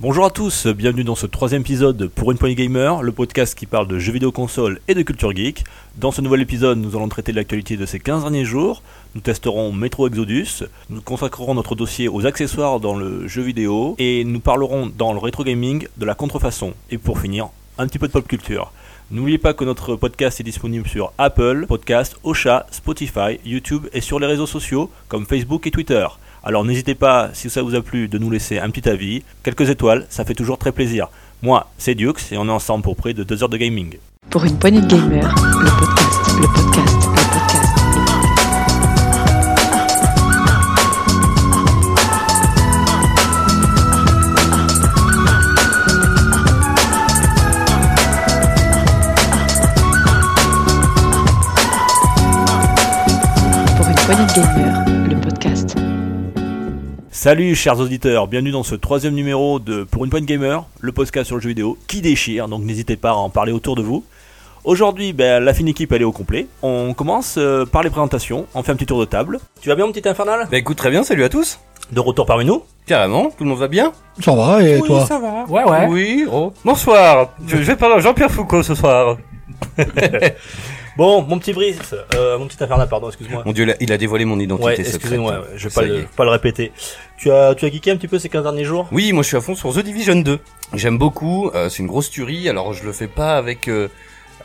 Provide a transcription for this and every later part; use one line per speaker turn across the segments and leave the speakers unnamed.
Bonjour à tous, bienvenue dans ce troisième épisode pour Une Poignée Gamer, le podcast qui parle de jeux vidéo console et de culture geek. Dans ce nouvel épisode, nous allons traiter de l'actualité de ces 15 derniers jours, nous testerons Metro Exodus, nous consacrerons notre dossier aux accessoires dans le jeu vidéo et nous parlerons dans le rétro gaming de la contrefaçon. Et pour finir, un petit peu de pop culture. N'oubliez pas que notre podcast est disponible sur Apple, Podcast, Ocha, Spotify, YouTube et sur les réseaux sociaux comme Facebook et Twitter. Alors n'hésitez pas, si ça vous a plu, de nous laisser un petit avis. Quelques étoiles, ça fait toujours très plaisir. Moi, c'est Dux et on est ensemble pour près de 2 heures de gaming.
Pour une poignée de gamers, le podcast, le podcast, le podcast. Pour une poignée de gamers, le podcast.
Salut chers auditeurs, bienvenue dans ce troisième numéro de Pour une Pointe Gamer, le podcast sur le jeu vidéo qui déchire, donc n'hésitez pas à en parler autour de vous. Aujourd'hui, ben, la fine équipe elle est au complet. On commence euh, par les présentations, on fait un petit tour de table. Tu vas bien mon petit infernal
Bah écoute, très bien, salut à tous.
De retour parmi nous
Carrément, tout le monde va bien
Ça va, et toi
ça
Ah
va.
Ouais, ouais.
Oui, oh. Bonsoir, je, je vais parler à Jean-Pierre Foucault ce soir.
Bon, mon petit Brice, euh, mon petit infernal, pardon, excuse-moi.
Mon dieu, il a- il a dévoilé mon identité
Ouais,
secrète.
excusez-moi, ouais, je vais
Ça
pas
y
le,
est.
pas le répéter. Tu as, tu as geeké un petit peu ces 15 derniers jours
Oui, moi je suis à fond sur The Division 2. J'aime beaucoup, euh, c'est une grosse tuerie, alors je le fais pas avec euh,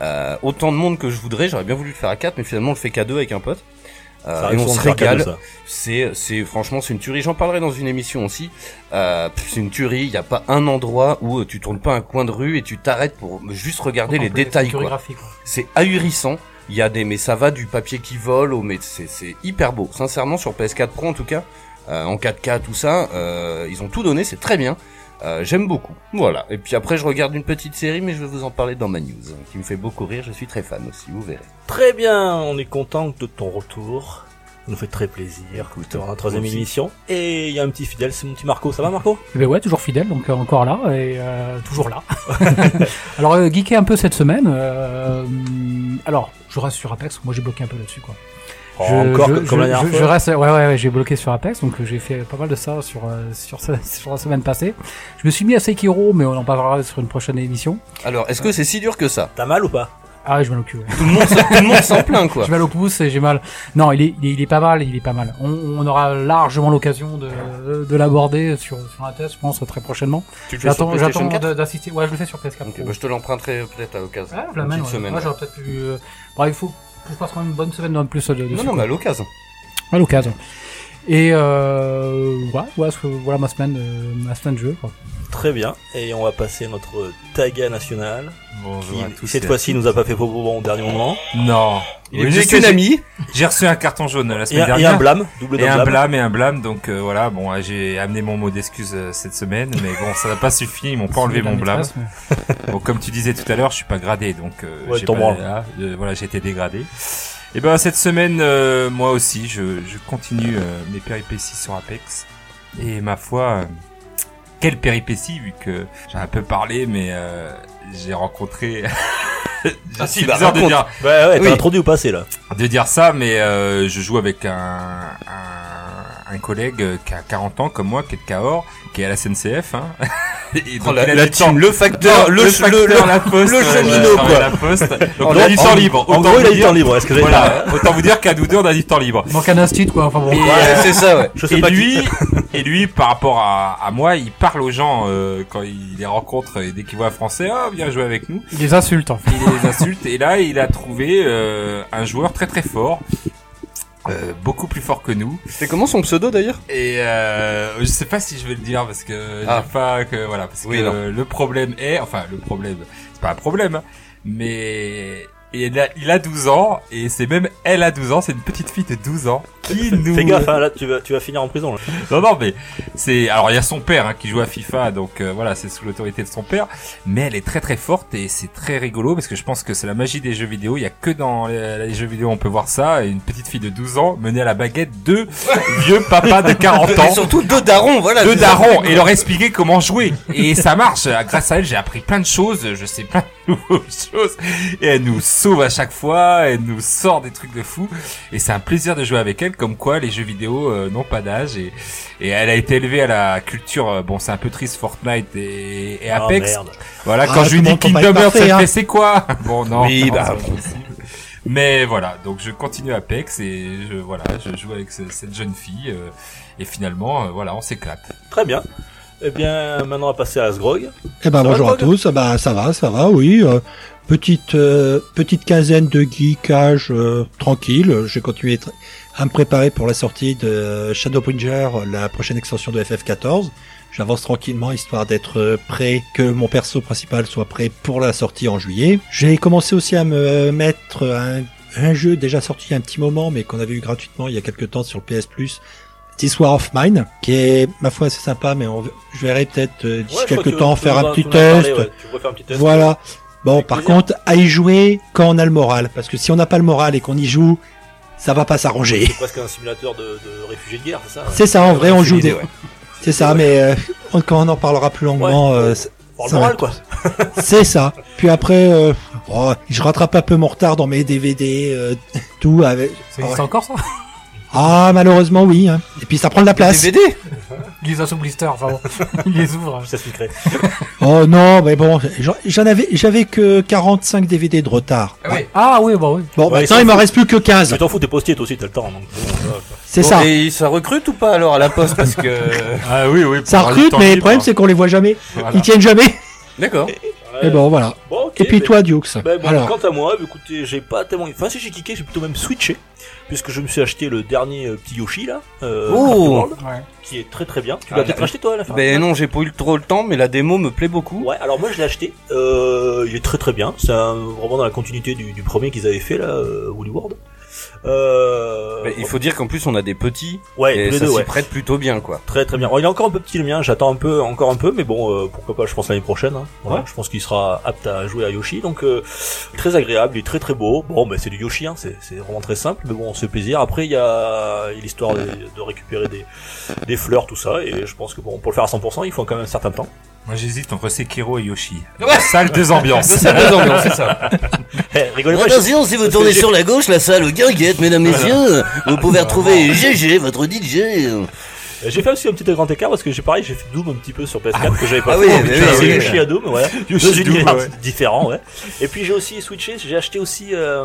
euh, autant de monde que je voudrais, j'aurais bien voulu le faire à 4, mais finalement on le fait qu'à 2 avec un pote. Euh, et
arrive
on
souvent
se
de faire cadeau,
régale,
ça.
c'est c'est franchement c'est une tuerie j'en parlerai dans une émission aussi euh, pff, c'est une tuerie il n'y a pas un endroit où euh, tu tournes pas un coin de rue et tu t'arrêtes pour juste regarder les détails quoi c'est ahurissant il y a des mais ça va du papier qui vole au mais c'est c'est hyper beau sincèrement sur PS4 Pro en tout cas euh, en 4K tout ça euh, ils ont tout donné c'est très bien Euh, j'aime beaucoup voilà et puis après je regarde une petite série mais je vais vous en parler dans ma news hein, qui me fait beaucoup rire je suis très fan aussi vous verrez
Très bien, on est content de ton retour. Ça nous fait très plaisir.
Écoute,
Écoute, dans la troisième
moi aussi.
émission. Et il y a un petit fidèle, c'est mon petit Marco. Ça va Marco
Ben ouais, toujours fidèle, donc euh, encore là, et euh, toujours là. alors, euh, geeker un peu cette semaine. euh, alors, je reste sur Apex, moi j'ai bloqué un peu là-dessus, quoi. Je-
Oh, Encore
je-
comme, comme
je-
la dernière
je-
fois.
je reste, ouais, ouais, ouais, j'ai bloqué sur Apex, donc euh, j'ai fait pas mal de ça sur, euh, sur, ce- sur la semaine passée. Je me suis mis à Sekiro, mais on en parlera sur une prochaine émission.
alors est-ce que c'est si dur que ça
T'as mal ou pas
Ah, je vais l'occuper.
tout le monde s'en- tout le monde s'en plaint quoi
J'ai mal au pouce et j'ai mal. Non, il est, il est, il est pas mal, il est pas mal. On, on aura largement l'occasion de, de l'aborder sur, sur un test, je pense, très prochainement.
Tu le fais sur
J'attends,
PlayStation
j'attends
4?
de- d'assister. Ouais, je le fais sur PS4.
Ok,
Pro.
bah, je te l'emprunterai peut-être à l'occasion.
Ouais,
Une
Ah, la main,
petite
ouais.
semaine.
Moi, j'aurais peut-être pu. euh, Bon, il faut que je passe quand même une bonne semaine dans le plus. euh, de-
non,
dessus,
non, bah. mais
quoi.
à l'occasion.
à l'occasion. Et euh, voilà, voilà, ce que- voilà ma semaine, euh, ma semaine de jeu. Quoi.
Très bien. Et on va passer à notre taga national.
Bonjour à
qui,
tous.
cette
et à
fois-ci,
toutes.
nous a pas fait beau bon au dernier moment.
Non.
Il est
Oui, je
venu avec
sais,
une
j'ai-
amie.
J'ai reçu un carton jaune la
Et,
semaine
un- et
dernière.
un blâme, double
Et
d'un
un
blâme.
blâme et un blâme, donc euh, voilà, bon, euh, j'ai amené mon mot d'excuse euh, cette semaine, mais bon, ça n'a pas suffi, ils m'ont pas enlevé
C'est la
mon blâme.
maîtresse, mais-
Bon, comme tu disais tout à l'heure, je suis pas gradé, donc euh,
Ouais,
j'ai
t'en
pas-
branles.
ah, euh, voilà, j'ai été dégradé. Et ben cette semaine, euh, moi aussi, je, je continue euh, mes péripéties sur Apex. Et ma foi, euh, quelle péripétie vu que j'ai un peu parlé, mais euh, j'ai rencontré.
Ah, si,
C'est
bah,
bizarre de
raconte.
dire,
Ouais, ouais, t'as
Oui.
introduit ou pas assez là
de dire ça, mais euh, je joue avec un, un, un collègue euh, qui a 40 ans comme moi, qui est de Cahors, qui est à la SNCF. Hein. Et
Oh,
donc,
la,
il a
la
du temps.
team, le facteur, le, ch- le,
facteur,
le-
la poste,
le
ouais,
cheminot,
ouais,
quoi.
ouais, La poste. Donc
En
on a
gros,
du
en-
temps libre.
En
Autant
gros, il a
vous
du
dire-
temps libre. Est-ce que j'ai
Voilà. Autant vous dire qu'à Doudé, on a du temps libre.
Il manque un instit, quoi. Enfin bon.
Ouais, c'est ça, ouais.
Je sais
Et
pas.
lui, et lui, par rapport à, à moi, il parle aux gens euh, quand il les rencontre et dès qu'il voit un Français, ah viens jouer avec nous.
Il les insulte, en fait.
il les insulte et là il a trouvé euh, un joueur très très fort euh, beaucoup plus fort que nous
C'est comment son pseudo d'ailleurs
et euh, je sais pas si je vais le dire parce que
Ah.
j'ai pas que voilà parce
Oui,
que
non.
le problème est enfin le problème c'est pas un problème mais et il a, il a 12 ans et c'est même elle a 12 ans c'est une petite fille de 12 ans qui nous
Fais gaffe, hein, là, tu vas, tu vas finir en prison. Là.
non, non, mais c'est. Alors, il y a son père hein, qui joue à FIFA, donc euh, voilà, c'est sous l'autorité de son père. Mais elle est très très forte et c'est très rigolo parce que je pense que c'est la magie des jeux vidéo. Il y a que dans les, les jeux vidéo on peut voir ça. Et une petite fille de 12 ans menée à la baguette deux vieux papas de 40
Et
ans.
Bah, surtout deux darons, voilà.
De
deux
daron et leur expliquer comment jouer et ça marche grâce à elle j'ai appris plein de choses je sais plein de nouvelles choses et elle nous sauve à chaque fois elle nous sort des trucs de fou et c'est un plaisir de jouer avec elle comme quoi les jeux vidéo euh, n'ont pas d'âge et, et elle a été élevée à la culture. euh, Bon, c'est un peu triste Fortnite et, et
Ah,
Apex.
merde.
Voilà,
Ah,
quand
tout
je lui
le
dis
monde tombe
Kingdom
pas
Hearts,
parfait,
elle
hein.
fait c'est quoi Bon, non.
Oui,
non,
bah,
c'est pas possible. Mais voilà, donc je continue Apex et je voilà, je joue avec ce- cette jeune fille euh, et finalement euh, voilà, on s'éclate.
Très bien. Eh bien, maintenant on va passer à Asgrog. Ça
Eh ben
va,
bonjour à
Paul
tous. Bah ça va, ça va, oui. euh, petite euh, petite quinzaine de geekage euh, tranquille. J'ai continué tr- à me préparer pour la sortie de Shadowbringer, la prochaine extension de FF14. J'avance tranquillement histoire d'être euh, prêt, que mon perso principal soit prêt pour la sortie en juillet. J'ai commencé aussi à me mettre à un, un jeu déjà sorti il y a un petit moment, mais qu'on avait eu gratuitement il y a quelques temps sur le PS Plus. This War of Mine, qui est ma foi assez sympa, mais on, je verrai peut-être euh, d'ici
Ouais, je crois que
quelques
tu-
temps
tu
faire
nous en-
un
tu
petit
nous en as parlé,
test.
ouais. Tu pourrais faire un petit test.
Voilà. Bon,
Avec
par
plaisir.
contre, à y jouer quand on a le moral, parce que si on n'a pas le moral et qu'on y joue, ça va pas s'arranger.
C'est presque un simulateur de, de réfugié de guerre, c'est ça hein.
C'est ça, en vrai, on joue
l'idée,
des.
ouais.
C'est ça, mais euh, on- quand on en parlera plus longuement,
Ouais.
euh, c-
Par le
ça va
moral,
être-
quoi.
c'est ça. Puis après, euh, oh, je rattrape un peu mon retard dans mes DVD, euh, tout avec.
Ça existe encore ça
Ah, malheureusement, oui. hein. Et puis ça prend de la place.
DVD
Ils ont sous blister, enfin bon, ils les ouvrent.
Ça s'expliquerait.
Oh non, mais bon, j'en- j'en avais, j'avais que 45 DVD de retard.
Ah oui, bah oui.
Ouais,
Bon, maintenant
ils
il
sont
m'en
fous.
reste plus que 15.
Mais t'en fous, t'es postier, toi aussi, t'as le temps. donc, bon, voilà, quoi.
C'est
Bon,
ça.
Et ça recrute ou pas alors à la poste Parce que.
Ah oui oui.
Ça recrute, mais le
hein.
problème c'est qu'on les voit jamais. Ils tiennent jamais.
D'accord.
Et bon, voilà.
Bon, ok,
Et puis
ben-
toi, Dukes.
ben, bon,
Alors,
Quant à moi, ben, écoutez, j'ai pas tellement. Enfin, si j'ai kické, j'ai plutôt même switché. Puisque je me suis acheté le dernier euh, petit Yoshi, là. Euh,
Oh.
Crafted World,
Ouais.
qui est très très bien. Tu l'as
Ah, là,
peut-être
là.
acheté, toi, à la fin
Ben non, j'ai pas eu trop le temps, mais la démo me plaît beaucoup.
Ouais, alors moi je l'ai acheté. Euh, il est très très bien. C'est un- vraiment dans la continuité du, du premier qu'ils avaient fait là, euh, Woolly World. Euh,
Ben, il faut dire qu'en plus on a des petits
ouais,
et
tous les
ça
deux,
s'y
ouais.
prête plutôt bien quoi.
Très très bien. Oh, il est encore un peu petit le mien. J'attends un peu, encore un peu, mais bon, euh, pourquoi pas. Je pense l'année prochaine. hein. Voilà,
Ouais.
Je pense qu'il sera apte à jouer à Yoshi. Donc euh, très agréable, il est très très beau. Bon, ben c'est du Yoshi, hein. c'est c'est vraiment très simple, mais bon, on se fait plaisir. Après, il y a l'histoire de, de récupérer des, des fleurs, tout ça, et je pense que bon, pour le faire à 100%, il faut quand même un certain temps.
Moi j'hésite entre Sekiro et Yoshi. Salle deux ambiances.
Ça deux ambiances, c'est ça.
Eh, rigolez pas. je-
si vous tournez sur la gauche, la salle aux guinguettes, mesdames, messieurs, vous pouvez retrouver GG, votre
Ah,
DJ.
Euh, J'ai fait aussi un petit grand écart parce que j'ai pareil, j'ai fait Doom un petit peu sur PS4 que j'avais pas
Ah
fait.
oui,
Donc,
mais
j'ai
oui,
essayé
oui,
Yoshi
oui.
à Doom, voilà.
Yoshi
Deux
Doom,
univers
ouais.
différents, ouais. Et puis j'ai aussi switché, j'ai acheté aussi euh,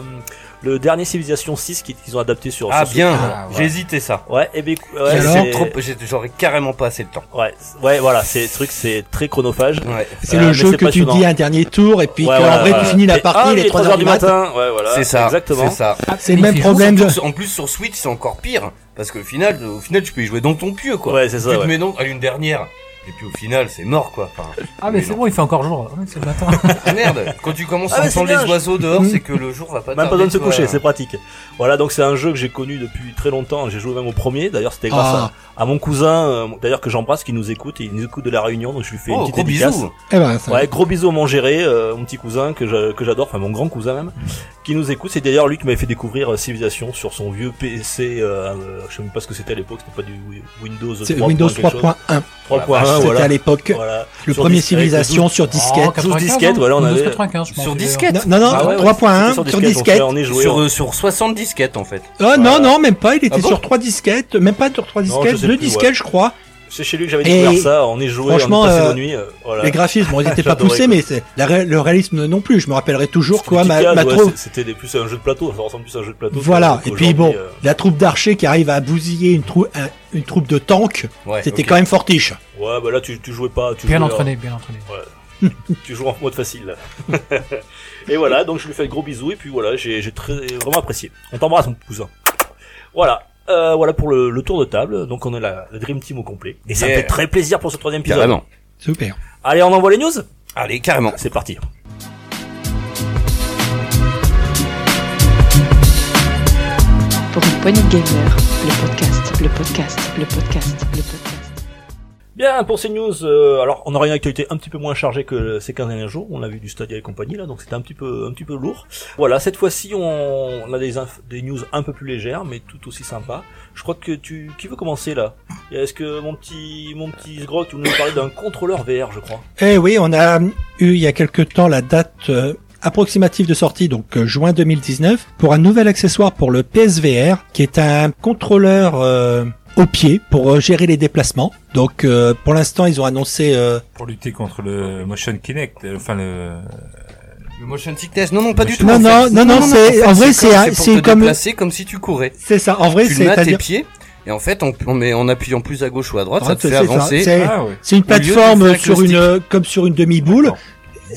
le dernier Civilization 6 qui- qu'ils ont adapté sur.
Ah
sur-
bien,
Ah, ouais.
j'ai hésité ça.
Ouais, et ben, écou- ouais,
Et
J'ai
alors
c'est-
trop- j'ai- J'aurais carrément pas assez de temps.
ouais, c'est- ouais, voilà, c'est ce truc, c'est très chronophage.
Ouais.
c'est
euh,
le
mais
jeu
c'est
que tu
passionnant.
dis un dernier tour et puis
Ouais,
qu'en
voilà,
vrai
voilà.
tu finis la
Et- ah,
partie
il
les
est
3
3
heures
heures
du matin.
ouais, voilà.
c'est ça.
Exactement.
C'est ça.
C'est le même problème de.
Surtout, En plus sur Switch c'est encore pire parce qu'au final, au final tu peux y jouer dans ton pieu quoi.
Ouais, c'est ça.
tu te
ouais.
mets donc à une dernière. Et puis au final, c'est mort quoi. Enfin,
Ah mais c'est bon, il fait encore jour. Ouais, C'est le matin.
ah merde, quand tu commences
Ah,
à
mais
entendre
c'est bien,
les oiseaux dehors, c'est que le jour va pas
Même pas
tarder,
besoin de se
toi.
coucher, c'est pratique. Voilà, donc c'est un jeu que j'ai connu depuis très longtemps. J'ai joué même au premier. D'ailleurs, c'était grâce
Ah.
à, à mon cousin, euh, d'ailleurs que j'embrasse, qui nous écoute. Et il nous écoute de la Réunion, donc je lui fais une
Oh,
petite
gros
dédicace.
bisous.
Eh ben, ça-
Ouais, gros bisous à mon géré, euh, mon petit cousin que je- que j'adore, enfin mon grand cousin même, qui nous écoute. C'est d'ailleurs lui qui m'avait fait découvrir euh, Civilization sur son vieux PC. Euh, euh, je sais même pas ce que c'était à l'époque. C'était pas du Wi- Windows 3.
c'est Windows 3.1.
3.1.
Ah, C'était
Voilà.
à l'époque
Voilà.
le
Sur
premier
disquette,
civilisation sur disquette.
Oh,
12 disquettes,
hein.
voilà, on
Windows
avait-
95, je pense.
Sur
d'ailleurs.
disquette
Non, non,
Ah ouais, ouais,
3.1
c'était
Hein, sur
donc
disquette.
là, on est joué. hein.
sur, euh, sur 60 disquettes en fait.
Oh
Voilà.
non, non, même pas, il était
Ah bon
sur 3 disquettes, même pas sur 3
Non, je
disquettes,
sais
2
plus, ouais.
disquettes je crois.
C'est chez lui que j'avais
Et
découvert ça. On est joué,
franchement,
on est passé
euh,
nos nuits. euh, voilà.
Les graphismes, bon, ils étaient pas
J'adorais,
poussés,
quoi.
mais c'est la ré- le réalisme non plus. Je me rappellerai toujours
C'était
quoi,
des
ma,
petits
ma
cases, ouais,
troupe.
c'est- C'était des- plus un jeu de plateau, ça ressemble plus à un jeu de plateau.
Voilà.
que-
Et puis bon,
qu'aujourd'hui, euh,
la troupe d'archers qui arrive à bousiller une, trou- un- une troupe de tanks,
Ouais,
c'était
ok.
quand même fortiche.
Ouais, bah là, tu, tu jouais pas. Tu
Bien
jouais, euh,
entraîné, bien entraîné.
tu joues en mode facile. et voilà, donc je lui fais de gros bisous et puis voilà, j'ai j'ai très vraiment apprécié. On t'embrasse mon cousin. Voilà. Euh, voilà pour le, le tour de table, donc on est la, la Dream Team au complet. Et ça
Yeah.
fait très plaisir pour ce troisième épisode.
Carrément.
Super.
Allez, on envoie les news
Allez, carrément.
C'est parti.
Pour une poignée de gamer, le podcast, le podcast, le podcast, le podcast.
Bien, pour ces news, euh, alors on aura une actualité un petit peu moins chargée que ces 15 derniers jours, on a vu du Stadia et compagnie là, donc c'était un petit peu un petit peu lourd. Voilà, cette fois-ci on, on a des, inf- des news un peu plus légères, mais tout aussi sympas. Je crois que tu... Qui veut commencer là Est-ce que mon petit mon petit Sgrog, tu voulais nous parler d'un contrôleur VR, je crois
Eh oui, on a eu il y a quelques temps la date euh, approximatif de sortie, donc euh, juin 2019, pour un nouvel accessoire pour le PSVR, qui est un contrôleur euh, au pied pour euh, gérer les déplacements. Donc euh, pour l'instant, ils ont annoncé euh,
Pour lutter contre le motion Kinect, euh, enfin le.
Le motion sickness, non, non, pas du tout.
Motion
en
Non,
fait.
non, non, non, c'est-
fait,
en vrai, c'est un-
pour
c'est
te
comme-
déplacer comme si tu courais.
c'est ça. En vrai,
tu le mets à tes
c'est-à-dire
pieds, et en fait, en, en, en appuyant plus à gauche ou à droite, ça te
c'est
fait
ça,
avancer.
c'est-
Ah ouais.
c'est une
lieu de
plateforme
faire
sur
le
une
stick.
euh, comme sur une demi-boule
D'accord.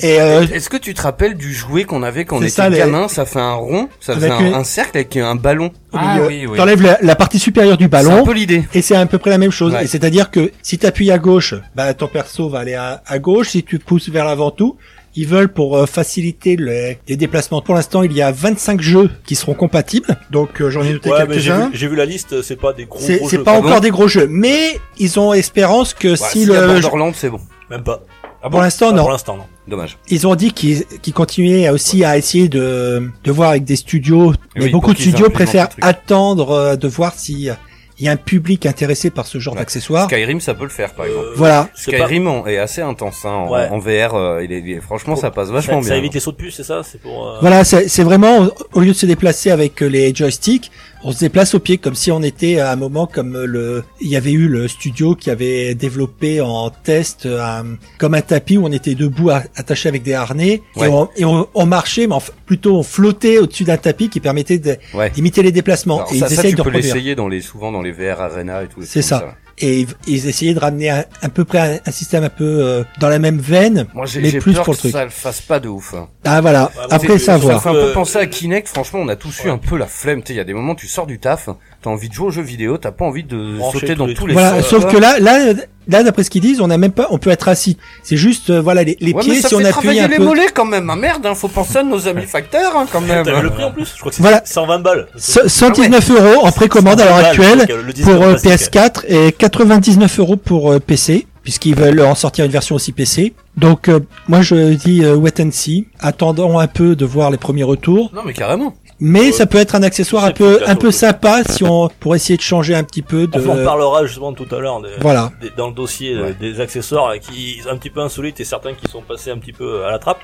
et euh,
Est-ce que tu te rappelles du jouet qu'on avait quand on
C'est
était
ça, les-
gamin Ça fait un rond, ça
Avec
faisait un,
une-
un cercle avec un ballon.
au
Ah
milieu,
oui, oui.
t'enlèves la, la partie supérieure du
C'est un
ballon
peu l'idée.
et c'est à peu près la même chose.
Ouais.
Et c'est-à-dire que si tu appuies à gauche, bah ton perso va aller à, à gauche. Si tu pousses vers l'avant tout, ils veulent pour euh, faciliter le- les déplacements. Pour l'instant, il y a 25 jeux qui seront compatibles. Donc euh, j'en ai noté
Ouais, mais j'ai
quelques-uns.
vu, j'ai vu la liste, c'est pas des gros,
C'est
gros
c'est
jeux,
pas
quoi.
encore des gros jeux, mais ils ont espérance que
Ouais,
si
Bah, y a
le
Borderlands, c'est bon.
Même pas.
pour l'instant
Pas
non,
Pour l'instant, non.
Dommage.
ils ont dit qu'ils qu'ils continuaient à aussi à essayer de, de voir avec des studios, mais
oui,
beaucoup
pour
de
qu'ils
studios
implémentent le
préfèrent
truc.
attendre euh, de voir si euh, il y a un public intéressé par ce genre
Ouais.
d'accessoires.
Skyrim, ça peut le faire, par exemple.
Euh,
Voilà.
c'est pas-
Skyrim en- est assez intense hein, en,
Ouais.
en VR. euh, il est, il est- franchement, ça passe
ça,
vachement
ça
bien.
évite les sauts de puce, c'est ça C'est pour. euh,
Voilà, c'est c'est vraiment au- au lieu de se déplacer avec euh, les joysticks, on se déplace au pied comme si on était à un moment comme euh, le il y avait eu le studio qui avait développé en test euh, un, comme un tapis où on était debout à- attaché avec des harnais
Ouais.
et, on, et on, on marchait mais en f- plutôt on flottait au-dessus d'un tapis qui permettait de-
Ouais.
d'imiter les déplacements
Alors,
et
ça, ça,
ils essayaient
tu
de
peux
reproduire
l'essayer dans les, souvent dans les VR Arena et tout. les
C'est
trucs comme
ça. et ils, ils essayaient de ramener un, un peu près un, un système un peu euh, dans la même veine
Moi, j'ai
mais
j'ai
plus
peur
pour le
que
truc.
ça le fasse pas de ouf. hein.
Ah voilà,
Ouais, bon,
après
c'est-
ça
ça
voir.
Ça fait un
Euh,
peu penser à Kinect. Franchement, on a tous eu un peu la flemme. Tu sais, il y a des moments, tu sors du taf, t'as envie de jouer aux jeux vidéo, t'as pas envie de
Brancher
sauter
tous
dans
les
tous
trucs.
les
Voilà,
sens.
sauf que là, là, là, d'après ce qu'ils disent, on n'a même pas, on peut être assis. C'est juste, euh, voilà, les, les
Ouais, mais
pieds,
ça
si on
fait
appuie
travailler
un
les
peu.
mollets quand même. Ah merde, hein, faut penser à nos amis facteurs hein, quand même.
T'as vu le prix en plus Je crois que c'est
Voilà.
120 balles.
Ah
Ce- 119 euros en précommande à l'heure
120 balles,
actuelle
donc, euh, le disque
pour euh,
classique.
PS4 et 99 euros pour euh, PC, puisqu'ils veulent en sortir une version aussi PC. Donc, euh, moi, je dis euh, wait and see, attendons un peu de voir les premiers retours.
Non mais carrément.
Mais
Euh,
ça peut être un accessoire
c'est
un peu,
plus
un peu
classe,
sympa si on pour essayer de changer un petit peu de.
On en parlera justement tout à l'heure. des-
Voilà.
des- Dans le dossier euh,
Ouais.
des accessoires euh, qui sont un petit peu insolites et certains qui sont passés un petit peu à la trappe.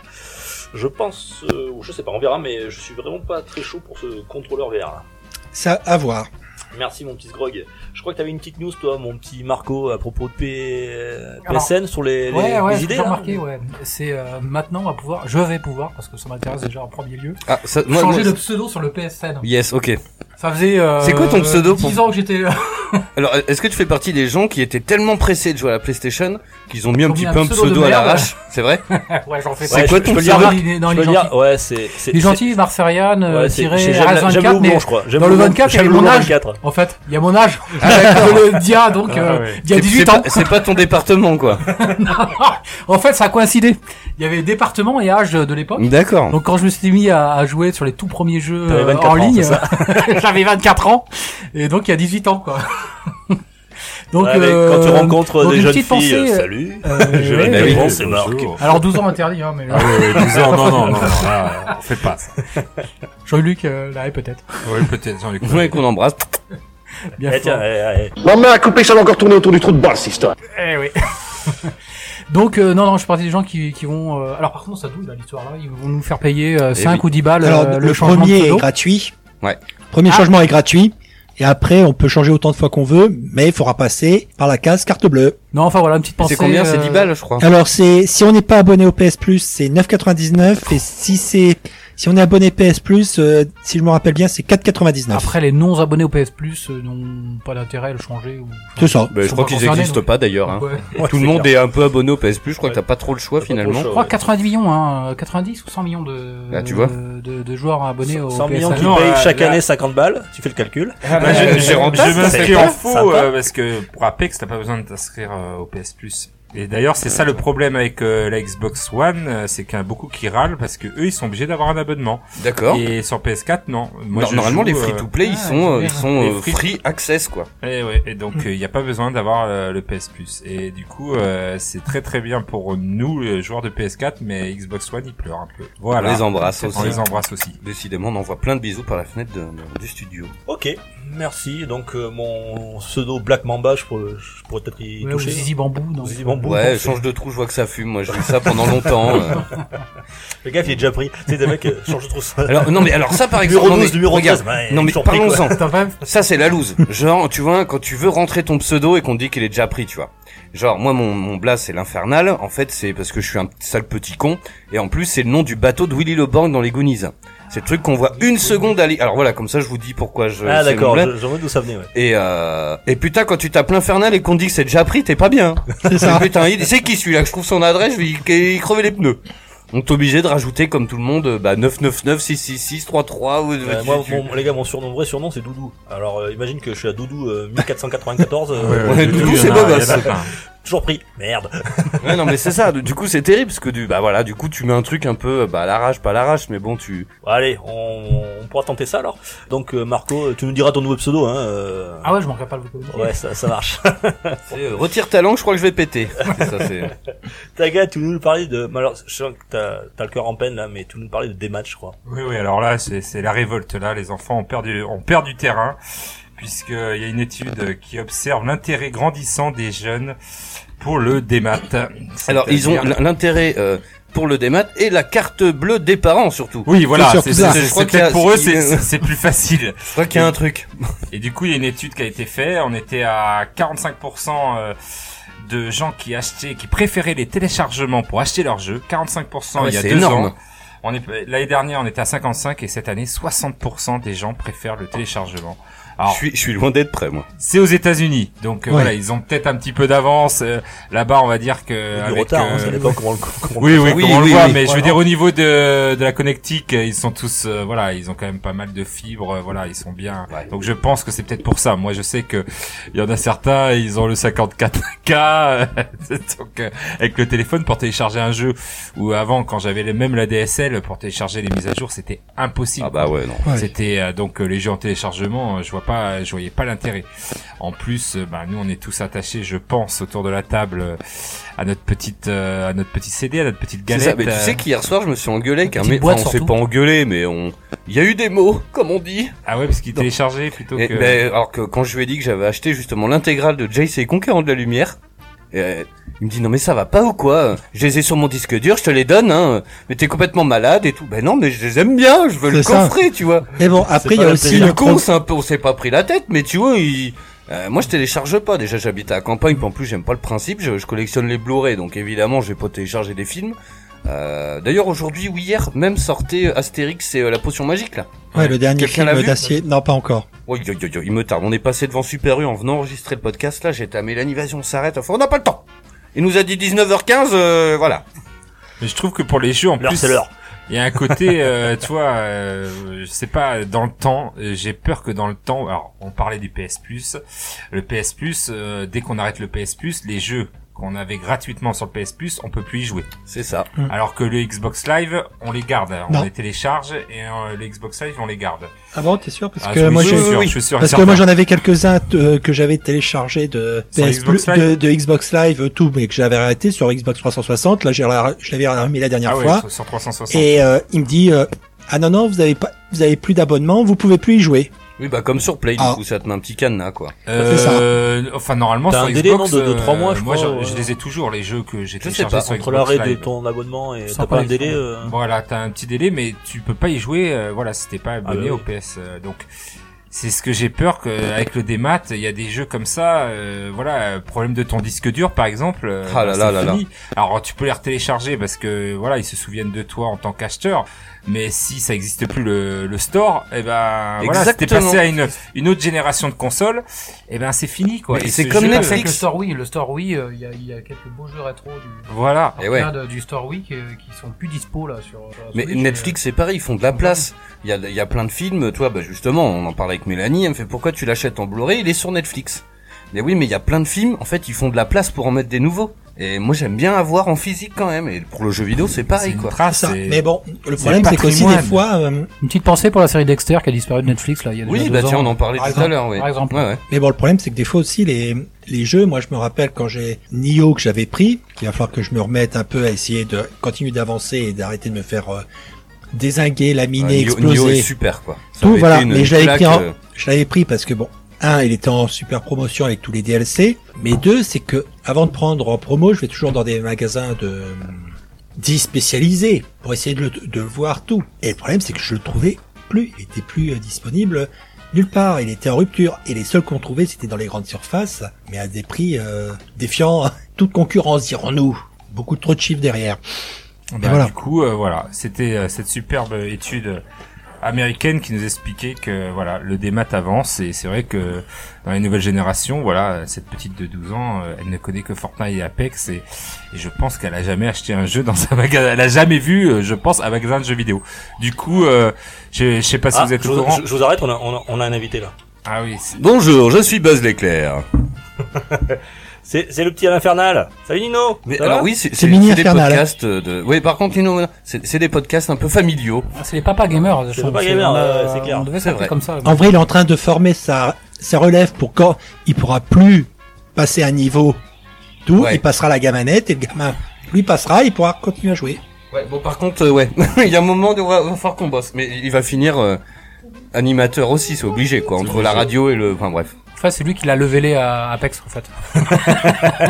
Je pense, euh, ou je sais pas, on verra, mais je suis vraiment pas très chaud pour ce contrôleur VR là.
Ça à voir.
Merci mon petit Grog. Je crois que t'avais une petite news toi, mon petit Marco, à propos de P-
Alors,
PSN sur les, les-
Ouais,
les
ouais, j'ai
idées.
toujours
là.
remarqué, ouais. C'est euh, maintenant on va pouvoir, je vais pouvoir, parce que ça m'intéresse déjà en premier lieu,
Ah, ça, moi,
changer
moi-
de pseudo sur le PSN.
Yes, ok.
Ça faisait. euh,
C'est quoi ton pseudo pour-
10 ans que j'étais. euh,
Alors, est-ce que tu fais partie des gens qui étaient tellement pressés de jouer à la PlayStation qu'ils ont mis un
ont
petit
mis un
peu un
pseudo de
pseudo à
merde.
l'arrache C'est vrai
ouais, j'en fais
C'est
pas.
Ouais,
quoi
je-
ton
je peux le
Ça
dire,
va,
Marc
il est- non,
je
il
peux
est
le
gentil.
dire, ouais, c'est. c'est-
Les
c'est-
gentils, Marcerian,
ouais,
euh,
c'est-
tiré,
j'ai- j'aime la- j'aime le
RS24,
houblon,
mais
je crois. J'aime
dans le
houblon-
24, il y
j'aime
a
le
mon
houblon
âge.
24.
en fait, il y a mon âge. le dia, donc,
Ah,
euh,
ouais.
il y a
C'est-
18
c'est
ans.
pas- C'est pas ton département, quoi.
en fait, ça a coïncidé. Il y avait département et âge de l'époque.
D'accord.
Donc quand je me suis mis à, à jouer sur les tout premiers jeux
T'avais
euh,
24
en
ans, c'est
ligne,
ça
j'avais 24 ans et donc il y a 18 ans quoi. donc
Ouais, mais quand tu
euh,
rencontres
donc
des
une
jeunes filles,
petite pensée,
euh,
euh,
salut.
euh,
Je
ouais,
m'appelle
ouais.
Ah, Bon, c'est Marc.
Eh Bonjour.
Alors 12 ans interdit hein, mais
Ah oui, oui, 12 ans, non, non, non, non, là, on fait pas ça.
Jean-Luc euh, là est peut-être.
Oui, peut-être, j'en ai
euh,
compris.
Ouais, qu'on embrasse.
Bien
Eh,
fort.
tiens, eh, eh,
Ma main a coupé, ça va encore tourner autour du trou de balle, cette histoire.
Eh oui. Donc euh, non non, je suis parti des gens qui, qui vont. euh, Alors par contre ça double là, l'histoire là, ils vont nous faire payer
Eh
euh, 5 ou 10 balles
Alors,
euh,
le,
changement de
premier est
pseudo.
gratuit.
Ouais.
Premier
Ah.
changement est gratuit. Et après, on peut changer autant de fois qu'on veut, mais il faudra passer par la case carte bleue.
Non enfin voilà une petite pensée.
C'est combien C'est
euh,
10 balles, je crois.
Alors, c'est, si on n'est pas abonné au PS Plus, c'est 9,99. Et si c'est, si on est abonné PS Plus, euh, si je me rappelle bien, c'est 4,99.
Après les non abonnés au PS Plus euh, n'ont pas d'intérêt à le changer ou.
C'est ça.
Bah, je
sont
crois
pas
qu'ils
concernés,
existent
donc.
pas d'ailleurs. hein.
Ouais.
Ouais,
Tout
c'est
le monde
clair.
est un peu abonné au PS Plus. Je crois que t'as pas trop le choix
T'as pas trop
finalement.
le
Je
choix,
crois
ouais.
90 millions, hein, 90 ou 100 millions de,
Ah, tu vois.
de, de- de joueurs abonnés au
100 millions
PSN.
qui
Non,
payent
euh,
chaque
là-
année 50 balles, tu fais le calcul.
Bah, je- je je m'inscris en faux
Sympa.
euh, parce que pour Apex, t'as pas besoin de t'inscrire euh, au PS Plus. Et d'ailleurs, c'est ça le problème avec euh, la Xbox One, euh, c'est qu'il y en a beaucoup qui râlent parce que eux, ils sont obligés d'avoir un abonnement.
D'accord.
Et sur PS4, non. Moi,
Non,
je
Normalement,
joue,
les
euh,
free to play,
ah,
ils sont, euh, ils
c'est
sont
Les
euh,
free-
free access, quoi.
Et ouais, et donc il n'y a pas besoin d'avoir euh, le PS Plus. Et du coup, euh, c'est très très bien pour nous, les joueurs de PS4, mais Xbox One, ils pleurent un peu. Voilà.
On les embrasse
On
aussi.
les embrasse aussi.
Décidément, on envoie plein de bisous par la fenêtre de- de- du studio.
Ok. Merci. Donc euh, mon pseudo Black Mamba, je pourrais, je pourrais peut-être y
Ouais, ou
toucher.
Zizi Bambou. euh, non.
hein. Zizi Bambou.
Ouais, change de trou, je vois que ça fume. Moi, j'ai eu ça pendant longtemps. euh.
Le gars, il est déjà pris. C'est des mecs, euh, change de trou. ça.
Alors non, mais alors ça par exemple,
Numéro
non,
12
mais
du numéro
regarde,
13, bah,
non
ils
mais
sont pris,
parlons-en.
C'est un vrai-
Ça c'est la loose. Genre tu vois quand tu veux rentrer ton pseudo et qu'on te dit qu'il est déjà pris, tu vois. Genre moi mon mon blaze c'est l'infernal. En fait c'est parce que je suis un sale petit con et en plus c'est le nom du bateau de Willy Loborn dans les Goonies. C'est le truc qu'on voit une seconde aller. Alors voilà comme ça je Euh, vous dis pourquoi je.
ah
c'est mon
d'accord,
blaze.
je- j'en veux d'où ça venait. Ouais.
Et euh... et putain quand tu tapes l'infernal et qu'on te dit que c'est déjà pris t'es pas bien. hein.
C'est ça.
Putain il... c'est qui celui-là que je trouve son adresse je vais y- y crever les pneus. On est obligé de rajouter comme tout le monde bah 999 666 33 ou
Euh,
tu-
moi,
tu-
mon- les gars, mon surnom, vrai surnom, c'est Doudou. Alors, euh, imagine que je suis à Doudou euh, 1494, euh,
ouais, ouais, Doudou, c'est beau gosse.
toujours pris. Merde.
Ouais, non, mais c'est ça. Du coup, c'est terrible parce que du, bah voilà, du coup, tu mets un truc un peu, bah, à l'arrache, pas à l'arrache, mais bon, tu.
Allez, on, on pourra tenter ça alors. Donc, euh, Marco, tu nous diras ton nouveau pseudo. Hein, euh,
Ah ouais, je m'en rappelle pas le vocabulaire.
ouais, ça, ça marche.
C'est, euh, retire ta langue, je crois que je vais péter. ça, c'est...
Taga, tu nous parlais de. mais Alors, je sens que t'as, t'as le cœur en peine là, mais tu nous parlais de des matchs, je crois.
Oui, oui, alors là, c'est c'est la révolte. Là, les enfants ont perdu, ont perdu terrain, puisqu'il y a une étude qui observe l'intérêt grandissant des jeunes pour le démat.
Alors, ils ont
C'est-à-dire-
l'intérêt, euh, pour le démat et la carte bleue des parents surtout.
Oui, voilà,
C'est sûr
c'est
que ça.
c'est-
Je crois
c'est
qu'il y a-
peut-être pour eux, c'est-
il y a-
c'est c'est plus facile.
Je crois qu'il y a un truc.
Et du coup, il y a une étude qui a été faite. On était à 45% euh, de gens qui achetaient, qui préféraient les téléchargements pour acheter leurs jeux. 45%
Ah ouais,
il y a
c'est
deux
énorme.
ans. On est l'année dernière, on était à 55 et cette année, 60% des gens préfèrent le téléchargement.
Je
Alors,
suis, je suis loin d'être prêt, moi.
c'est aux États-Unis, donc euh,
Ouais.
voilà, ils ont peut-être un petit peu d'avance. euh, Là-bas, on va dire que
du
avec,
retard, hein,
euh,
ça dépend comment on le. Comment on
oui, oui,
Oui,
comme on
oui,
le voit,
oui.
mais je veux
Ouais,
dire au niveau de, de la connectique, euh, ils sont tous, euh, voilà, ils ont quand même pas mal de fibres, euh, voilà, ils sont bien.
Ouais.
Donc je pense que c'est peut-être pour ça. Moi, je sais que il y en a certains, ils ont le 54K, euh, donc euh, avec le téléphone pour télécharger un jeu. Ou avant, quand j'avais les- même la DSL pour télécharger les mises à jour, c'était impossible.
Ah, bah ouais, non.
Ouais.
C'était euh, donc euh, les jeux en téléchargement, euh, je vois pas, je voyais pas l'intérêt. En plus, euh, bah, nous on est tous attachés, je pense, autour de la table euh, à notre petite, euh, à notre petit CD, à notre petite
C'est
galette.
ça, mais tu
euh.
sais qu'hier soir, je me suis engueulé avec un
petite
mec.
boîte
Enfin, on s'est
surtout.
pas engueulé, mais on. Il y a eu des mots, comme on dit.
Ah ouais, parce qu'il téléchargeait plutôt
Et,
euh,
que.
ben, alors que quand je lui ai dit que j'avais acheté justement l'intégrale de Jace et les Conquérants de la Lumière, euh, il me dit non mais ça va pas ou quoi Je les ai sur mon disque dur, je te les donne, hein. Mais t'es complètement malade et tout. Ben non, mais je les aime bien, je veux le
C'est ça.
coffrer, tu vois.
Et bon, après, il y
pas
a
la
aussi
C'est
le
le con,
con.
c'est un peu, on s'est pas pris la tête, mais tu vois, il... euh, moi je télécharge pas. Déjà j'habite à la campagne, puis en plus j'aime pas le principe. Je, je collectionne les Blu-ray, donc évidemment je vais pas télécharger des films. Euh, D'ailleurs aujourd'hui ou hier même sortait Astérix et euh, la potion magique là.
Ouais, le dernier
Quelqu'un l'a
film
vu
d'acier. Non, pas encore.
Oui, yo, yo, yo, il me tarde. On est passé devant Super U en venant enregistrer le podcast. Là, j'étais à Mélanie, vas-y, on s'arrête. Enfin, on n'a pas le temps. Il nous a dit 19h15, euh, voilà.
Mais je trouve que pour les jeux en
L'heure,
plus,
c'est l'heure.
il y a un côté, euh, tu vois, euh, je sais pas, dans le temps, euh, j'ai peur que dans le temps, alors on parlait du PS Plus, le PS Plus, euh, dès qu'on arrête le PS Plus, les jeux qu'on avait gratuitement sur le PS Plus, on peut plus y jouer.
C'est ça.
Alors que le Xbox Live, on les garde, hein. on
Mm. Non.
les télécharge et euh, le Xbox Live, on les garde.
Ah bon, t'es sûr Parce
Ah,
que
je-
moi,
oui,
j'ai.
je suis sûr,
oui,
je suis sûr et
Parce que
certain.
moi j'en avais quelques-uns euh, que j'avais téléchargés de
Sur
PS
Xbox
Plus-
Live
de, de Xbox Live euh, tout, mais que j'avais arrêté sur Xbox 360. Là, j'ai la- je l'avais remis la dernière
ah ouais,
fois.
sur- sur 360.
Et euh, il me dit euh, ah non non vous avez pas vous avez plus d'abonnement vous pouvez plus y jouer.
Oui, bah, comme sur Play,
Ah.
du coup, ça te met un petit cadenas, quoi.
Euh, enfin normalement
T'as
sur
un délai,
Xbox,
non, de- de
euh,
trois mois, je
moi,
crois, euh. ouais.
je les ai toujours les jeux que j'ai
sais
téléchargés
pas,
sur
Entre
Xbox
l'arrêt de
Live.
ton abonnement et t'as
Sans
pas un
parler de
délai.
son-
euh,
Voilà, t'as un petit délai, mais tu peux pas y jouer. euh, voilà, si t'es
Ah
pas
oui.
abonné
bah
au PS. euh, donc, c'est ce que j'ai peur que avec le démat, il y a des jeux comme ça. euh, voilà, euh, problème de ton disque dur, par exemple. euh,
Ah là
c'est
là là
fini. Alors, tu peux les retélécharger parce que voilà, ils se souviennent de toi en tant qu'acheteur. Mais si ça existe plus le, le store, eh ben voilà, si t'es
Exactement.
passé à une, une autre génération de consoles, eh ben c'est fini quoi.
Mais
Et
c'est
ce
comme
jeu-
Je sais pas,
Netflix.
c'est avec le Store Wii, le Store Wii, euh, il y, a- il y a quelques beaux jeux rétro du,
Voilà.
Et ouais.
plein de- du Store Wii qui, euh, qui sont plus dispo là sur. sur la
Mais
Switch,
Netflix, c'est pareil, ils font de la place. Il y a, il y a plein de films, toi, bah, justement, on en parlait avec Mélanie, elle me fait, pourquoi tu l'achètes en Blu-ray? Il est sur Netflix. Mais oui, mais il y a plein de films, en fait, ils font de la place pour en mettre des nouveaux. Et moi, j'aime bien avoir en physique, quand même. Et pour le jeu vidéo, c'est
C'est
pareil,
une
quoi.
trace,
Ça.
Ah, c'est-
Mais bon le
c'est
problème c'est qu'aussi des
patrimoine.
fois euh,
Une petite pensée pour la série Dexter qui a disparu de Netflix là il y a déjà
Oui,
deux
bah, tiens,
ans.
on en parlait
Par
tout à
exemple,
l'heure, oui.
Par exemple.
Ouais, ouais.
mais bon le problème c'est que des fois aussi les les jeux moi je me rappelle quand j'ai Nioh que j'avais pris qu'il va falloir que je me remette un peu à essayer de continuer d'avancer et d'arrêter de me faire euh, dézinguer, laminer,
Ouais, Nioh- Nioh Ah, est
exploser.
super, quoi. Ça
Tout,
avait
voilà,
été une-
mais je
une
l'avais pris
claque,
en-
euh,
Je l'avais pris parce que bon, un, il était en super promotion avec tous les DLC, mais deux, c'est que avant de prendre en promo, je vais toujours dans des magasins de euh, dits spécialisés pour essayer de le, de le voir tout. Et le problème, c'est que je le trouvais plus, il était plus euh, disponible nulle part, il était en rupture. Et les seuls qu'on trouvait, c'était dans les grandes surfaces, mais à des prix euh, défiant toute concurrence, dirons-nous. Beaucoup trop de chiffres derrière.
Bah,
voilà.
Du coup, euh, voilà, c'était euh, cette superbe étude américaine qui nous expliquait que voilà, le démat avance et c'est vrai que dans les nouvelles générations, voilà, cette petite de 12 ans, euh, elle ne connaît que Fortnite et Apex et, et je pense qu'elle a jamais acheté un jeu dans un magasin, elle a jamais vu, euh, je pense, un magasin de jeux vidéo. Du coup, euh, je, je sais pas si
Ah,
vous êtes
je,
au courant.
je- je vous arrête, on a, on a- on a un invité là.
Ah oui, c'est-
Bonjour, je suis Buzz l'éclair.
C'est c'est le petit à l'infernal. Salut Nino
Mais
Ça
alors
va
oui, c'est
C'est
c'est-
mini
c'est des
infernal.
podcasts de. Oui, par contre, Lino, c'est c'est des podcasts un peu familiaux.
Ah, c'est les papas gamers. je
C'est les
trouve,
papas
c'est-
gamers,
on a-
euh, c'est clair.
On devait
C'est
s'appeler
vrai.
comme ça.
En vrai, il est en train de former sa, sa relève pour quand il pourra plus passer un niveau tout,
Ouais.
il passera la gamanette et le gamin lui passera, il pourra continuer à jouer.
Ouais, bon, par contre, euh, ouais, il y a un moment où on va, va falloir qu'on bosse, mais il va finir euh, animateur aussi, c'est obligé, quoi, entre la radio et le. Enfin, bref.
Enfin, c'est lui qui l'a levelé à Apex, en fait.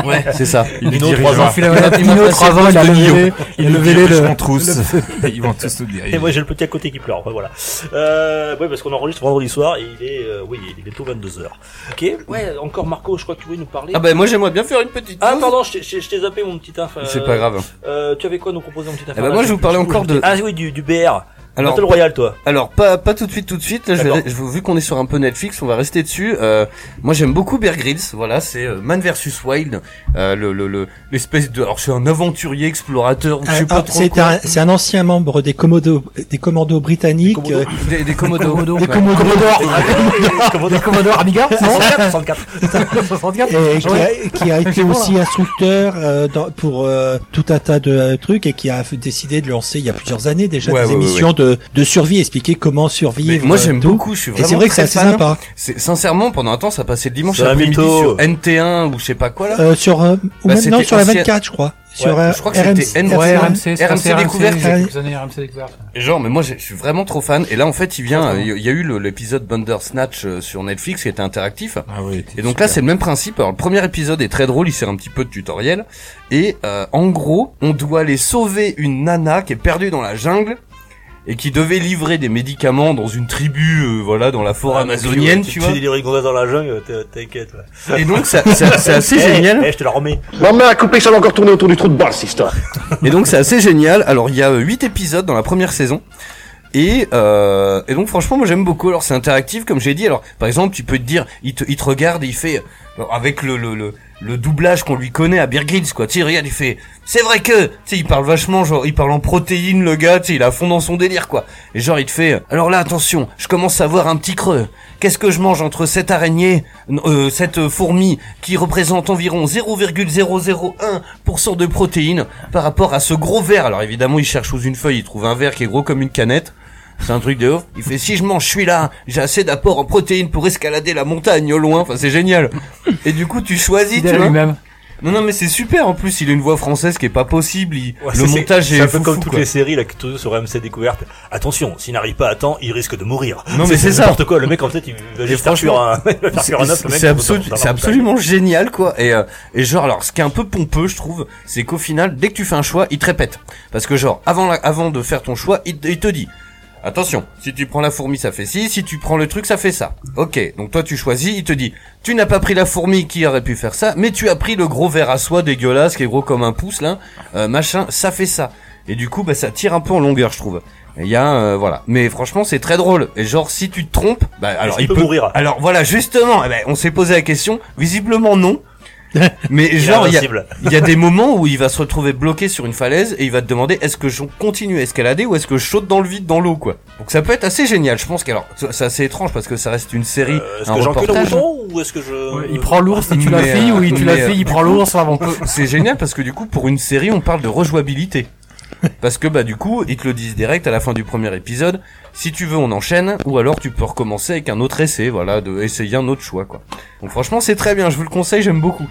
Ouais, c'est ça.
il
Nino,
dirigera.
trois ans.
Il a
il m'a
Nino,
passé
3 ans,
le
il a
poste de
levelé, il a levelé
Je
le...
m'en trousse. Ils vont tous nous diriger.
Et moi j'ai le petit à côté qui pleure, enfin voilà. Euh, ouais, parce qu'on enregistre vendredi soir et il est, euh, oui, il est bientôt 22h. Ok, ouais, encore Marco, je crois que tu voulais nous parler.
Ah, bah, moi, j'aimerais bien faire une petite.
Ah,
pause.
pardon, je t'ai- je t'ai- je t'ai zappé mon petit inf. euh,
C'est pas grave.
Euh, tu avais quoi nous proposer mon petit
Eh
affaire
ben moi, je vais vous parlais encore de.
Ah oui, du, du BR.
Alors,
Battle Royale, toi.
alors pas, pas tout de suite, tout de suite. Là, je vais-
D'accord.
je- vu qu'on est sur un peu Netflix, on va rester dessus. Euh, moi, j'aime beaucoup Bear Grylls. Voilà, c'est euh, Man versus Wild. Euh, le, le, le- l'espèce de. Alors, c'est un aventurier explorateur. Je sais
Ah,
pas
ah,
trop.
C'est
quoi.
un, c'est un ancien membre des, commodo, des commandos britanniques. euh,
Des, des commodos.
Des
Ouais.
Commodores,
Des Commodore Amiga
64, 64.
64
euh, et qui,
Ouais.
a, qui a été aussi instructeur euh, dans- pour euh, tout un tas de euh, trucs et qui a f- décidé de lancer il y a plusieurs années déjà
Ouais,
des
ouais, ouais,
émissions De, de survie, expliquer comment
Mais
survivre.
moi
euh,
j'aime
tout.
beaucoup, je suis
Et
vraiment
c'est vrai que c'est
très
assez
fan. hein.
sympa.
C'est- sincèrement, pendant un temps, ça passait le dimanche
C'est un
après-midi
mytho.
sur NT1 ou je sais pas quoi là.
Euh, sur euh, ou
Bah,
même non
c'était
sur la
ancien-
24 je crois. Sur
je
euh,
crois que c'était
RMC,
NRMC,
Ouais,
RMC.
RMC, c'est
RMC
RMC
découverte.
il y a quelques années, RMC découverte.
Genre, mais moi je je suis vraiment trop fan. Et là, en fait, il vient. Il y a eu le- l'épisode Bandersnatch euh, sur Netflix qui était interactif.
Ah oui.
Et donc là, c'est le même principe. Alors, le premier épisode est très drôle, il sert un petit peu de tutoriel. Et euh, en gros, on doit aller sauver une nana qui est perdue dans la jungle et qui devait livrer des médicaments dans une tribu, euh, voilà, dans la forêt amazonienne, tu vois.
Ah, bah, Tu délires Gonzales dans la jungle, t'es- t'inquiète. ouais.
Et donc, ça- ça- c'est assez
Eh,
génial.
eh, je te la remets.
Ma main a coupé, ça va encore tourner autour du trou de balle, cette histoire.
Et donc c'est assez génial. Alors il y a 8 épisodes dans la première saison. Et, euh, et donc franchement moi j'aime beaucoup. Alors c'est interactif comme j'ai dit. Alors par exemple tu peux te dire il te, il te regarde et il fait alors, avec le, le, le, le doublage qu'on lui connaît à Beer Grylls quoi. Tu sais regarde il fait c'est vrai que tu sais il parle vachement genre il parle en protéines le gars tu sais il est à fond dans son délire quoi. Et genre il te fait euh, alors là attention je commence à voir un petit creux. Qu'est-ce que je mange entre cette araignée, euh, cette euh, fourmi qui représente environ 0,001% de protéines par rapport à ce gros verre Alors évidemment, il cherche sous une feuille, il trouve un verre qui est gros comme une canette. C'est un truc de ouf. Il fait si je mange celui-là, j'ai assez d'apport en protéines pour escalader la montagne au loin. Enfin, c'est génial. Et du coup, tu choisis.
Il
Tu
est
vois.
lui-même.
Non, non, mais c'est super. En plus, il a une voix française qui est pas possible. il-
Ouais,
le
c'est-
montage est,
C'est un peu
foufou,
comme toutes
quoi.
les séries là, que tu sur MC Découverte. Attention, s'il n'arrive pas à temps, il risque de mourir.
Non, mais c'est ça.
N'importe quoi, le mec en fait, il va juste faire cuire un, il va faire
C'est
cuire un œuf, le mec,
c'est
dans-
absolu-
dans la
c'est
montagne.
absolument génial quoi et, euh, et genre alors ce qui est un peu pompeux je trouve c'est qu'au final dès que tu fais un choix il te répète parce que genre avant la- avant de faire ton choix il, te- il te dit attention si tu prends la fourmi ça fait ci si tu prends le truc ça fait ça ok donc toi tu choisis il te dit tu n'as pas pris la fourmi qui aurait pu faire ça mais tu as pris le gros verre à soie dégueulasse qui est gros comme un pouce là euh, machin ça fait ça et du coup bah ça tire un peu en longueur je trouve il y a euh, voilà mais franchement c'est très drôle et genre si tu te trompes bah alors
qu'il
il
peut mourir
alors voilà, justement, eh ben, on s'est posé la question. Visiblement non. Mais
Il est
genre, il y, a-
invincible.
il y a des moments où il va se retrouver bloqué sur une falaise et il va te demander est-ce que je continue à escalader ou est-ce que je saute dans le vide dans l'eau quoi. Donc ça peut être assez génial. Je pense qu'alors ça- c'est assez étrange parce que ça reste une série.
Euh, Est-ce
un
que j'encule le
reportage.
mouton ou est-ce que je.
Il prend l'ours et tu la
mais,
filles,
euh,
ou il tue la
mais,
fille, il
euh,
prend l'ours avant.
C'est génial parce que du coup pour une série on parle de rejouabilité. Parce que bah du coup ils te le disent direct à la fin du premier épisode. Si tu veux on enchaîne ou alors tu peux recommencer avec un autre essai. Voilà, de essayer un autre choix quoi. Donc franchement c'est très bien. Je vous le conseille. J'aime beaucoup.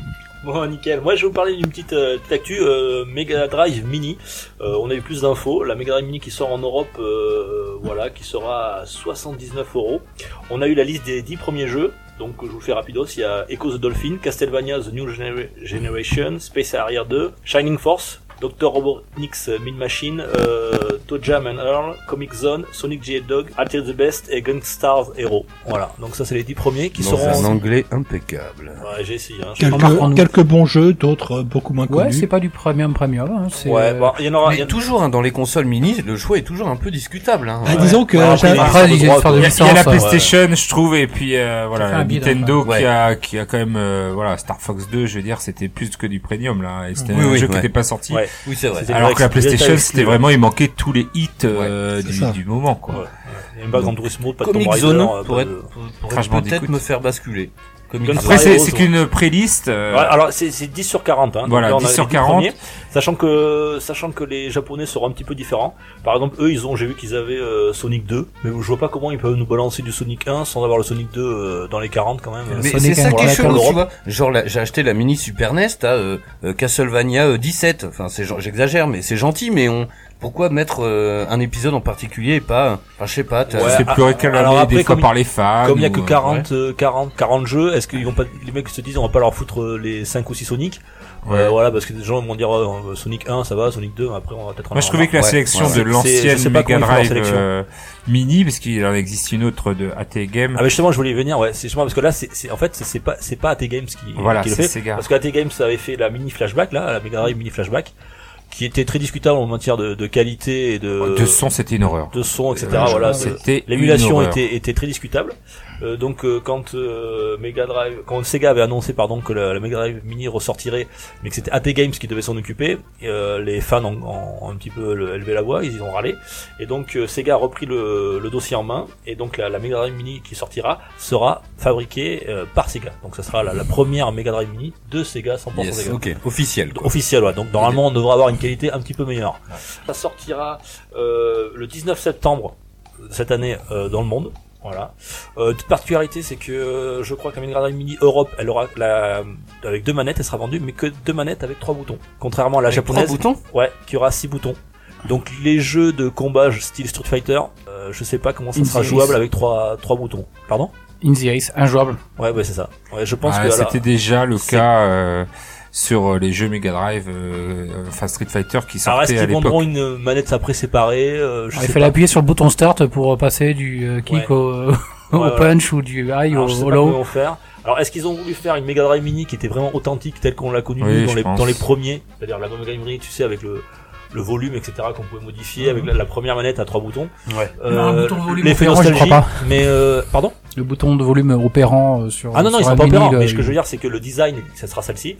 Bon, nickel. Moi, je vais vous parler d'une petite, euh, petite actu euh, Mega Drive Mini. Euh, on a eu plus d'infos. La Mega Drive Mini qui sort en Europe, euh, voilà, qui sera à 79 euros. On a eu la liste des 10 premiers jeux. Donc, je vous le fais rapidos. Il y a Echo the Dolphin, Castlevania The New Genera- Generation, Space Harrier 2, Shining Force, Dr. Robotnik's Min Machine, euh, Toe Jam and Earl, Comic Zone, Sonic J. Dog, Alter the Best et Gunstars Hero. Voilà. Donc, ça, c'est les 10 premiers qui
Dans
seront.
un anglais impeccable.
Ouais, j'ai essayé. hein.
Remarquons-nous.
Quelques, quelques bons jeux, d'autres euh, beaucoup moins
Ouais,
connus.
c'est pas du premium premium. hein, c'est,
Ouais, bah,
euh,
bon, il y en aura. Ah, il y
Mais
en-
toujours, hein, dans les consoles mini, le choix est toujours un peu discutable. Hein.
Ah, disons que
Ouais,
euh,
après,
j'avais-
les
Après,
marques
ils
de
essaient de
droite,
faire de
Il y, a- il y a la
licence. hein.
PlayStation, je trouve, et puis euh,
fait
voilà,
un bide,
Nintendo
enfin.
qui a qui a quand même euh, voilà Star Fox 2, je veux dire, c'était plus que du premium là, et c'était
Oui,
un
oui,
jeu
ouais.
qui n'était pas sorti.
Ouais.
Oui, c'est vrai.
C'était
Alors
vrai
que la
que c'était
PlayStation,
exclu,
c'était
ouais.
vraiment, il manquait tous les hits euh,
Ouais, c'est ça.
du, du moment quoi.
Il y a même pas Grand Turismo, pas de Tomb
Comic
Raider,
Zone
euh, pas
pourrait,
de-
pourrait
Crash Bandicoot.
peut-être me faire basculer. Comic
Gunfire
Zone.
Après, c'est
Heroes,
c'est
ouais.
qu'une préliste. euh,
Ouais, Ah, alors c'est c'est 10 sur 40 hein. Donc
Voilà,
là, on
10
a
sur
les dix
40.
premiers. sachant que sachant que les japonais seront un petit peu différents. Par exemple, eux ils ont j'ai vu qu'ils avaient euh, Sonic 2, mais je vois pas comment ils peuvent nous balancer du Sonic 1 sans avoir le Sonic 2 euh, dans les 40 quand même.
Mais
Sonic
c'est ça
and
qui est
Rocket
chelou,
Roll.
tu vois. Genre, la- j'ai acheté la mini Super NES, t'as euh, euh, Castlevania euh, 17. Enfin, c'est gen- j'exagère, mais c'est gentil. Mais on, pourquoi mettre euh, un épisode en particulier et pas, enfin, je sais pas. t'as-
Ouais,
c'est
ah,
plus réclamé
alors après,
des fois
comme-
par les fans.
Comme il y a
ou,
que
euh,
40, euh, 40, 40 jeux, est-ce qu'ils vont pas, les mecs se disent on va pas leur foutre euh, les 5 ou 6 Sonic?
ouais.
Euh,
Ouais.
voilà, parce que les gens vont dire euh, Sonic 1 ça va, Sonic 2 après on va peut-être en
Moi, je trouvais que la
Ouais,
sélection
ouais,
de
ouais. C'est- je sais
l'ancienne
pas
Mega
comment ils font leur
Drive
sélection.
euh, Mini, parce qu'il en existe une autre de AT Game.
Ah mais justement, je voulais y venir, ouais, c'est justement parce que là, c'est, c'est- en fait, c'est- c'est pas, c'est pas AT Games qui,
Voilà,
qui le
c'est
fait,
Sega.
parce que AT Games avait fait la mini flashback, là, la Mega Drive mini flashback, qui était très discutable en matière de, de qualité et de,
De son, c'était une horreur.
de son, etc.
Euh,
bah, voilà, c'est-
c'était une
l'émulation
horreur.
était, était très discutable. Euh, donc euh, quand euh, Mega Drive, quand Sega avait annoncé pardon que la, la Mega Drive Mini ressortirait, mais que c'était AT Games qui devait s'en occuper, euh, les fans ont, ont- ont un petit peu le- élevé la voix, ils y ont râlé, et donc euh, Sega a repris le, le dossier en main, et donc la, la Mega Drive Mini qui sortira sera fabriquée euh, par Sega. Donc ça sera la, la première Mega Drive Mini de Sega 100%
Yes,
Sega.
ok, officiel. quoi.
Officiel, ouais. Donc normalement, on devrait avoir une qualité un petit peu meilleure. Ça sortira euh, le 19 septembre cette année euh, dans le monde. Voilà. Euh, petite particularité, c'est que euh, je crois que la Mega Drive Mini Europe, elle aura la, avec deux manettes, elle sera vendue, mais que deux manettes avec trois boutons. Contrairement à la
Trois
japonaise,
boutons.
ouais, qui aura six boutons. Donc les jeux de combat style Street Fighter, euh, je sais pas comment ça
Une
sera
série.
jouable avec trois trois boutons. Pardon
euh, In the Ace, injouable.
Ouais, ouais, c'est ça. Ouais, je pense
Ah,
que alors-
c'était déjà le
c'est-
cas euh, sur euh, les jeux Mega Drive, euh, enfin Street Fighter qui
alors est-ce
sortaient à
qu'ils
l'époque.
vendront une manette après séparée euh, je
il
sais
fallait appuyer sur le bouton start pour passer du euh, kick
Ouais.
au, au
ouais.
punch ou du high
Alors,
au,
Ah, je sais
au
pas comment ils
low.
vont faire. Alors, est-ce qu'ils ont voulu faire une Mega Drive Mini qui était vraiment authentique, telle qu'on l'a connue
Oui,
nous, dans,
je
les,
pense.
dans les premiers C'est-à-dire la Mega Drive Mini, tu sais, avec le, le volume, etc., qu'on pouvait modifier,
Mhm.
avec la, la première manette à trois boutons. Euh,
Ouais.
Non, un bouton volume
l'effet
opérant, je
nostalgie,
crois pas.
Mais euh, pardon
Le bouton de volume opérant euh, sur.
Ah non, non, ils
sur
sont
un
pas
mini, euh,
opérants.
là,
euh,
Mais ce que
il-
je veux dire, c'est que le design, ça sera celle-ci,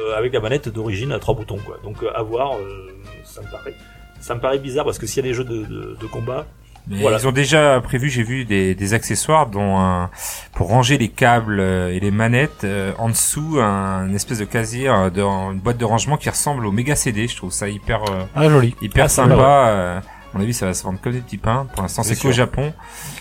euh, avec la manette d'origine à trois boutons, quoi. Donc, euh, à voir, euh, ça me paraît. Ça me paraît bizarre parce que s'il y a des jeux de, de, de combat,
Mais
Voilà.
Ils ont déjà prévu, j'ai vu des, des accessoires dont un pour ranger les câbles euh, et les manettes euh, en dessous un une espèce de casier, euh, de- une boîte de rangement qui ressemble au Mega CD. Je trouve ça hyper euh,
Ah, joli.
hyper
Ah, c'est
sympa.
vrai, ouais.
euh, à mon avis, ça va se vendre comme des petits pains. Pour l'instant, c'est
Bien
qu'au
sûr.
Japon.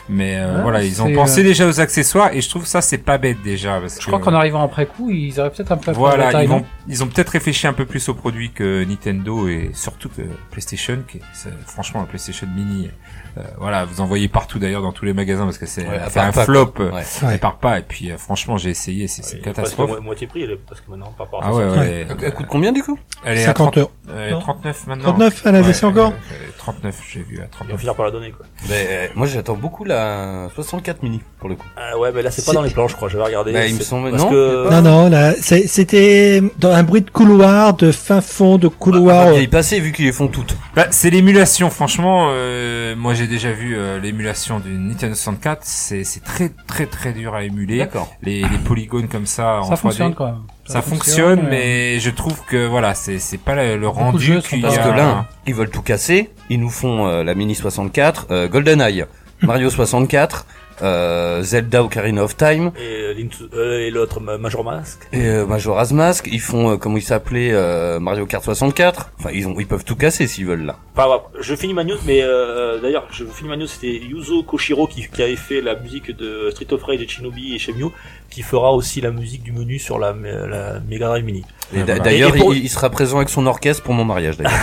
Mais euh,
Ouais,
voilà, ils ont
c'est,
pensé
euh,
déjà aux accessoires et je trouve ça c'est pas bête déjà parce
Je
que
crois
Euh,
qu'en arrivant après coup, ils arrivent peut-être un peu à faire la
voilà,
taille, hein.
ils,
non
vont, ils ont peut-être réfléchi un peu plus au produit que Nintendo et surtout que PlayStation, qui est, c'est- franchement la PlayStation Mini. euh, voilà, vous en voyez partout d'ailleurs dans tous les magasins parce que c'est
Ouais, elle
c'est
part
un
pas,
flop,
Ouais.
elle part pas. Et puis euh, franchement, j'ai essayé, c'est c'est
euh, il
une
est presque
catastrophe.
mo- moitié prix, il est- parce que maintenant, par rapport à
Ah ouais, ouais.
Ouais.
elle est-
Elle coûte combien du coup
Elle est à
50 euros.
euh,
non
39 maintenant.
39 à la baissé
Ouais,
encore
euh, 39, j'ai vu à
ils vont
39.
finir par la donner, quoi.
Ben, moi j'attends beaucoup la 64 mini pour le coup.
Ah ouais, mais là c'est pas
C'est-
dans les plans, je crois. J'avais regardé.
Bah, il me
C'est-
semble-
parce
non,
que
Non, non, là, c'est- c'était dans un bruit de couloir, de fin fond de
Bah,
couloir.
Il est passé vu qu'ils les font toutes.
Bah, c'est l'émulation, franchement. euh, moi, j'ai déjà vu euh, l'émulation d'une Nintendo 64. C'est c'est très très très dur à émuler.
D'accord.
Les, les polygones comme ça, en
Ça
3D.
fonctionne quand même.
Ça fonctionne, mais je trouve que voilà, c'est c'est pas le, le rendu
jeux sont
qu'il y a.
pas-
Parce que là, ils veulent tout casser. Ils nous font euh, la mini 64, euh, GoldenEye, Mario 64, euh, Zelda Ocarina of Time,
Et, Link- euh, et l'autre Ma- Major Mask.
et euh, Majora's Mask, ils font euh, comment il s'appelait euh, Mario Kart 64. Enfin, ils ont ils peuvent tout casser s'ils veulent là.
Enfin, voilà, je finis ma news, mais euh, d'ailleurs, je finis ma news, c'était Yuzo Koshiro qui, qui avait fait la musique de Street of Rage et Shinobi et Shemyu, qui fera aussi la musique du menu sur la, la Mega Drive Mini.
Et
Ah,
d'a-
voilà.
D'ailleurs,
Et pour-
il, il sera présent avec son orchestre pour mon mariage. D'ailleurs.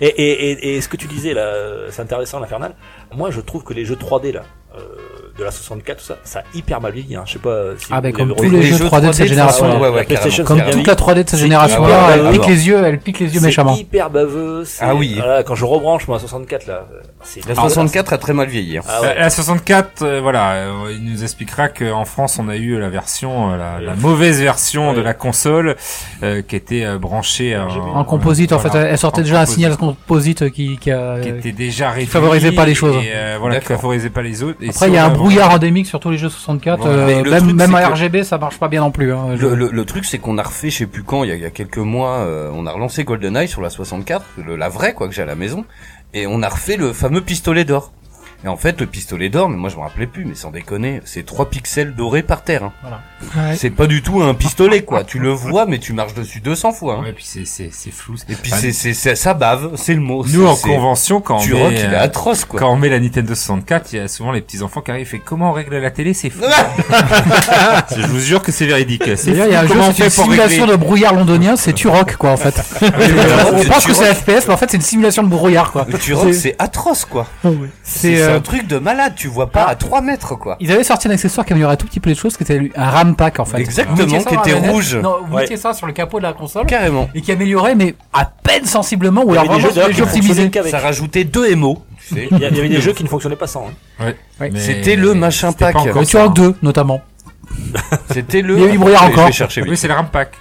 Et, et, et, et ce que tu disais là, euh, c'est intéressant l'infernal. Moi, je trouve que les jeux 3D là, euh, de la 64, tout ça, ça a hyper mal vieilli. Hein. Je sais pas euh, si
Ah, ben,
vous
comme
avez-
tous les jeux 3D de cette génération,
ouais,
ouais,
la
ouais,
PlayStation,
carrément.
Comme
c'est
toute
bien
la 3D de cette
Ah
génération-là,
ouais,
elle
ouais,
pique
ouais.
les yeux, elle pique les yeux
C'est
méchamment.
hyper baveux. c'est-
Ah oui.
voilà, quand je rebranche moi, la 64 là, euh, c'est
La
dégueulasse.
64 a très mal vieilli. hein.
Ah
Euh,
ouais.
La 64, euh, voilà, euh, il nous expliquera qu'en France, on a eu la version, euh, la, la mauvaise version de la console euh, qui était euh, branchée en,
En composite, en
voilà,
fait, elle sortait
en
déjà un
composite,
signal composite qui, qui a-
qui était déjà réduit.
favorisait pas les choses.
Et, euh, voilà, qui
D'accord.
favorisait pas les autres. Et
Après,
si
il y a un
on a-
brouillard endémique sur tous les jeux 64.
Voilà.
euh,
Mais le
même
truc,
même
c'est
à
que-
RGB, ça marche pas bien non plus. hein.
Le, le- le truc, c'est qu'on a refait, je sais plus quand, il y a, il y a quelques mois, euh, on a relancé GoldenEye sur la 64, le- la vraie, quoi, que j'ai à la maison, et on a refait le fameux pistolet d'or. Et en fait, le pistolet d'or, mais moi je me rappelais plus, mais sans déconner, c'est trois pixels dorés par terre. hein.
Ah, Ouais.
C'est pas du tout un pistolet, quoi. tu le vois, mais tu marches dessus 200 fois. hein.
Ouais, puis c'est c'est c'est flou.
Et puis
Ah.
Enfin,
c'est, c'est, c'est- ça bave, c'est le mot.
nous
C'est-
en
c'est-
convention quand
Tu
on met,
rock, il est
euh,
atroce, quoi.
quand on met la Nintendo 64, il y a souvent les petits enfants qui arrivent et comment on règle la télé, c'est fou. Je vous jure que c'est véridique. C'est
D'ailleurs, il y a un
fou,
jeu,
comment on
c'est une
fait pour
simulation
régler
de brouillard londonien, c'est Turok, quoi, en fait. on
c'est
pense que
Turok.
c'est FPS, mais en fait, c'est une simulation de brouillard, quoi.
Le Turok,
C'est-
c'est atroce, quoi.
ah,
C'est,
C'est
euh, Ah.
un truc de malade, tu vois pas à 3 mètres, quoi.
Ils avaient sorti un accessoire qui améliorait un tout petit peu les choses, qui était un RAM pack, en fait.
Exactement,
Vous mettiez ça
qui
dans la
était
manette-
rouge.
Non, vous
Ouais.
mettiez ça sur le capot de la console,
Carrément.
et qui améliorait, mais à peine sensiblement, ou
Il y
alors
avait des
vraiment
jeux,
sur
d'ailleurs,
les
qui
jeux
ne
optimisés.
fonctionnaient qu'avec.
Ça rajoutait deux émo, tu sais.
Il y a- il y avait des jeux qui ne fonctionnaient pas sans. hein.
Mais
C'était le machin
c'était
pack.
pas encore
Le
ça, hein.
Turok 2, notamment.
C'était le.
Il y a eu brouillard
Je vais-
encore.
Je vais chercher.
Ah Oui, c'est le RAM pack.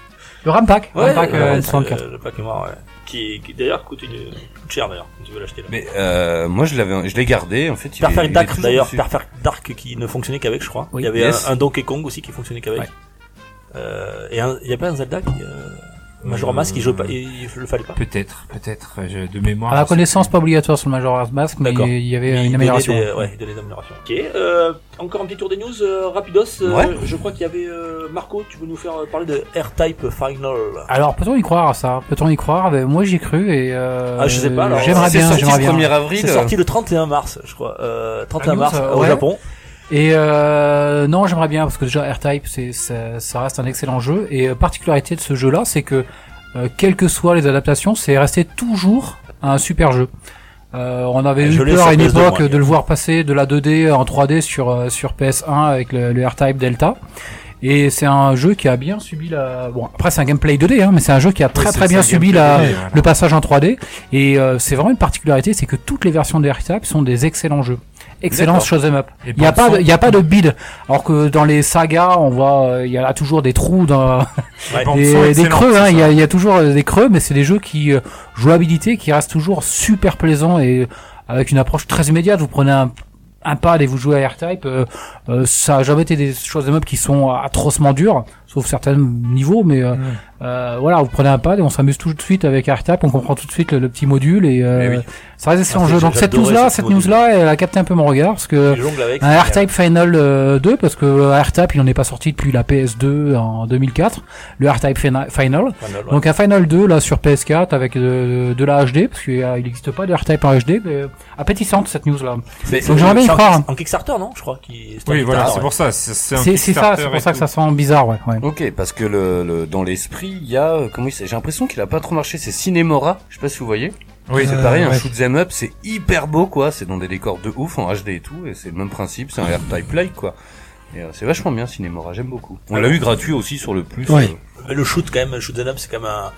Le RAM pack.
Ouais,
RAM pack,
le-
euh,
le-
64.
le pack est mort, ouais. Qui, qui d'ailleurs coûte une coûte cher d'ailleurs. quand Tu veux l'acheter là.
Mais euh, moi, je l'avais, je l'ai gardé. En fait, il est- il est
Perfect Dark
toujours
d'ailleurs,
dessus.
Perfect Dark qui ne fonctionnait qu'avec, je crois.
Oui.
Il y avait
Yes.
un, un Donkey Kong aussi qui fonctionnait qu'avec.
Ouais.
Euh, et un- il y a pas un Zelda qui euh, Majora's Mask qui je pas, il, il le fallait pas.
Peut-être, peut-être, euh, je- de mémoire.
À la
je sais
connaissance,
plus.
pas obligatoire sur le Majora's Mask, mais
D'accord.
il y
Il
avait une
donnait
amélioration.
Des, ouais, il donnait des améliorations. Ok. Euh, encore un petit tour des news euh, rapidos. Euh,
Ouais.
Je crois qu'il y avait euh, Marco. Tu veux nous faire euh, parler de R-Type Final.
Alors, peut-on y croire à ça Peut-on y croire Ben, Moi, j'y ai cru et euh,
Ah, je sais pas, alors,
J'aimerais
C'est
bien,
sorti
j'aimerais
le
bien.
1er avril.
C'est sorti le 31 mars, je crois. Euh, 31
news,
mars
euh,
au
ouais.
Japon.
Et euh, non, j'aimerais bien parce que déjà R-Type, c'est ça, ça reste un excellent jeu. Et euh, particularité de ce jeu-là, c'est que euh, quelles que soient les adaptations, c'est resté toujours un super jeu. Euh, on avait
Je
eu
l'ai
peur
sur
à une
PS2,
époque
moi,
de le voir passer de la 2D en 3D sur euh, sur PS1 avec le, le R-Type Delta. Et c'est un jeu qui a bien subi la. Bon, après c'est un gameplay 2D, hein, mais c'est un jeu qui a très
c'est-
très
c'est
bien
un
subi
gameplay
la
2D, voilà.
le passage en 3D. Et euh, c'est vraiment une particularité, c'est que toutes les versions de R-Type sont des excellents jeux. Excellent
D'accord.
shoot'em up.
Et
Il n'y a,
bande
pas de-
son.
il y a pas de bid. Alors que dans les sagas, on voit, euh, il y a là toujours des trous, dans,
Les bandes sont
des, des
excellentes,
creux.
c'est
hein.
ça.
il, y a, il y a toujours euh, des creux, mais c'est des jeux qui, euh, jouabilité, qui restent toujours super plaisants et euh, avec une approche très immédiate. Vous prenez un, un pad et vous jouez à R-Type. euh, euh, ça a jamais été des choses de mobs qui sont atrocement dures, sauf certains niveaux, mais euh, euh, voilà, vous prenez un pad et on s'amuse tout de suite avec R-Type. On comprend tout de suite le, le petit module et euh,
Eh oui.
ça reste excellent
Ah,
jeu.
j'ai-
Donc cette
j'adorais
news-là,
ce
cette
module.
news-là, elle a capté un peu mon regard parce que
Il jongle avec.
Euh, un R-Type Final euh, 2 parce que euh, R-Type il n'en est pas sorti depuis la PS2 en 2004 le R-Type Fina- Final
Final, ouais.
donc un Final 2 là sur PS4 avec euh, de, la HD parce qu'il euh, il n'existe pas de R-Type en HD mais euh, appétissante cette news là
C'est-
Donc j'aimerais bien y
c'est en-
croire.
En Kickstarter, non Je crois. Qui... c'était un
Oui, voilà,
Kickstarter,
c'est
ouais.
pour ça. C'est c'est un
Ah, c'est c'est ça
Kickstarter
c'est pour
et
ça que ça
tout.
sent bizarre ouais, ouais.
euh, Ok, parce que le, le- dans l'esprit, il y a euh, comment il s'est- J'ai l'impression qu'il a pas trop marché. C'est Cinemora. Je sais pas si vous voyez.
Oui,
C'est
Euh,
pareil, un
ouais.
shoot them up, c'est hyper beau quoi. C'est dans des décors de ouf en HD et tout, et c'est le même principe. C'est un R-Type like quoi. Et euh, c'est vachement bien Cinemora, j'aime beaucoup. On l'a eu gratuit aussi sur le plus.
Ouais.
euh,
Mais le shoot, quand même, le shoot 'em up, c'est quand même un,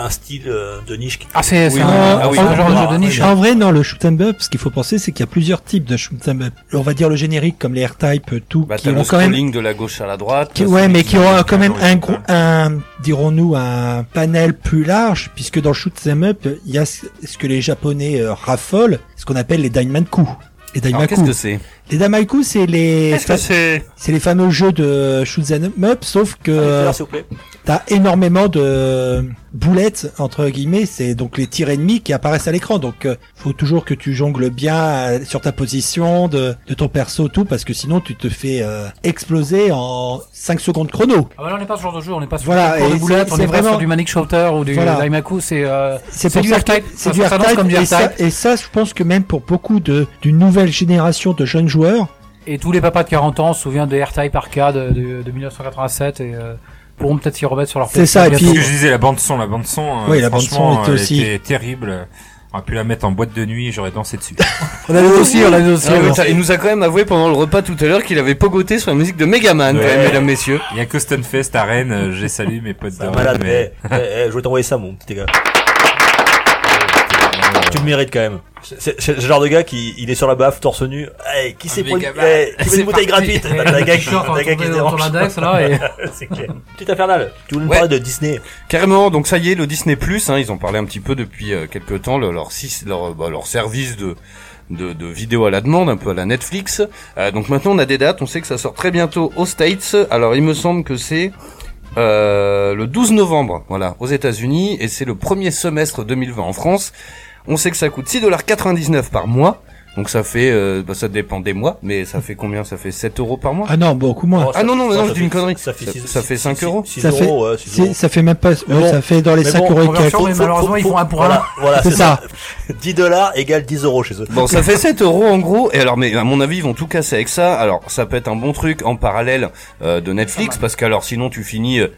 un- un style euh, de niche qui.
ah c'est c'est
Oui,
un,
ah
oui,
c'est un
oui,
genre de
oui,
jeu de
oui,
niche
oui.
hein.
En vrai, non, le shoot'em up, ce qu'il faut penser, c'est qu'il y a plusieurs types de shoot'em up. On va dire le générique, comme les R-Type, euh, tout,
Bah,
qui
t'as
ont
le
quand même
scrolling de la gauche à la droite.
Qui-
t'as
ouais,
celui
mais
qui-
qui ont quand même un gros,
horizontal.
hein.
un, dirons-nous, un panel plus large, puisque dans le shoot'em up, il y a ce ce que les japonais euh, raffolent, ce qu'on appelle les Dainmanku. Les
Alors,
Dainmanku,
qu'est-ce que c'est
Les Damaiku, c'est les,
Qu'est-ce que c'est
c'est les fameux jeux de shoot 'em up, sauf que
Ah,
Euh,
Allez, s'il vous plaît.
t'as énormément de boulettes entre guillemets. C'est donc les tirs ennemis qui apparaissent à l'écran. Donc euh, faut toujours que tu jongles bien euh, sur ta position de, de ton perso tout, parce que sinon tu te fais euh, exploser en 5 secondes chrono.
Ah bah là, on n'est pas sur ce genre de jeu, on n'est pas sur
Voilà,
du concours
et
de boulettes,
c'est-
on n'est
c'est
pas
vraiment-
sur du Manic Shooter ou du
Voilà.
Daimaku, c'est euh,
C'est
sur
pas du
Surf
arcade,
Type,
c'est
ça
du
s'annonce
arcade,
comme du
et ça,
arcade.
et ça, je pense que même pour beaucoup de d'une nouvelle génération de jeunes joueurs,
et tous les papas de 40 ans se souviennent de R-Type arcade de, de 1987 et euh, pourront peut-être s'y remettre sur leur
C'est
PS4
ça, et
bientôt.
Ce
puis-
que je disais, la bande son, la bande son.
Oui, la bande son était
elle
aussi-
était terrible. On aurait pu la mettre en boîte de nuit, j'aurais dansé dessus.
on a les aussi,
hein.
on a les aussi.
Ah ouais,
alors.
t'as- il nous a quand même avoué pendant le repas tout à l'heure qu'il avait pogoté sur la musique de Megaman,
Ouais.
quand même, mesdames, messieurs.
Il y a Custom Fest à Rennes, euh, j'ai salué mes potes de
Ah,
Rennes,
malade,
mais-
eh, eh, eh, je vais t'envoyer ça, mon petit gars.
euh,
Tu le mérites quand même. C'est- C'est c'est le genre de gars qui il est sur la baffe, torse nu. Hey, qui s'est
Un
pris
méga
eh, qui
baffe.
veut
C'est
une bouteille
parti.
gratuite
Et
T'as- t'as un gars qui-
le t-shirt
t'as un gars qui se
entouré autour de la
dérange.
Dex, là, et-
C'est clair. Petit infernal, tu voulais nous
Ouais.
parler de Disney
Carrément, donc ça y est, le Disney Plus, hein, ils ont parlé un petit peu depuis euh, quelques temps, le- leur, six- leur, euh, bah, leur service de, de, de vidéo à la demande, un peu à la Netflix. Euh, donc maintenant on a des dates, on sait que ça sort très bientôt aux States, alors il me semble que c'est euh, le 12 novembre, voilà, aux états unis et c'est le premier semestre 2020 en France. On sait que ça coûte 6,99$ par mois, donc ça fait, euh, bah, ça dépend des mois, mais ça fait combien Ça fait 7 euros par mois
ah non, beaucoup moins.
Oh, ça-
non, non, mais
ça
non, je
fait-
dis une connerie.
Ça fait
Ça-
6
ça fait cinq euros.
6
Ça fait-
euros, ouais, 6
C'est-
euros.
ça fait même pas, ouais,
bon,
ça fait dans les
mais
5
bon,
euros et
conversion,
quelques.
mais malheureusement, ils font un pour un.
Voilà, voilà,
C'est ça.
10 dollars égale 10 euros chez eux.
Bon, ça fait 7 euros en gros. Et alors, mais à mon avis, ils vont tout casser avec ça. Alors, ça peut être un bon truc en parallèle euh, de Netflix, parce que alors sinon tu finis. euh,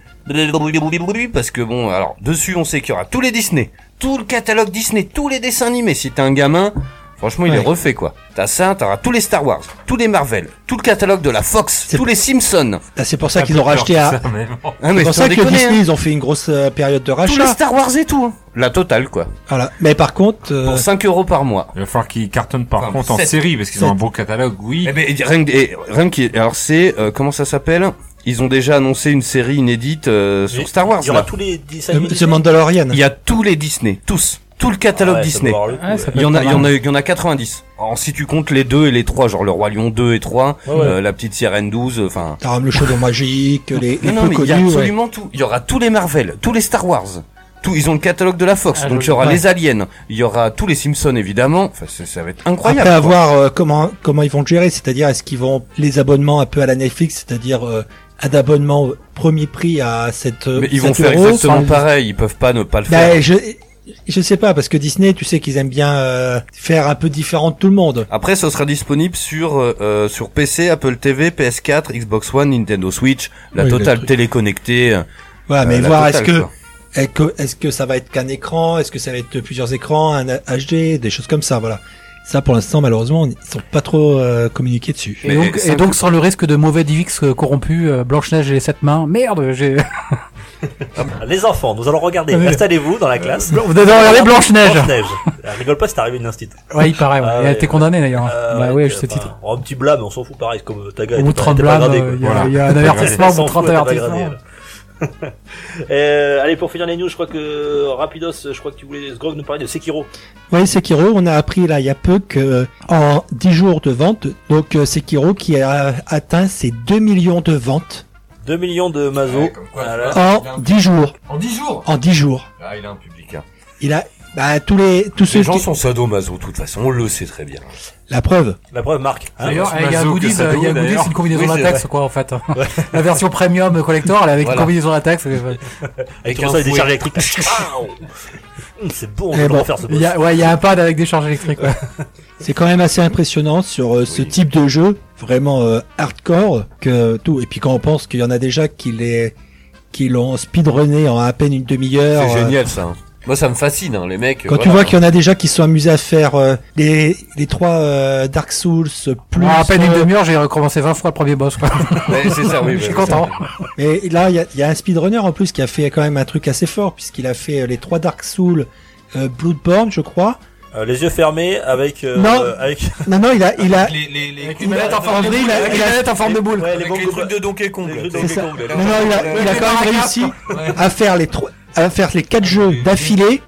Parce que bon, alors dessus, on sait qu'il y aura tous les Disney, tout le catalogue Disney, tous les dessins animés. Si t'es un gamin, franchement, il est
Ouais.
refait quoi. T'as ça, t'auras tous les Star Wars, tous les Marvel, tout le catalogue de la Fox,
C'est-
tous les Simpsons.
Ah, C'est pour ça
Un
qu'ils
peu
ont
peur,
racheté
tout
à,
ça, mais bon.
Hein,
C'est
mais
pour
sans
ça que
déconner,
Disney,
hein.
ils ont fait une grosse euh, période de
tous les
rachat.
Star Wars et tout. hein. La totale quoi.
Voilà. Mais par contre, euh,
Pour 5 euros par mois.
Il va falloir qu'ils cartonnent par
Enfin,
contre en
sept.
série, parce qu'ils ont un bon catalogue, oui.
Eh ben, rien que, eh, rien que- alors c'est euh, comment ça s'appelle Ils ont déjà annoncé une série inédite euh, sur
Mais
Star Wars.
Il y aura
là.
tous les 10
The- The Mandalorian.
Il y a tous les Disney, tous, tout le
Ah
catalogue Disney.
Ah,
Ouais, ça peut
Il y en
être
a, il
pas
y en a,
mal.
il y en a 90. Alors, si tu comptes les deux et les trois, genre le roi lion 2 et 3,
Ouais, ouais.
euh, la petite sirène 12, enfin.
T'as le chaudron magique, les, les
non,
plus
mais il y a
connus, ouais.
absolument tout. Il y aura tous les Marvel, tous les Star Wars. Tout, ils ont le catalogue de la Fox,
Ah,
donc
joli.
il y aura
Ouais.
les aliens, il y aura tous les Simpsons évidemment. Enfin, ça, ça va être
Après,
incroyable. quoi.
à voir euh, comment comment ils vont le gérer, c'est-à-dire est-ce qu'ils vont les abonnements un peu à la Netflix, c'est-à-dire euh, un abonnement au premier prix à euh, 7
Mais ils vont faire
euros.
exactement pareil. Ils peuvent pas ne pas le faire.
Ben, je je sais pas parce que Disney, tu sais qu'ils aiment bien euh, faire un peu différent de tout le monde.
Après, ce sera disponible sur euh, sur PC, Apple TV, PS4, Xbox One, Nintendo Switch, la
Oui, le
totale
truc.
téléconnectée. euh,
Voilà, mais
la
voir est-ce
totale,
que
quoi.
est-ce que- est-ce que ça va être qu'un écran, est-ce que ça va être plusieurs écrans, un HD, des choses comme ça, voilà. Ça pour l'instant malheureusement, ils sont pas trop euh, communiqués dessus.
Et
Mais
donc,
cinq-
et donc sans le risque de mauvais DivX euh, corrompus, euh, Blanche-Neige et les sept mains. Merde, j'ai...
Euh, Les enfants, nous allons regarder.
Ah
Installez-vous dans la classe.
Vous devez regarder Blanche-Neige.
Blanche-Neige. Euh, Rigole pas, c'est arrivé une instit.
Ouais, il paraît, ouais.
Ah
Elle a
ouais,
été
ouais.
condamnée d'ailleurs.
Euh,
bah
ouais,
ouais,
que,
je sais titre.
enfin, Un petit blâme, on s'en fout pareil, c'est comme euh, ta gueule.
Au bout de 30 blâmes, euh, il y, a-
Voilà.
il y a un hein. avertissement, au bout de 30 avertissements.
euh, allez, pour finir les news, je crois que Rapidos, je crois que tu voulais, Sgrog, nous parler de Sekiro.
Oui, Sekiro, on a appris là il y a peu que euh, en 10 jours de vente, donc euh, Sekiro qui a atteint ses 2 millions de ventes
2 millions de mazo. Ah
Ouais, comme quoi,
Voilà.
en
il a un-
10 jours,
En 10 jours
en 10 jours.
Ah, il a un public, hein.
Il a bah, tous les tous ceux
Les gens
qui...
sont sadomaso, de toute façon, on le sait très bien.
la preuve.
La preuve, Marc. hein.
D'ailleurs,
Hein,
il y a un
Mazo que
goodies, euh, il y a
ça
un
donne,
goodies,
d'ailleurs.
c'est une combinaison
Oui, c'est
latex, quoi, en fait. La version premium collector, elle est avec
Voilà.
une combinaison latex. euh,
Avec
tout
un ça,
un
des
fouet.
charges électriques. Hum, c'est bon, on
Eh
va
bon,
faire ce boss.
ben, Il y a, ouais, il y a un pad avec des charges électriques, ouais.
C'est quand même assez impressionnant sur euh, ce type de jeu, vraiment euh, hardcore que tout. Et puis quand on pense qu'il y en a déjà qui les qui l'ont speedrunné en à peine une demi-heure.
C'est
euh,
génial, ça. hein. Moi, ça me fascine, hein, les mecs.
Quand
voilà.
tu vois qu'il y en a déjà qui se sont amusés à faire euh, les, les trois euh, Dark Souls plus.
Moi, Ah, à peine une
euh,
demi-heure, j'ai recommencé 20 fois le premier boss, quoi.
Ouais, c'est ça, oui.
Je suis
bah,
content.
Mais là, il y a, il y a un speedrunner en plus qui a fait quand même un truc assez fort puisqu'il a fait euh, les trois Dark Souls, euh, Bloodborne, je crois.
Euh, les yeux fermés avec, euh,
Non.
euh, avec,
Non, non, il a, il a,
Les, les, les,
Une manette en
en
forme de
vrai,
boule.
il a-
Une
il a-
manette en forme de boule.
ouais, les
avec les
bons
trucs de Donkey Kong.
Les
là,
jeux
tu
Donkey
c'est ça. Non,
Kong, là.
non, il a, il a quand même réussi à faire les trois, à faire les quatre jeux d'affilée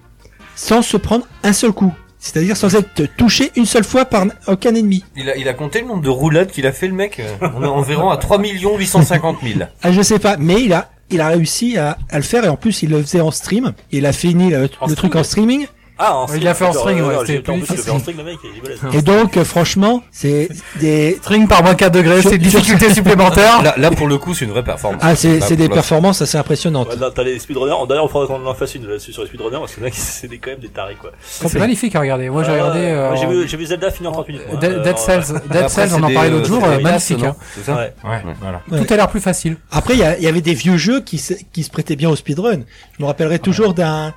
sans se prendre un seul coup. C'est-à-dire sans être touché une seule fois par n- aucun ennemi.
Il a, il a compté le nombre de roulades qu'il a fait le mec euh, On est environ à 3 850 000.
Ah, je sais pas, mais il a, il a réussi à, à le faire et en plus il le faisait en stream. Il a fini le,
En
le truc
stream
en streaming.
Ah, en
Il l'a fait en
d'accord,
string,
euh,
ouais,
non,
c'était
j'ai- En
plus
plus, il le fait en
facile.
string, le mec, il est balèze.
Et donc, euh, franchement, c'est des,
String par moins 4 degrés,
Je-
c'est une difficulté supplémentaire.
Là, là, pour le coup, c'est une vraie performance.
ah, c'est,
Là,
c'est
pour
des
le-
performances assez impressionnantes.
Ouais, là, T'as les speedrunners, d'ailleurs on faudra qu'on en fasse une là-dessus sur les speedrunners parce que là c'est des- quand même des tarés quoi.
C'est magnifique à regarder. Moi j'ai
Ah,
regardé.
ouais,
euh,
j'ai vu- J'ai vu Zelda finir en 30 minutes. moi,
Dead-
euh,
Dead
en-
Cells, Dead
Après,
Cells, on
c'est
en parlait
des,
l'autre
euh,
jour,
c'est des
euh,
Ridas,
magnifique.
non
hein.
C'est ça
Ouais. euh,
Ouais, voilà.
Ouais.
Tout a l'air plus facile.
Après, il y, a- il y avait des vieux jeux qui se, qui se prêtaient bien au speedrun. Je me rappellerai toujours d'un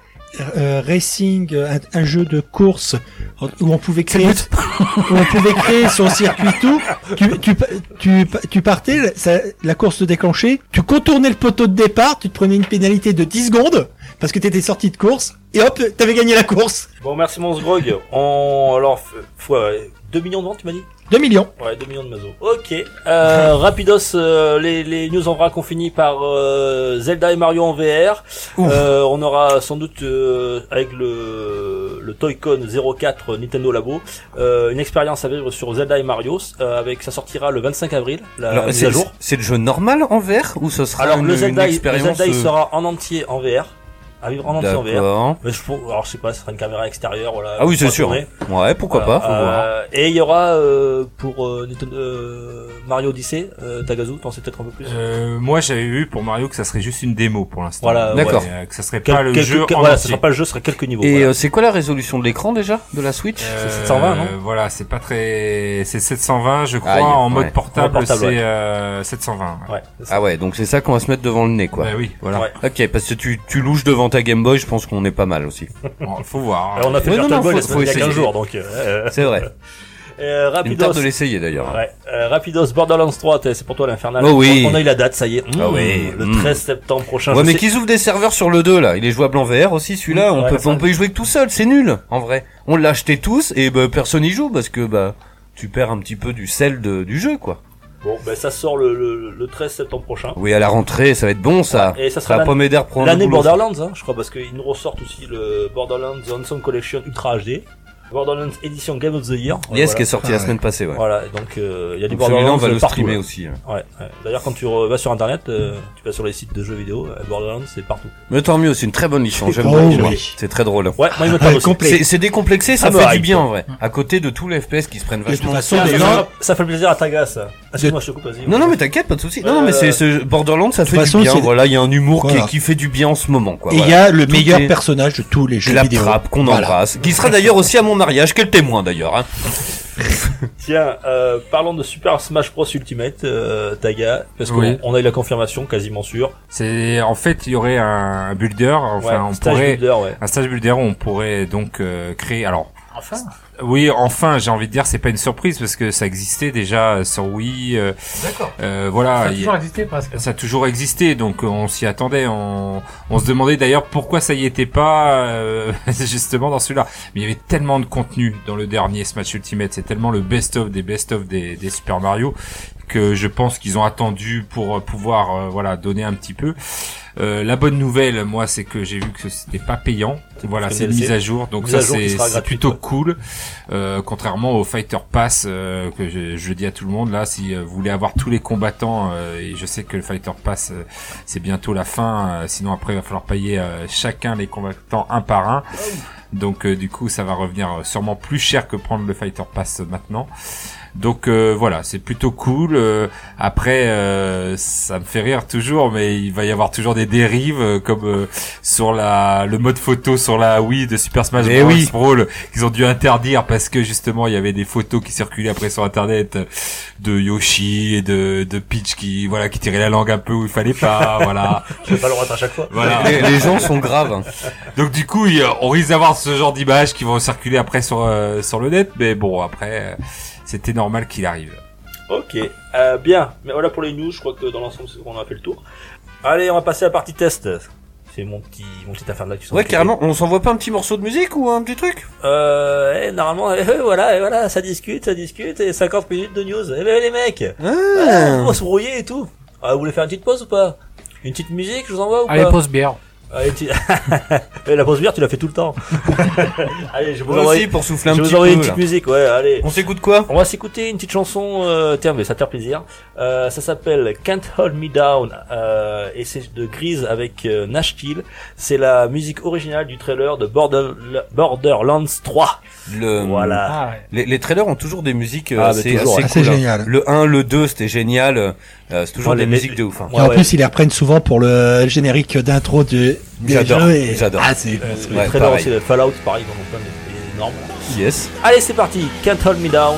euh, racing, euh, un, un jeu de course en- où on pouvait créer, où on pouvait créer son circuit tout. Tu, tu, pa- tu, pa- tu partais, ça- la course se déclenchait, tu contournais le poteau de départ, tu te prenais une pénalité de 10 secondes parce que t'étais sorti de course et hop, t'avais gagné la course.
Bon merci mon Grog. On... Alors, f- fois ouais, 2 millions de ventes tu m'as dit
2 millions.
Ouais, 2 millions de mazos. Ok. Euh, rapidos, euh, les, les news en vrac ont fini par euh, Zelda et Mario en VR. Euh, on aura sans doute euh, avec le, le Toy-Con 04 Nintendo Labo euh, une expérience à vivre sur Zelda et Mario. euh, avec ça sortira le 25 avril, la
Alors,
mise
c'est,
à jour.
c'est le jeu normal en vert ou ce sera
Alors
une,
le Zelda,
une
il- le
expérience
Zelda il
euh,
sera en entier en VR, à vivre en entier en VR.
D'accord.
Mais je, pour- alors je sais pas, ce sera une caméra extérieure, voilà.
Ah oui, c'est
pour
sûr.
tourner.
Ouais, pourquoi
Voilà.
pas, faut voir.
Euh, Et il y aura euh, pour euh, Nintendo- euh, Mario Odyssey, euh, Tagazu, t'en sais peut-être un peu plus.
Euh, moi, j'avais vu pour Mario que ça serait juste une démo pour l'instant.
Voilà,
D'accord.
Mais, euh, que ça serait
Quel-
pas le
quelques-
jeu
que-
en
voilà, ce
entier.
sera pas le jeu, ce sera quelques niveaux.
Et
voilà.
euh, c'est quoi la résolution de l'écran déjà de la Switch
c'est 720, non
Euh, Voilà, c'est pas très. C'est 720, je crois.
Aïe,
en
ouais.
mode portable,
En portable,
c'est
ouais.
euh, 720. ouais.
Ouais, c'est ça.
Ah ouais, donc c'est ça qu'on va se mettre devant le nez quoi.
Bah oui, voilà.
Ouais.
Ok, parce que tu, tu louches devant ta Game Boy, je pense qu'on est pas mal aussi.
Bon, faut voir. hein.
Alors, on a fait
Ouais,
le
non,
Virtual
non,
Boy
faut-
la semaine-
faut
il y a 15
essayer.
jours, donc. euh,
C'est vrai.
euh,
Une tarte
Rapidos.
de l'essayer d'ailleurs.
Ouais, euh, Rapidos, Borderlands 3, t'es- c'est pour toi l'infernal.
Oh oui.
On on a eu la date, ça y est.
Ah
Mmh,
oui,
Le
mmh.
13 septembre prochain.
Ouais,
je
mais
sais-
qu'ils ouvrent des serveurs sur le 2 là. Il est jouable en VR aussi celui-là.
Mmh,
on
ouais,
peut
ça-
on peut y jouer que tout seul. C'est nul en vrai. On l'a acheté tous et bah, personne y joue parce que bah tu perds un petit peu du sel de- du jeu quoi.
Bon, ben ça sort le, le, le 13 septembre prochain.
Oui, à la rentrée, ça va être bon ça.
Et ça
Ça
sera
va
l'année-
pas m'aider à reprendre le
l'année
boulot, ça.
Borderlands, hein, je crois, parce qu'ils nous ressortent aussi le Borderlands Ensemble Collection Ultra HD, Borderlands Edition Game of the Year. Ouais,
Yes,
voilà.
qui est sorti
Ah
la
ouais.
semaine passée, ouais.
Voilà, donc euh, il y a des
Donc Celui-là,
Borderlands
on va le
partout,
streamer
là.
aussi. hein. ouais.
Ouais, ouais. D'ailleurs, quand tu re- vas sur internet, euh, tu vas sur les sites de jeux vidéo, euh, Borderlands c'est partout.
Mais tant mieux, c'est une très bonne licence. J'aime
Oh
beaucoup,
oui.
moi. C'est très drôle.
Ouais, moi je me tape aussi.
complet.
C'est c'est décomplexé, ça
Ah,
fait
bah,
du bien
hyper.
en vrai. À côté de tous les FPS qui se prennent
De toute
vachement.
façon,
Ah,
les
ça,
gens, de
fait- ça fait plaisir à ta glace. Excuse-moi, je te coupe, vas-y.
Non, non, mais t'inquiète, pas de soucis. Non,
Euh,
non, mais c'est ce Borderlands, ça fait
façon,
du bien.
c'est-
Voilà, il y a un humour qui-
Voilà.
qui, fait du bien en ce moment, quoi.
Et il y
voilà.
a le
Tout
meilleur
est-
personnage de tous les jeux
la
vidéo.
trappe qu'on
Voilà.
embrasse, qui sera d'ailleurs aussi à mon mariage, quel témoin d'ailleurs. Hein.
Tiens, euh, parlons de Super Smash Bros Ultimate, euh, Taga, parce qu'on
Oui.
on a eu la confirmation, quasiment sûre.
C'est en fait, il y aurait un builder. Enfin,
ouais,
on
stage
pourrait
builder, ouais.
un stage builder où on pourrait donc euh, créer. Alors,
Enfin.
Oui, enfin, j'ai envie de dire, c'est pas une surprise parce que ça existait déjà euh, sur Wii. D'accord. voilà.
Ça a
il-
toujours existé presque.
ça a toujours existé, donc euh, on s'y attendait. On, on se demandait d'ailleurs pourquoi ça y était pas euh, justement dans celui-là. Mais il y avait tellement de contenu dans le dernier Smash Ultimate, c'est tellement le best-of des best-of des, des Super Mario que je pense qu'ils ont attendu pour euh, pouvoir euh, voilà donner un petit peu. Euh, la bonne nouvelle, moi, c'est que j'ai vu que c'était pas payant. Voilà,
comme
c'est une
DLC.
mise à jour, donc
Mise
ça
à jour qui
c'est
sera
c'est
gratuite,
plutôt
ouais.
cool. Euh, contrairement au Fighter Pass euh, que je, je dis à tout le monde là, si euh, vous voulez avoir tous les combattants, euh, et je sais que le Fighter Pass euh, c'est bientôt la fin, euh, sinon après il va falloir payer euh, chacun les combattants un par un. Donc euh, du coup ça va revenir euh, sûrement plus cher que prendre le Fighter Pass euh, maintenant. Donc euh, voilà, c'est plutôt cool. Euh, après, euh, ça me fait rire toujours, mais il va y avoir toujours des dérives euh, comme euh, sur la le mode photo sur la Wii de Super Smash
Mais
Bros.
oui.
Brawl qu'ils ont dû interdire parce que justement il y avait des photos qui circulaient après sur Internet euh, de Yoshi et de de Peach qui voilà qui tiraient la langue un peu où il fallait pas. voilà,
Je vais pas le rate à chaque fois.
voilà.
Les, les gens sont graves. hein.
Donc du coup, il y a- on risque d'avoir ce genre d'images qui vont circuler après sur euh, sur le net, mais bon après, euh, c'était normal qu'il arrive.
Ok, euh, bien. Mais voilà pour les news, je crois que dans l'ensemble, c'est- on a fait le tour. Allez, on va passer à la partie test. C'est mon petit, mon petit affaire de là qui s'en
Ouais,
occupe.
carrément, on s'envoie pas un petit morceau de musique ou un petit truc
Euh, eh, normalement, eh, eh, voilà, eh, voilà, ça discute, ça discute, et 50 minutes de news. Eh ben, les mecs, Ah, on se brouiller et tout. Ah, vous voulez faire une petite pause ou pas Une petite musique, je vous envoie ou
Allez,
pas
pause bière.
Allez, tu- Eh, la pause bière, tu l'as fait tout le temps. allez, je vous
Moi
envoie,
aussi, pour souffler un
je
petit
vous
peu.
envoie une
là.
petite musique, ouais, allez.
On s'écoute quoi
On va s'écouter une petite chanson, euh, tiens, mais ça te fait plaisir. Euh, ça s'appelle Can't Hold Me Down, euh, et c'est de Grise avec euh, Nash Kill. C'est la musique originale du trailer de Border- Borderlands 3.
Le-
Voilà.
Ah, ouais.
Les, les trailers ont toujours des musiques euh,
Ah, mais
assez,
toujours,
assez
ouais. Assez
cool, hein.
génial.
Le 1, le 2, c'était génial. euh, c'est toujours
Oh,
des
les-
musiques
les-
de ouf. hein.
Ouais,
et en
ouais.
plus, ils les reprennent souvent pour le générique d'intro du. des
J'adore,
jeux et-
j'adore. Euh,
Ah, c'est.
Le
Ouais,
trailer
pareil.
Euh, aussi de Fallout, pareil, ils en ont plein des- des énormes.
Yes.
Allez, c'est parti. Can't Hold Me Down.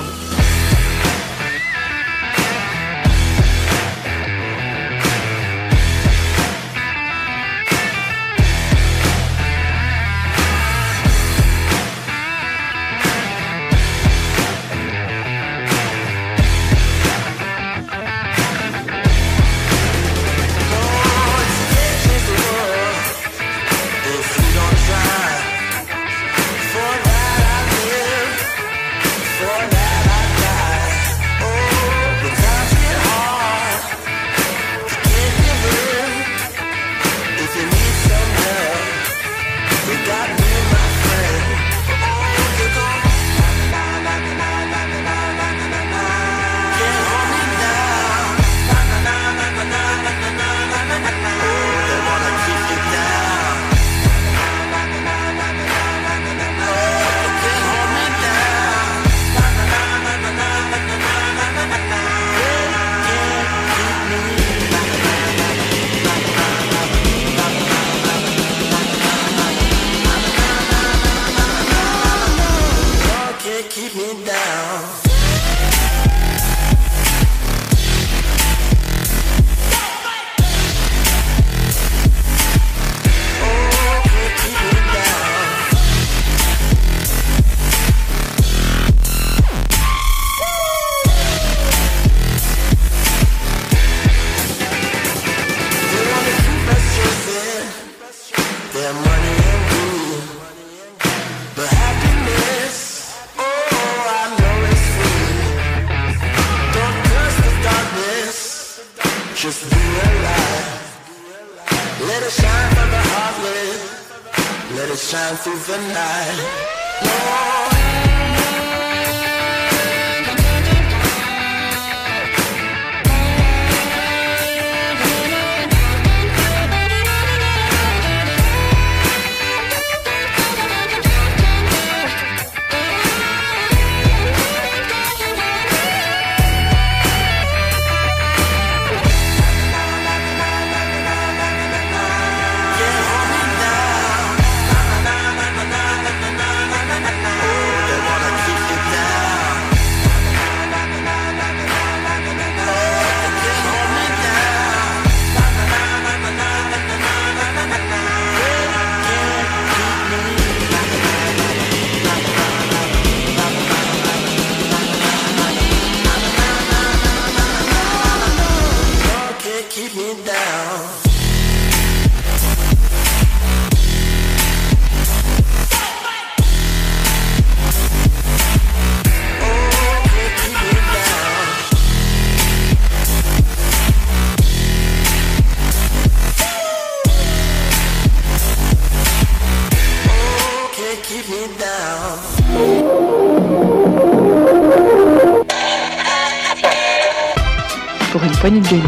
Pour une poignée de gamer,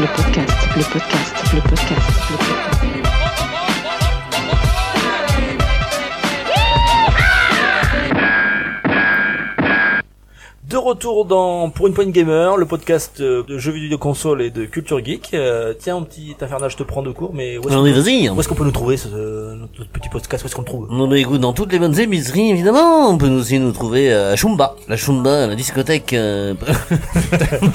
le podcast, le podcast, le podcast, le podcast.
De retour dans Pour une poigne gamer, le podcast euh, de jeux vidéo de console et de culture geek. Euh, tiens, mon petit infernal, je te prends de court, mais où est-ce
Non
qu'on
mais vas-y.
où est-ce qu'on peut nous trouver, ce, ce- notre petit podcast Où est-ce qu'on le trouve
Non mais écoute, dans toutes les bonnes épiceries, évidemment, on peut nous- aussi nous trouver euh, à Chumba. La Chumba, la discothèque... Euh...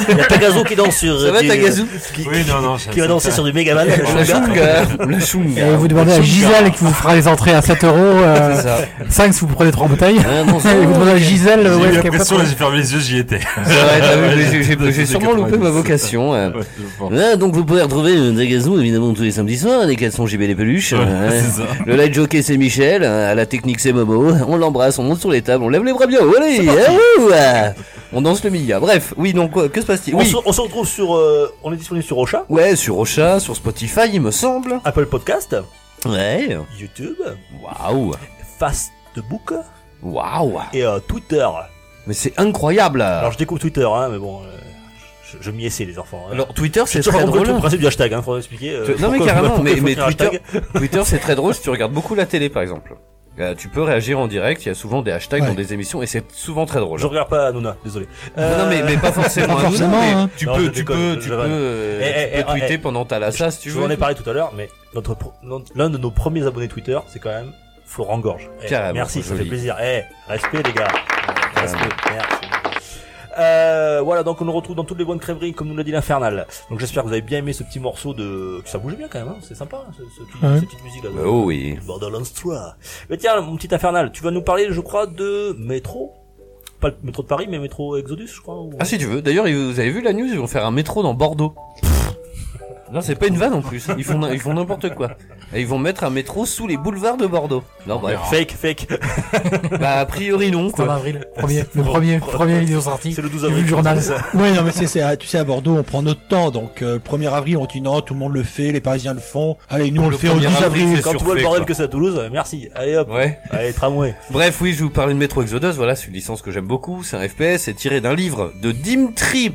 Il y a Tagazo qui danse sur...
Ça va,
du-
Tagazu
qui,
Oui, non, non,
Ah,
qui va danser sur du Megaman.
La chunga. La chunga.
Et vous demandez à Gisèle qui vous fera les entrées à 7 euros, euh,
C'est ça.
5 si vous prenez 3 bouteilles.
Ouais, bon, Ah, ça-
Et vous demandez à Gisèle euh, où
J'ai eu
est-ce qu'elle
l'impression,
peut-
là, j'ai fermé les yeux, j'y étais.
C'est vrai, t'as vu, j'ai- j'ai- J'ai
C'était
sûrement loupé ma
97.
vocation. euh.
Ouais, je pense.
Là, donc vous pouvez retrouver euh, Dagazou évidemment tous les samedis soirs, les caleçons JB les peluches. euh,
c'est ça.
Le light jockey c'est Michel, euh, à la technique c'est Momo, on l'embrasse, on monte sur les tables, on lève les bras bien, allez, ahou, ah. on danse le Mia. Bref, oui donc quoi, que se passe-t-il
on,
Oui,
se, on se retrouve sur... euh, on est disponible sur Ocha,
ouais sur Rocha,
Sur Spotify, il me semble.
Apple Podcast,
Ouais.
YouTube,
Waouh.
Facebook
Waouh.
et euh, Twitter.
Mais c'est incroyable.
Alors je découvre Twitter, hein, mais bon, euh, je, je m'y essaie les enfants. hein.
Alors, Twitter,
J'ai
c'est
toujours
très
compris
drôle.
le principe du hashtag, hein, faut expliquer. euh,
Tu- non, mais
pourquoi-
carrément,
pourquoi
mais-
il faut
mais
faire un
Twitter-
hashtag.
Twitter, c'est très drôle si tu regardes beaucoup la télé, par exemple. Euh, tu peux réagir en direct, il y a souvent des hashtags
Ouais.
dans des émissions et c'est souvent très drôle.
Je regarde pas Nouna, désolé.
Non, mais, mais pas forcément.
Pas
à nous,
forcément,
mais
hein.
Tu
euh, Non,
peux,
je
tu
déconne,
peux,
je-
tu
je
peux,
vanne.
euh,
Eh, eh,
tu peux
eh,
tweeter
eh.
pendant ta lassa si tu
Je
veux.
vous en ai parlé tout à l'heure, mais notre pro- non- l'un de nos premiers abonnés Twitter, c'est quand même Florent Gorge. Eh,
Carrément,
merci, ça
joli.
fait plaisir. Eh, respect les gars. Respect, merci. Euh, voilà, donc on nous retrouve dans toutes les bonnes crèveries, comme nous l'a dit l'Infernal. Donc j'espère que vous avez bien aimé ce petit morceau de... Ça bougeait bien quand même, hein, c'est sympa, hein, ce, ce petit-
Ouais.
cette petite musique-là.
Bah, Oh oui.
Borderlands 3. Mais tiens, mon petit Infernal, tu vas nous parler, je crois, de métro. Pas le métro de Paris, mais métro Exodus, je crois. ou-
Ah si tu veux. D'ailleurs, ils- vous avez vu la news, ils vont faire un métro dans Bordeaux. Non, c'est pas une vanne en plus. Ils font, ils font n'importe quoi. Et ils vont mettre un métro sous les boulevards de Bordeaux. Non, bref.
Ah,
Fake, fake.
Bah, a priori non,
C'est en
quoi.
avril. Premier, le premier, premier vidéo sorti.
C'est le 12
J'ai
avril.
vu le journal.
Ouais, non, mais c'est, c'est, à- tu sais, à Bordeaux, on prend notre temps. Donc, euh, le 1er avril, on dit non, tout le monde le fait, les Parisiens le font. Allez, nous, on le, fait au
1er
12
avril,
avril.
c'est
Quand tu vois
surfait,
le bordel
quoi.
que c'est à Toulouse, euh, merci. Allez hop,
Ouais.
allez tramway.
Bref, oui, je vous parlais de Metro Exodus, voilà, c'est une licence que j'aime beaucoup, c'est un FPS, c'est tiré d'un livre de Dimitri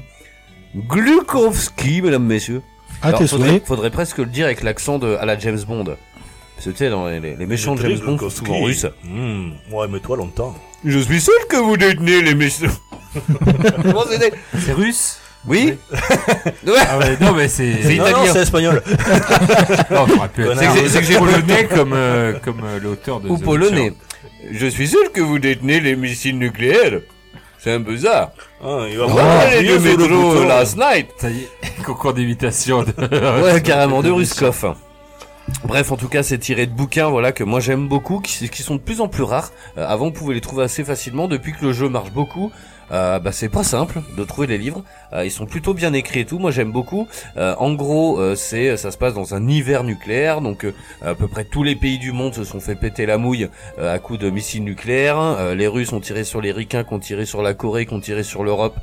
Glukovski, mesdames, messieurs.
Ah, t'es
faudrait,
souhaits.
faudrait presque le dire avec l'accent de à la James Bond. C'était dans les, les- les méchants de
Très
James Bond, sont
Glukowski.
souvent russes.
Hmm, ouais, mais toi longtemps.
Je suis seul que vous détenez les méchants. Comment c'était
C'est russe
Oui
ah ouais, Non, mais c'est.
C'est
non,
italien.
non, c'est espagnol.
Non, j'aurais pu être-
Connard.
C'est que j'ai- C'est que j'ai polonais comme, euh, comme euh, l'auteur de.
Ou
The
polonais.
Witcher.
Je suis seul que vous détenez les missiles nucléaires. C'est un peu ça.
Ah, il va
Ah,
voir.
les deux métros, euh, last night.
Ça y est, concours d'imitation. De...
Ouais, carrément, de Ruskov. Bref, en tout cas, c'est tiré de bouquins, voilà, que moi j'aime beaucoup, qui, qui sont de plus en plus rares. Euh, avant, on pouvait les trouver assez facilement. Depuis que le jeu marche beaucoup, euh, bah, c'est pas simple de trouver les livres. Euh, ils sont plutôt bien écrits et tout. Moi, j'aime beaucoup. Euh, en gros, euh, c'est, ça se passe dans un hiver nucléaire, donc euh, à peu près tous les pays du monde se sont fait péter la mouille euh, à coups de missiles nucléaires. Euh, les Russes ont tiré sur les Ricains, qui ont tiré sur la Corée, qui ont tiré sur l'Europe,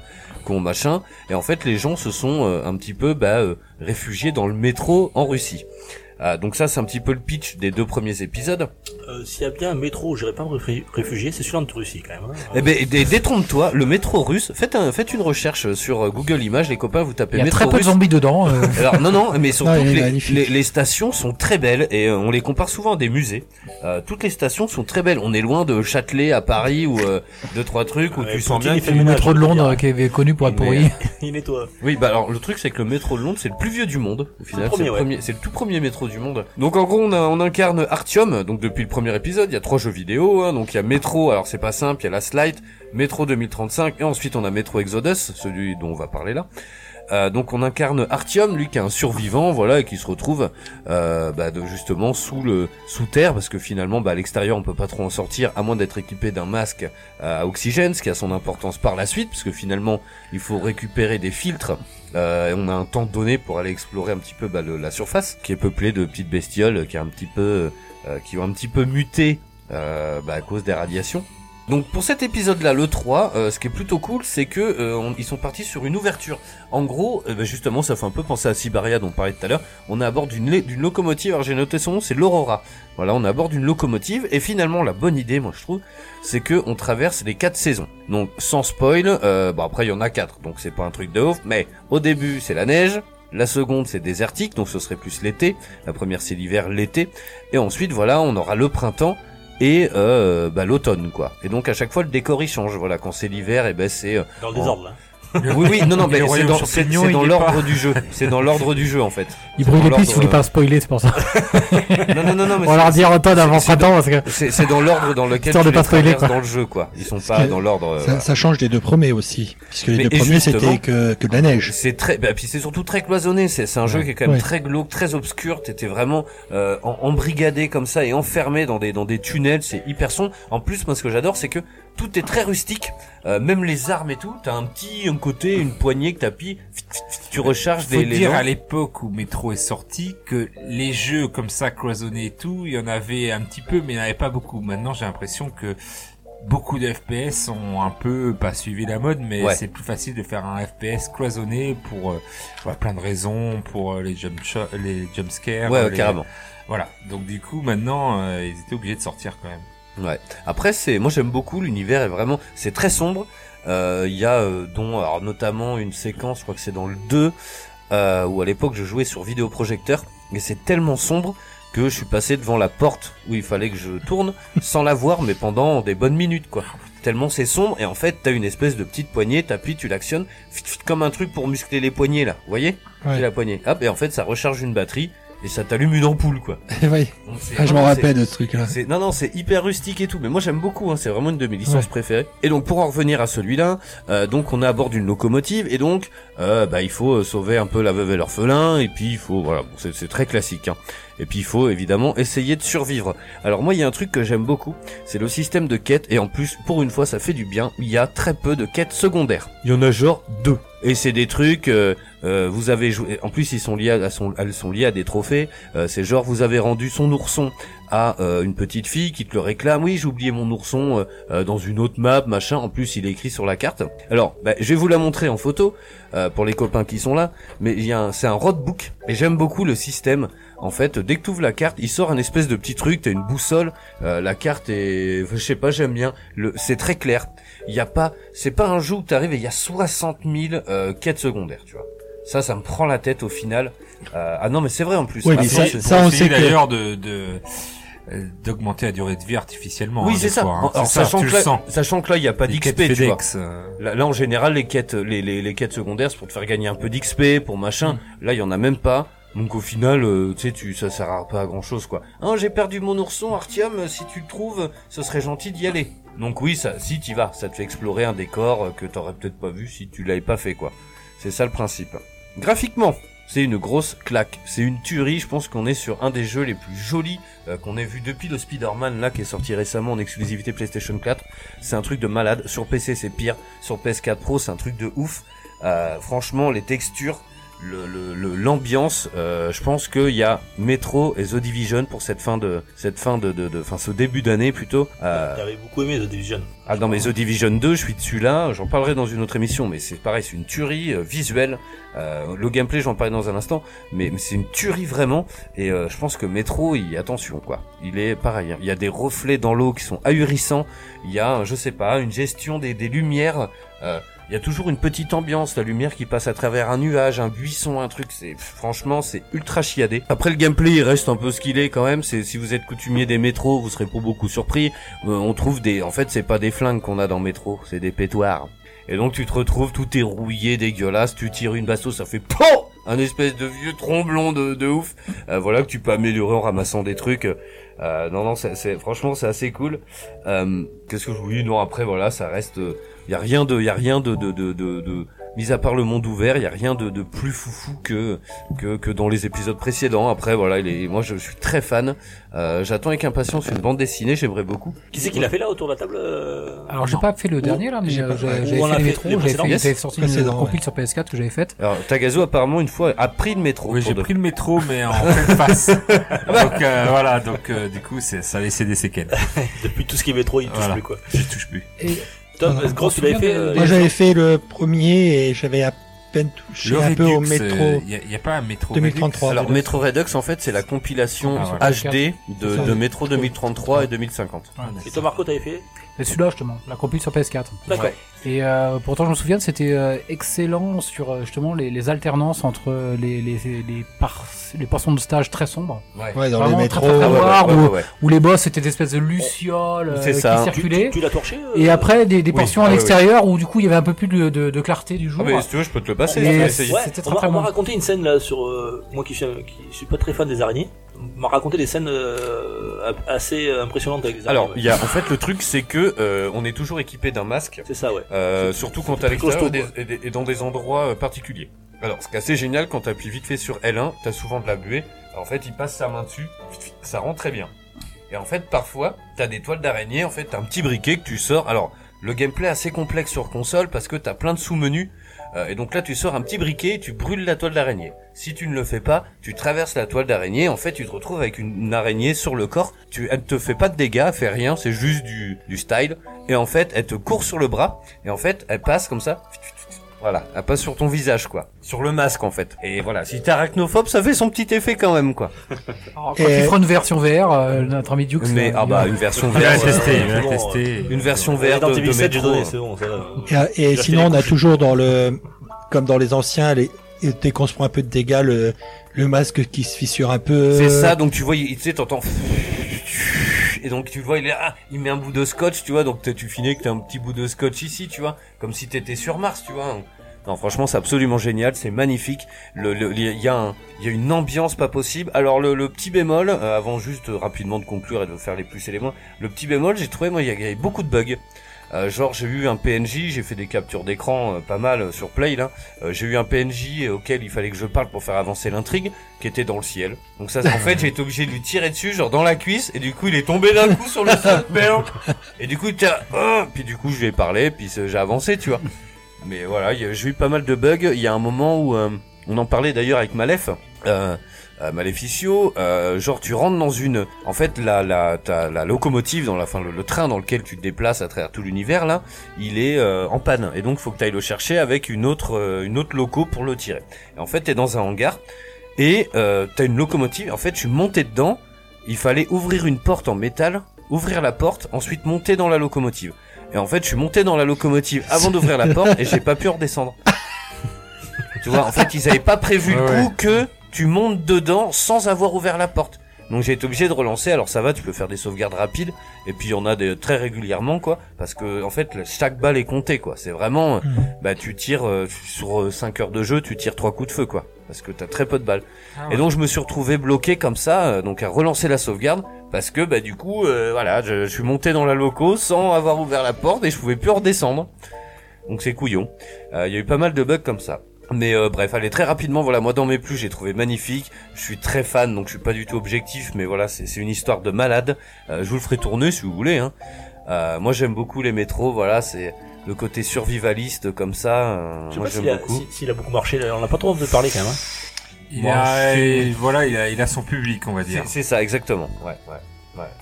qui ont machin. Et en fait, les gens se sont euh, un petit peu bah, euh, réfugiés dans le métro en Russie. Ah, donc ça, c'est un petit peu le pitch des deux premiers épisodes.
Euh, S'il y a bien un métro où j'irai pas me réfu- réfugier, c'est celui de Russie quand même. hein.
Eh ben, dé- détrompe-toi, le métro russe. Faites, un, faites une recherche sur euh, Google Images, les copains. Vous tapez
Il y a
métro
très peu de
russe.
zombies dedans. euh.
Alors non, non, mais surtout
Non, il
que
est
les,
magnifique.
les- les stations sont très belles et euh, on les compare souvent à des musées. Euh, toutes les stations sont très belles. On est loin de Châtelet à Paris ou euh, de trois trucs où
Ouais,
tu
Poutine,
sens bien.
il
que-
fait
Le
ménage,
métro de
je veux
Londres
dire.
euh, qui est connu pour être
Mais,
pourri.
Il nettoie.
Oui, bah alors le truc c'est que le métro de Londres c'est le plus vieux du monde. Au final,
le
c'est
premier,
le,
ouais.
premier- c'est le tout premier métro du monde. Donc en gros, on, a- on incarne Artium. Donc depuis le premier épisode, il y a trois jeux vidéo. hein. donc il y a Métro. Alors c'est pas simple. Il y a la Light, Métro 2035, et ensuite on a Métro Exodus, celui dont on va parler là. Euh, donc on incarne Artium, lui qui est un survivant, voilà, et qui se retrouve euh, bah, de, justement sous le sous terre, parce que finalement, bah, à l'extérieur, on peut pas trop en sortir, à moins d'être équipé d'un masque euh, à oxygène, ce qui a son importance par la suite, parce que finalement, il faut récupérer des filtres euh, et on a un temps donné pour aller explorer un petit peu bah, le- la surface qui est peuplée de petites bestioles euh, qui, est un petit peu, euh, qui ont un petit peu muté euh, bah, à cause des radiations. Donc pour cet épisode-là, le 3, euh, ce qui est plutôt cool, c'est que euh, on- ils sont partis sur une ouverture. En gros, euh, bah, justement, ça fait un peu penser à Sibaria dont on parlait tout à l'heure. On est à bord d'une lé- d'une locomotive. Alors j'ai noté son nom, c'est l'Aurora. Voilà, on est à bord d'une locomotive. Et finalement, la bonne idée, moi je trouve, c'est que on traverse les quatre saisons. Donc sans spoil, euh, bon après il y en a quatre, donc c'est pas un truc de ouf, mais au début c'est la neige, la seconde c'est désertique, donc ce serait plus l'été, la première c'est l'hiver, l'été, et ensuite voilà on aura le printemps et euh, bah, l'automne quoi. Et donc à chaque fois le décor il change, voilà quand c'est l'hiver et ben c'est euh,
Dans le
Oh.
désordre là.
oui oui non non
Le
mais c'est
royaume
dans, c'est-
champignon,
c'est
il
dans
est
l'ordre du jeu, c'est dans l'ordre du jeu en fait.
Il
C'est
brûle
dans
les pistes, il
l'ordre,
voulait pas spoiler, c'est pour ça.
euh, Non non non non mais
On va leur dire automne avant
c'est- c'est
printemps parce que.
c'est c'est dans l'ordre dans lequel tu
Histoire de
les
pas spoiler,
traverses
quoi.
dans le jeu quoi. Ils sont pas
que-
dans l'ordre. euh,
Ça, ça change des deux premiers aussi. Puisque les
Mais-
deux
et
premiers,
justement-
c'était que, que de la neige.
C'est très, bah, puis c'est surtout très cloisonné. C'est c'est un jeu qui est quand même
Ouais.
très glauque, très obscur. T'étais vraiment euh, en- embrigadé comme ça et enfermé dans des dans des tunnels. C'est hyper sombre. En plus, moi, ce que j'adore, c'est que tout est très rustique. Euh, même les armes et tout. T'as un petit un côté, une poignée que t'appuies. fit, fit, fit, Tu recharges
Faut
des les
dire
lampes.
à l'époque où Metro est sorti que les jeux comme ça cloisonnés et tout, il y en avait un petit peu, mais il n'y en avait pas beaucoup. Maintenant, j'ai l'impression que beaucoup de FPS ont un peu pas suivi la mode, mais
Ouais.
c'est plus facile de faire un FPS cloisonné pour euh, bah, plein de raisons, pour euh, les jump sho- les jump scares,
Ouais,
les,
carrément.
Voilà. Donc du coup, maintenant, euh, ils étaient obligés de sortir quand même.
Ouais. Après, c'est, moi j'aime beaucoup. L'univers est vraiment, c'est très sombre. Euh, Il y a euh, dont, alors notamment une séquence, je crois que c'est dans le 2, euh, où à l'époque je jouais sur vidéoprojecteur, mais c'est tellement sombre que je suis passé devant la porte où il fallait que je tourne sans la voir, mais pendant des bonnes minutes, quoi. Tellement c'est sombre, et en fait t'as une espèce de petite poignée, t'appuies, tu l'actionnes, fit, fit, comme un truc pour muscler les poignets là, vous voyez
Ouais.
C'est la poignée. Hop, et en fait ça recharge une batterie et ça t'allume une ampoule, quoi.
Ouais,
Donc, c'est-
ah, je m'en
c'est-
rappelle de ce truc-là.
c'est- non, non, c'est hyper rustique et tout, mais moi j'aime beaucoup, hein, c'est vraiment une de mes licences préférées. Et donc pour en revenir à celui-là, euh, donc on est à bord d'une locomotive et donc euh, bah, il faut euh, sauver un peu la veuve et l'orphelin et puis il faut, voilà, bon, c'est c'est très classique. hein. Et puis il faut évidemment essayer de survivre. Alors moi il y a un truc que j'aime beaucoup, c'est le système de quêtes et en plus pour une fois ça fait du bien, il y a très peu de quêtes secondaires. Il y en a genre deux. Et c'est des trucs, euh, euh, vous avez joué, en plus ils sont liés à, à son, elles sont liées à des trophées. Euh, c'est genre vous avez rendu son ourson à euh, une petite fille qui te le réclame. Oui, j'ai oublié mon ourson euh, euh, dans une autre map, machin. En plus, il est écrit sur la carte. Alors, bah, je vais vous la montrer en photo euh, pour les copains qui sont là. Mais il y a un- c'est un roadbook et j'aime beaucoup le système. En fait, dès que tu ouvres la carte, il sort un espèce de petit truc. T'as une boussole. euh, la carte est, je sais pas, j'aime bien. Le, c'est très clair. Il y a pas, c'est pas un jeu où t'arrives et il y a 60 000 euh, quêtes secondaires, tu vois. Ça, ça me prend la tête au final. Euh, ah non, mais c'est vrai en plus.
Oui,
Ah,
mais
c'est-
ça-
Pour
ça, on
essayer
sait que-
d'ailleurs de, de euh, d'augmenter la durée de vie artificiellement. hein,
Oui,
des
c'est ça.
fois, hein.
Alors,
C'est ça,
sachant,
tu
que
le
là,
sens.
sachant que là, il n'y a pas
Les
d'XP,
quêtes
tu vois.
FedEx, euh,
Là, là, en général, les quêtes, les, les, les quêtes secondaires, c'est pour te faire gagner un peu d'XP, pour machin.
Mm.
Là, il y en a même pas. Donc au final, euh, tu sais, tu ça sert à pas à grand chose, quoi. Ah, j'ai perdu mon ourson, Artium. euh, Si tu le trouves, ce serait gentil d'y aller. Donc oui, ça, si t'y vas, ça te fait explorer un décor euh, que t'aurais peut-être pas vu si tu l'avais pas fait, quoi. C'est ça le principe. Graphiquement, c'est une grosse claque. C'est une tuerie. Je pense qu'on est sur un des jeux les plus jolis euh, qu'on ait vu depuis le Spider-Man là qui est sorti récemment en exclusivité PlayStation 4. C'est un truc de malade. Sur PC, c'est pire. Sur PS4 Pro, c'est un truc de ouf. Euh, franchement, les textures, l'ambiance, le, le, l'ambiance, euh, je pense qu'il y a Metro et The Division pour cette fin de, cette fin de, de, de- enfin ce début d'année plutôt. Euh,
T'avais beaucoup aimé The Division.
ah non mais The Division 2, je suis dessus là, j'en parlerai dans une autre émission, mais c'est pareil, c'est une tuerie euh, visuelle. Euh, le gameplay, j'en parlerai dans un instant, mais, mais c'est une tuerie vraiment. Et euh, je pense que Metro, il attention quoi. Il est pareil, hein. il y a des reflets dans l'eau qui sont ahurissants. Il y a, je sais pas, une gestion des, des lumières. euh, il y a toujours une petite ambiance, la lumière qui passe à travers un nuage, un buisson, un truc. C'est pff, franchement, c'est ultra chiadé. Après le gameplay, il reste un peu ce qu'il est quand même. C'est si vous êtes coutumier des métros, vous serez pour beaucoup surpris. Euh, on trouve des en fait c'est pas des flingues qu'on a dans métro c'est des pétoirs et donc tu te retrouves tout est rouillé dégueulasse tu tires une basso ça fait POM un espèce de vieux tromblon de, de ouf Euh, voilà que tu peux améliorer en ramassant des trucs Euh, non non c'est- c'est franchement c'est assez cool Euh, qu'est-ce que je voulais non après voilà ça reste euh, y a rien de y a rien de de de, de, de- mis à part le monde ouvert y a rien de, de plus foufou que que que dans les épisodes précédents après voilà il est- moi je, suis très fan Euh, j'attends avec impatience une bande dessinée j'aimerais beaucoup
Qui c'est qui l'a fait là autour de la table euh,
Alors j'ai pas fait le dernier là, mais
j'ai
euh,
pas-
j'avais
ou
j'avais
on
fait
l'a
les
fait
métros,
les
j'avais fait-
précédents.
j'avais sorti une
Précédents, ouais.
compile sur PS4 que j'avais faite.
Alors, Tagazo, apparemment, une fois, a pris le métro.
Oui,
pour
j'ai
de-
pris le métro, mais en pleine face. donc euh, voilà, donc euh, du coup, c'est, ça a laissé des séquelles.
Depuis tout ce qui est métro, il touche
Voilà.
plus quoi.
Je touche plus.
Tom,
Ah,
est-ce gros,
on
tu
se
l'avais
souvient
fait
de-
euh,
Moi, j'avais fait le premier et j'avais à peine touché un peu au
Redux, euh,
métro.
y a, y a pas un métro.
2033.
Redux
Alors, Metro Redux, en fait, c'est la compilation
Ah, voilà.
HD de,
C'est ça.
de Métro 2033 et 2050.
Ah,
Et toi, Marco, t'avais fait
Et celui-là justement, la compile sur PS4.
D'accord.
Et euh, pourtant, je me souviens, c'était euh, excellent sur euh, justement les, les alternances entre euh, les les les, par- les portions de stage très sombres,
Ouais, dans les
Vraiment,
métros.
très,
Ah,
très, très
ouais.
noir, ou-
Ah, ouais.
où les boss étaient des espèces de lucioles euh,
C'est
qui
ça.
Tu,
circulaient.
tu, tu l'as torché euh,
Et après, des, des
Oui.
portions
Ah,
à
oui,
l'extérieur où du coup, il y avait un peu plus de, de, de clarté du
Ah,
jour.
mais si tu veux, je peux te le passer.
Mais
je vais
c'est-
essayer.
ouais.
c'était
c'était
très
très, très
On m'a
bon.
raconté une scène là sur euh, moi qui suis, qui suis pas très fan des araignées. On m'a raconté des scènes euh, assez impressionnantes avec des araignées.
Alors, il y a, en fait, le truc, c'est que euh, on est toujours équipé d'un masque.
c'est ça ouais.
Euh, surtout quand t'es à
plus
l'extérieur
costaud,
des- et, des- et dans des endroits euh, particuliers. Alors, ce qui est assez génial, quand t'appuies vite fait sur L1, t'as souvent de la buée. En fait, il passe sa main dessus, vite, vite, ça rend très bien. Et en fait, parfois, t'as des toiles d'araignée, en fait, t'as un petit briquet que tu sors. Alors, le gameplay est assez complexe sur console parce que t'as plein de sous-menus. Euh, et donc là, tu sors un petit briquet et tu brûles la toile d'araignée. Si tu ne le fais pas, tu traverses la toile d'araignée. En fait, tu te retrouves avec une, une araignée sur le corps. Tu, elle te fait pas de dégâts, elle fait rien, c'est juste du, du style. Et en fait, elle te court sur le bras. Et en fait, elle passe comme ça. Voilà, ah, pas sur ton visage quoi, sur le masque en fait. Et voilà, si t'es arachnophobe, ça fait son petit effet quand même quoi.
Alors, quand tu feras une version VR, euh, notre ami Dux.
Mais
euh,
ah bah une version
Il a
verte,
testé, il
c'est
a
bon,
testé.
une version verte de, de
j'ai donné,
métro. euh.
c'est bon, ça va.
Et, et
J'ai
sinon,
acheté
on
les
a toujours dans le, comme dans les anciens, les, et dès qu'on se prend un peu de dégâts, le, le masque qui se fissure un peu.
C'est ça, donc tu vois, il- tu sais, t'entends. Et donc tu vois, il est ah, il met un bout de scotch, tu vois, donc t'as- tu finis que t'as un petit bout de scotch ici, tu vois, comme si t'étais sur Mars, tu vois. Non, franchement, c'est absolument génial, c'est magnifique. Le, le- il y a un, il y a une ambiance pas possible. Alors le, le petit bémol, euh, avant juste euh, rapidement de conclure et de faire les plus et les moins, le petit bémol, j'ai trouvé moi, il y, a- il y avait beaucoup de bugs. Euh, genre j'ai eu un PNJ, j'ai fait des captures d'écran euh, pas mal euh, sur Play là. Euh, j'ai eu un PNJ auquel il fallait que je parle pour faire avancer l'intrigue, qui était dans le ciel. Donc ça, en fait, j'ai été obligé de lui tirer dessus, genre dans la cuisse, et du coup, il est tombé d'un coup sur le sol. Merde. Et du coup, tiens, oh puis du coup, je lui ai parlé, puis c'est- j'ai avancé, tu vois. Mais voilà, il y a- j'ai eu pas mal de bugs. Il y a un moment où euh, on en parlait d'ailleurs avec Malef. Euh, euh, Maleficio, euh, genre tu rentres dans une, en fait la la ta- la locomotive dans la fin le, le train dans lequel tu te déplaces à travers tout l'univers là, il est euh, en panne et donc faut que tu ailles le chercher avec une autre euh, une autre loco pour le tirer. Et en fait t'es dans un hangar et euh, t'as une locomotive. En fait je suis monté dedans, il fallait ouvrir une porte en métal, ouvrir la porte, ensuite monter dans la locomotive. Et en fait je suis monté dans la locomotive avant d'ouvrir la porte et j'ai pas pu redescendre. Tu vois, en fait, ils avaient pas prévu le
Ouais,
coup que tu montes dedans sans avoir ouvert la porte. Donc j'ai été obligé de relancer. Alors ça va, tu peux faire des sauvegardes rapides et puis il y en a des très régulièrement quoi parce que en fait, chaque balle est comptée quoi. C'est
Mmh.
vraiment euh, bah tu tires euh, sur 5 heures de jeu, tu tires trois coups de feu quoi parce que t'as très peu de balles. Et donc je me suis retrouvé bloqué comme ça, euh, donc à relancer la sauvegarde parce que bah du coup euh, voilà, je, je suis monté dans la loco sans avoir ouvert la porte et je pouvais plus redescendre. Donc c'est couillon. Euh, Il y a eu pas mal de bugs comme ça. Mais euh, bref, allez très rapidement, voilà, moi dans mes plus j'ai trouvé magnifique, je suis très fan, donc je suis pas du tout objectif, mais voilà, c'est c'est une histoire de malade, Euh, je vous le ferai tourner si vous voulez. Hein. Euh, moi j'aime beaucoup les métros, voilà, c'est le côté survivaliste comme ça, euh,
Je sais
moi
pas
j'aime
s'il a,
beaucoup.
si- s'il a beaucoup marché, là, on n'a pas trop envie de parler quand même. hein.
Il
Moi,
a,
je-
voilà, il a, il a son public, on va dire.
C'est c'est ça, exactement, ouais, ouais.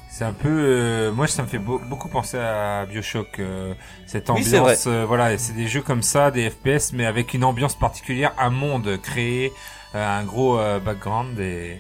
C'est un peu, euh, moi ça me fait beau- beaucoup penser à Bioshock, euh, cette
Oui, c'est
ambiance, euh, voilà, et c'est des jeux comme ça, des FPS, mais avec une ambiance particulière, un monde créé, euh, un gros euh, background et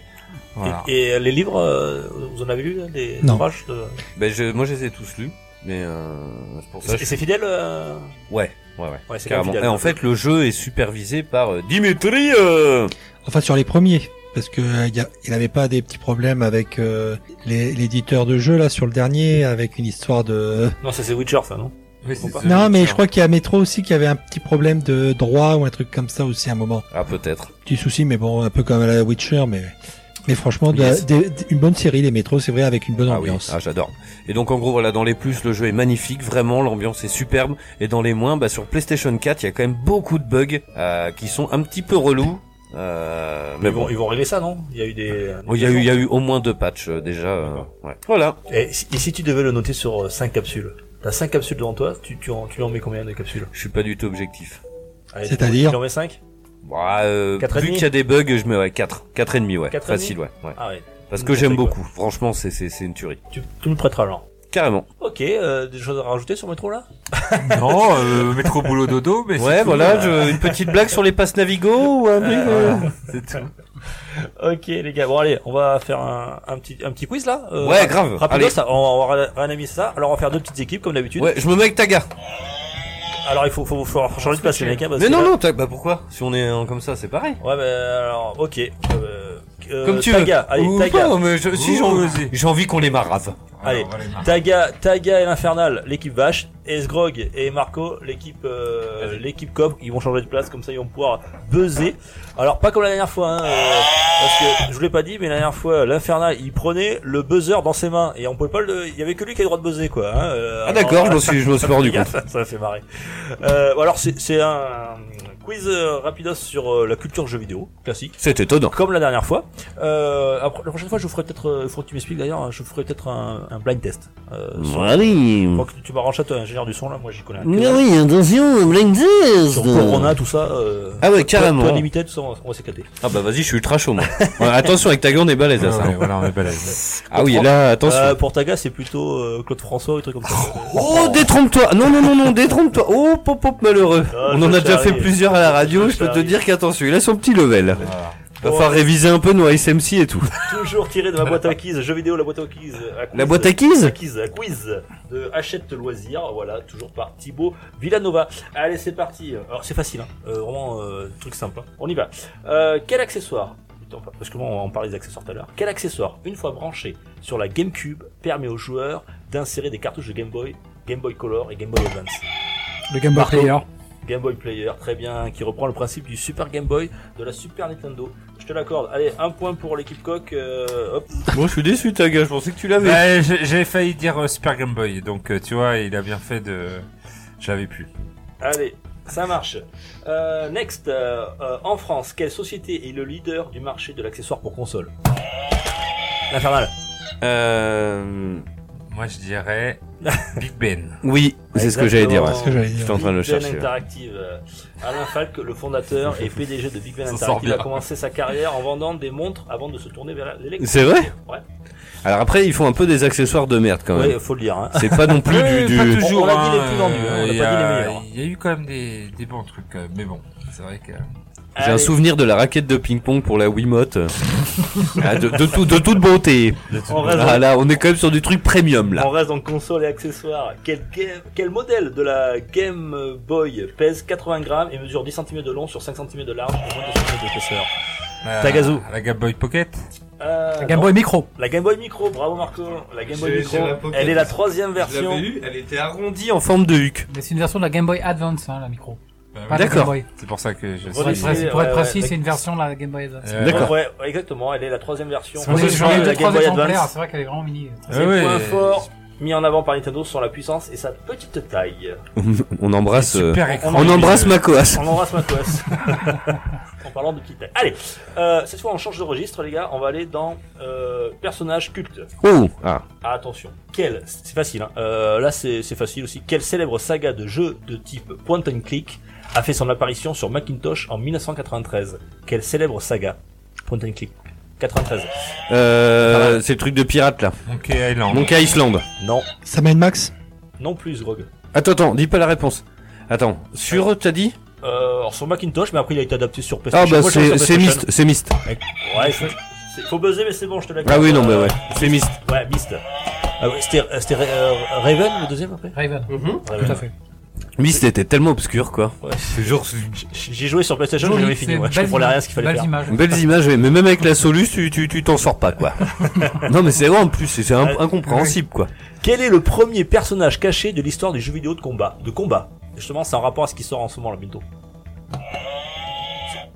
voilà.
Et, et les livres, euh, vous en avez lu, là, des
Non.
ouvrages de-
Ben je, moi je les ai tous lus, mais euh, c'est pour ça.
Et
que je-
c'est fidèle euh,
Ouais, ouais, ouais.
Ouais, c'est
Carrément.
fidèle.
Et en fait, le jeu est supervisé par euh, Dimitri. euh,
Enfin, sur les premiers. Parce que euh, il y a- il avait pas des petits problèmes avec euh, les- l'éditeur de jeu là sur le dernier avec une histoire de
Non, ça c'est Witcher, ça, non
Oui, c'est
Non,
ça.
non mais je crois qu'il y a Metro aussi qui avait un petit problème de droit ou un truc comme ça aussi à un moment
Ah peut-être.
petit souci mais bon un peu comme à la Witcher mais mais franchement de la-
Yes.
des- des- une bonne série les métros c'est vrai avec une bonne
Ah oui.
ambiance
Ah j'adore. Et donc en gros voilà, dans les plus, le jeu est magnifique, vraiment, l'ambiance est superbe. Et dans les moins, bah sur PlayStation 4, il y a quand même beaucoup de bugs euh, qui sont un petit peu relous. Euh, mais
ils,
bon.
vont, ils vont régler ça, non Il y a eu des. euh,
Bon, Il y, a eu, il y a eu au moins deux patchs euh, déjà. euh, ouais. Voilà.
Et, si- et si tu devais le noter sur 5 capsules T'as 5 capsules devant toi, tu, tu, en, tu en mets combien de capsules
Je suis pas du tout objectif.
Allez,
C'est-à-dire
Tu en mets 5
Bah, euh,
Quatre et
vu
demi
qu'il y a des bugs, je mets ouais, 4. 4,5 ouais.
Quatre et demi
Facile ouais. ouais.
Ah ouais,
Parce
Une
que j'aime
tuerie,
beaucoup. Franchement, c'est c'est c'est une tuerie.
tu, tu me prêteras alors.
Carrément.
Ok, euh, des choses à rajouter sur Métro là
Non, euh, métro boulot dodo, mais c'est
Ouais,
tout,
voilà, je- une petite blague sur les passes Navigo ou un truc, euh,
Voilà, c'est tout.
Ok les gars, bon allez, on va faire un, un petit un petit quiz là. euh,
Ouais,
rap-
grave,
Rapido,
allez.
ça, on va, on va réanimer ça. Alors on va faire deux petites équipes comme d'habitude.
Ouais, je me mets avec ta gare.
Alors il faut faut, faut, changer de place les mecs. hein, parce
Mais
que
non,
là-
non, t'as- bah pourquoi Si on est en comme ça, c'est pareil.
Ouais mais alors ok. Euh, euh,
Comme tu
Taga,
veux.
allez
Ou
Taga,
pas, mais je- si
Ouh,
j'ai envie,
vas-y.
j'ai envie qu'on les marave.
Allez.
Alors, on va les marquer.
Taga, Taga et l'Infernal, l'équipe vache, et Sgrog et Marco, l'équipe euh, l'équipe Cob, ils vont changer de place, comme ça ils vont pouvoir buzzer. Alors pas comme la dernière fois, hein, euh, parce que je vous l'ai pas dit, mais la dernière fois, l'Infernal, il prenait le buzzer dans ses mains, et on pouvait pas le... Il y avait que lui qui avait le droit de buzzer, quoi. hein, euh,
Ah d'accord, je me
alors,
suis, je me suis pas rendu compte.
ça, ça fait marrer. Euh, alors c'est c'est un Quiz euh, rapidos sur euh, la culture jeux vidéo, classique.
C'est étonnant.
Comme la dernière fois. Euh, après- la prochaine fois, je vous ferai peut-être, euh, il faudra que tu m'expliques d'ailleurs, hein, je vous ferai peut-être un, un blind test. Euh, sur-
Ah Allez.
Je crois que tu m'arranges ça, toi, ingénieur du son, là, moi j'y connais. un
Mais
que dalle.
Ah oui, attention, un blind test.
Sur Corona, tout ça. Euh,
Ah ouais,
toi-
carrément.
Toi, limité, tout ça, on va, on va s'éclater.
Ah bah vas-y, je suis ultra chaud moi. Ouais, attention avec ta gueule, on est balèze à ça.
Ouais, voilà, on est pas là. Ouais.
Ah oui, là, attention.
Euh, pour Taga, c'est plutôt euh, Claude François, ou des trucs comme ça.
Oh, détrompe-toi Non, non, non, non, détrompe-toi Oh, pop, pop, malheureux
Ah,
On
ça
en a déjà fait
t'arrive.
plusieurs à la radio, je peux te
t'arrive.
dire qu'attention, il a son petit level. Va
Bon.
falloir réviser un peu nos SMC et tout.
Toujours tiré de ma boîte à quiz, jeux vidéo, la boîte à quiz. à quiz,
La boîte à quiz
à quiz, à quiz de Hachette Loisirs, voilà, toujours par Thibaut Villanova. Allez, c'est parti. Alors, c'est facile, hein. Euh, vraiment, euh, truc sympa. On y va. Euh, quel accessoire Putain, parce que moi, on parlait des accessoires tout à l'heure. Quel accessoire, une fois branché sur la GameCube, permet aux joueurs d'insérer des cartouches de Game Boy, Game Boy Color et Game Boy Advance
Le Game Boy
Marco.
Ah,
Player.
Game Boy Player, très bien, qui reprend le principe du Super Game Boy de la Super Nintendo. Je te l'accorde. Allez, un point pour l'équipe Coq. euh, hop.
Moi, je suis déçu, ta gueule, je pensais que tu l'avais.
Ouais, j'ai- J'ai failli dire euh, Super Game Boy, donc euh, tu vois, il a bien fait de. J'avais pu.
Allez, ça marche. Euh, next, euh, euh, en France, quelle société est le leader du marché de l'accessoire pour console L'infernal.
Euh...
Moi, je dirais Big Ben.
Oui, c'est ce que j'allais dire. ouais.
Exactement.
ce que j'allais dire.
J'étais en train de le
Big Ben
chercher. ouais.
Interactive. Euh, Alain Falk, le fondateur et PDG de Big Ben
Ça sort
Interactive, a
bien.
commencé sa carrière en vendant des montres avant de se tourner vers l'électronique.
C'est vrai
Ouais.
Alors après, ils font un peu des accessoires de merde quand même.
Ouais, faut le dire. Hein.
C'est pas non plus
Ouais,
du... du-
pas
On-
toujours.
on a dit
hein,
les plus vendus, hein, on a
euh,
pas
il y a-
dit les meilleurs.
Il y a eu quand même des, des bons trucs, quand même, mais bon, c'est vrai que.
J'ai un
Allez,
souvenir de la raquette de ping-pong pour la Wiimote. Ah, de, de tout, de toute beauté.
on reste dans-
Ah là, on est quand même sur du truc premium là.
On reste dans console et accessoires. Quel, game- quel modèle de la Game Boy pèse 80 grammes et mesure 10 cm de long sur 5 cm de large et moins de 2 cm d'épaisseur
La-
Tagazu.
La Game Boy Pocket.
Euh,
Game
non.
Boy Micro.
La Game Boy Micro, bravo Marco. La Game Boy
J'ai-
Micro,
j'ai la Pocket.
elle est la troisième version.
elle était arrondie.
dit en forme de huc.
Mais c'est une version de la Game Boy Advance, hein, la Micro. Pas la Game
D'accord.
Boy.
Bah C'est pour ça que je
Pour
Ouais,
être
c'est-
précis, pour être
ouais,
précis,
ouais.
c'est une version de la Game Boy Advance.
Euh,
D'accord.
Ouais, ouais, exactement, elle est la troisième version.
C'est pour ça que
J'en ai
je
la
deux,
euh, Game
trois
Boy
exemplaires,
Advance.
c'est vrai qu'elle est vraiment mini.
Ses
Ouais,
points
ouais.
forts mis en avant par Nintendo sont la puissance et sa petite taille.
On embrasse. euh,
Super écran.
On embrasse Macoas.
On embrasse Matos. en parlant de petite taille. Allez, euh, cette fois on change de registre les gars, on va aller dans euh, personnage culte.
Oh ah.
Ah, attention. Quelle, c'est facile, hein. Euh, là c'est c'est facile aussi. Quelle célèbre saga de jeux de type point and click a fait son apparition sur Macintosh en 1993 Quelle célèbre saga Point and click 93.
Euh, c'est le truc de pirate là.
Monkey Island.
Monkey Island.
Non,
Sam Max
non plus, Grog.
Attends, attends, dis pas la réponse. Attends, sur t'as dit
Euh, alors sur Macintosh, mais après il a été adapté sur
Ah
PlayStation.
bah
Moi, je l'ai
c'est
sur
c'est
PlayStation.
Myst, c'est Myst.
Ouais, faut, c'est- faut buzzer, mais c'est bon, je te l'accorde.
Ah oui, non, mais
Euh,
ouais, c'est Myst.
Ouais, Myst. Ah ouais, c'était euh, c'était, euh, Raven le deuxième après
Raven.
Raven.
Tout à fait.
Myst était tellement obscur quoi.
Ouais.
Toujours
J'ai joué sur PlayStation, mais
Joli,
j'avais fini.
c'est
Ouais. Je
belles
comprenais
images,
rien à ce qu'il fallait
belles
faire.
images.
Belles images, ouais, mais même avec la Solus, tu tu tu t'en sors pas quoi. non mais c'est vrai en plus, c'est c'est in- incompréhensible quoi.
Quel est le premier personnage caché de l'histoire des jeux vidéo de combat De combat. Justement, c'est en rapport à ce qui sort en ce moment là bientôt.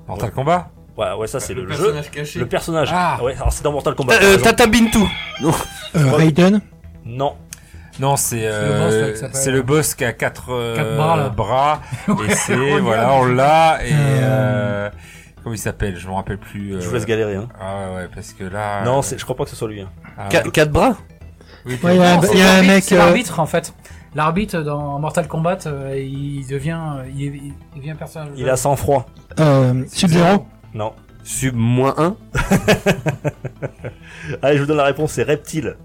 Mortal Kombat.
Ouais, ouais, ça c'est le,
Le
jeu.
personnage caché.
Le personnage.
Ah.
Ouais, alors c'est dans Mortal Kombat.
Euh,
par
euh,
exemple.
Tata Bintou.
euh, Raiden
Non,
Non,
le
c'est
boss, là,
euh,
qui s'appelle.
c'est le boss qui a quatre, euh,
Quatre bras, là.
bras. et c'est voilà, on l'a et euh, comment il s'appelle Je me rappelle plus. euh,
je vous laisse galérer. Hein.
Ah ouais, ouais, parce que là.
Non,
euh,
c'est- je crois pas que ce soit lui. hein.
ah,
Qua- Quatre bras
oui,
Ouais, il y a un-
Non, c'est
il y a un
l'arbitre,
mec.
C'est
euh,
l'arbitre en fait. L'arbitre dans Mortal Kombat, euh, il devient, euh, il, il- il devient personnage.
Il a sang froid.
euh, Sub-Zero
Non.
Sub moins 1
Allez, je vous donne la réponse. C'est reptile.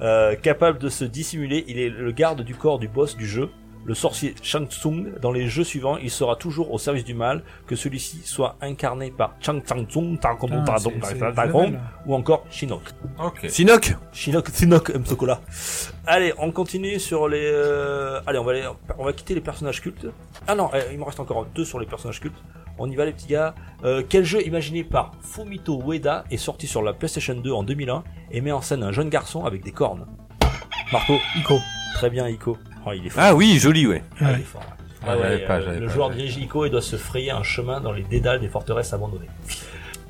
Euh, capable de se dissimuler, il est le garde du corps du boss du jeu. Le sorcier Shang Tsung, dans les jeux suivants, il sera toujours au service du mal, que celui-ci soit incarné par Chang Tsang Tsung, Tang Kong,
Putain,
Tang
Ah, c'est-
Dong,
c'est-
Tang
c'est
Kong,
level.
ou encore Shinnok.
Ok.
Sinoc
Chinook, Sinoc, M. Sokola. Allez, on continue sur les. euh, Allez, on va aller, on va quitter les personnages cultes. Ah non, euh, il me reste encore deux sur les personnages cultes. On y va les petits gars. Euh, quel jeu imaginé par Fumito Ueda est sorti sur la PlayStation 2 en 2001 et met en scène un jeune garçon avec des cornes Marco,
Ico.
très bien Ico. Oh, il est fort.
Ah oui, joli ouais.
Ah, il
ouais.
est fort.
Ah, j'avais pas, j'avais
le
pas,
joueur
j'avais
dirige Ico et doit se frayer un chemin dans les dédales des forteresses abandonnées.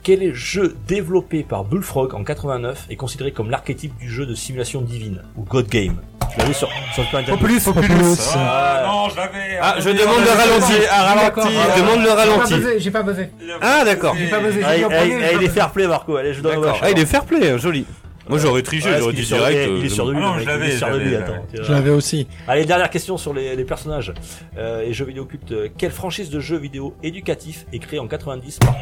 Quel est le jeu développé par Bullfrog en 89 et considéré comme l'archétype du jeu de simulation divine ou God Game Tu l'as vu sur, sur Super Nintendo.
Populus,
Populus.
Ah non, je l'avais.
Ah, je demande le ralenti. Ah,
D'accord.
ralenti. Je demande le
J'ai pas
ralenti.
buzzé, j'ai pas buzzé.
Ah, d'accord.
J'ai pas buzzé, j'ai
Allez,
dit en
allez,
premier, j'ai
allez,
pas
il est
buzzé.
fair play, Marco. Allez, je donne
D'accord. Ah, il est fair play, joli. Moi, j'aurais triché, j'aurais dit direct. euh,
Il est sur de lui.
Ah non,
le mec,
je
il est
l'avais,
sur de
je
lui,
l'avais,
attends.
Je l'avais aussi.
Allez, dernière question sur les, les personnages euh, et jeux vidéo cultes. Quelle franchise de jeux vidéo éducatif est créée en 90 par...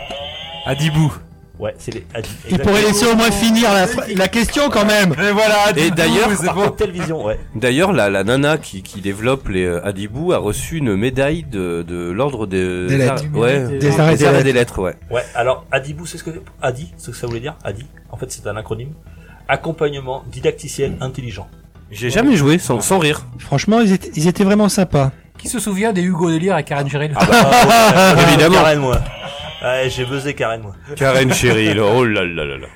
Adibou.
Ouais, c'est les... Adi-
Il
exactement.
pourrait laisser au moins finir la, fra- la question quand même.
Mais voilà, Adibou.
Et d'ailleurs,
c'est
Par
bon.
contre, Television, ouais.
D'ailleurs, la, la nana qui, qui développe les euh, Adibou a reçu une médaille de, de l'ordre des,
Des lettres.
Ar- Ouais,
Des
arrêts des lettres.
des lettres, ouais.
Ouais, alors Adibou, c'est ce que Adi, c'est ce que ça voulait dire Adi. En fait, c'est un acronyme. Accompagnement didacticiel intelligent.
J'ai jamais joué sans, sans rire.
Franchement, ils étaient, ils étaient vraiment sympas.
Qui se souvient des Hugo Delire et Karen Géril
Ah bah, ouais, ouais,
Évidemment.
Karen, moi. Ouais, j'ai buzzé Karen, moi.
Karen Cheryl, oh là là là là.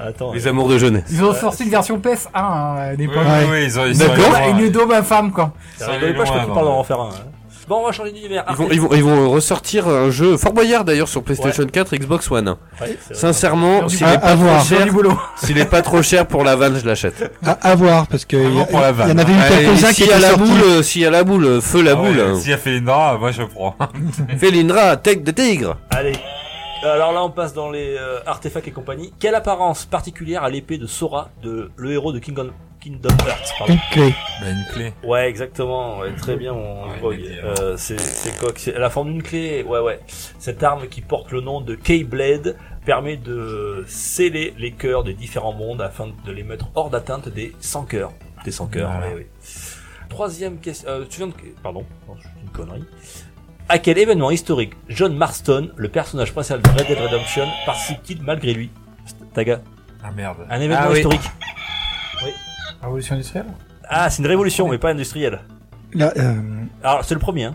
Attends.
Les amours de jeunesse.
Ils ont sorti une version PS1 hein, à
Oui,
l'époque.
oui, oui, ils ont ils sont
D'accord.
allés loin.
Ouais, Une dos ma femme quoi.
Ça
Ça
rigole
allait
pas, je
loin,
crois qu'ils
non,
parlent d'en
mais-
refaire un. hein. Bon, on va changer d'univers.
Ils vont, ils, vont, ils vont ressortir un jeu Fort Boyard d'ailleurs sur PlayStation 4, Xbox One.
Ouais, c'est vrai.
Sincèrement, s'il
À,
est,
à voir.
Oh, cher,
Du boulot.
s'il est pas trop cher pour la vanne, je l'achète.
À, à voir, parce que il y,
Vraiment pour la
a- il y en
vanne.
avait eu
Allez,
quelques-uns qui
Si hein. à
étaient
la
sortis.
boule, euh, si à la boule, euh, feu la
Ah ouais,
boule. hein.
S'il y a Félindra, moi je prends.
Félindra, tech de tigre.
Allez. Alors là, on passe dans les euh, artefacts et compagnie. Quelle apparence particulière a l'épée de Sora, de le héros de Kingdom, Kingdom Hearts pardon.
Une clé.
Bah, une clé.
Ouais, exactement. Ouais, très bien, mon
Ouais,
Grog.
il est bien.
Euh, c'est c'est coq. C'est la forme d'une clé. Ouais, ouais. Cette arme qui porte le nom de K-Blade permet de sceller les cœurs des différents mondes afin de les mettre hors d'atteinte des 100 cœurs. Des 100 cœurs,
Voilà.
ouais, ouais. Troisième question. euh, tu viens de. Pardon, non, je dis une connerie. À quel événement historique John Marston, le personnage principal de Red Dead Redemption, participe-t-il malgré lui Taga,
Ah merde.
un événement
Ah oui.
historique.
Révolution industrielle
Ah, c'est une révolution, mais pas industrielle.
Là, euh,
Alors, c'est le premier, hein.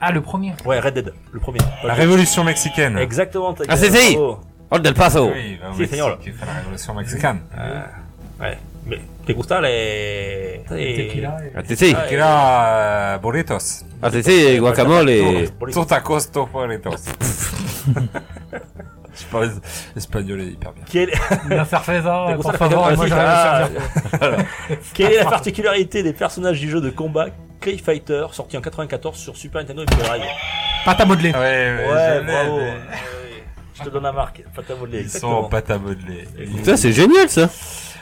Ah, le premier.
Ouais, Red Dead, le premier.
La révolution mexicaine.
Exactement. t'as- euh,
Ah, c'est si.
bravo.
Oh, Del Paso.
Oui, bah, au
Si, señor.
Mexique, enfin, la révolution mexicaine.
Ouais. Mais te gusta les...
Tequila et-
Ah, t'es- t'es.
Ah,
Qui là, euh, burritos.
Ah, t'es- t'es, guacamole.
Bon,
Tortacos, burritos. Je parle espagnol est hyper bien.
Quelle...
La Farfesa,
T'es
pour
content,
favor,
t'as
moi
fait
j'arrive
un
à
petit- Ah. Quelle est la particularité des personnages du jeu de combat Clay Fighter, sorti en 94 sur Super Nintendo et Mega Drive
Pâte à modeler.
Ah.
Ouais, ouais,
Ouais,
je l'ai,
bravo.
mais
Ouais. Je te donne la marque, Fata Modelé,
Ils sont en
exactement.
pâte à modeler.
Putain, c'est génial ça.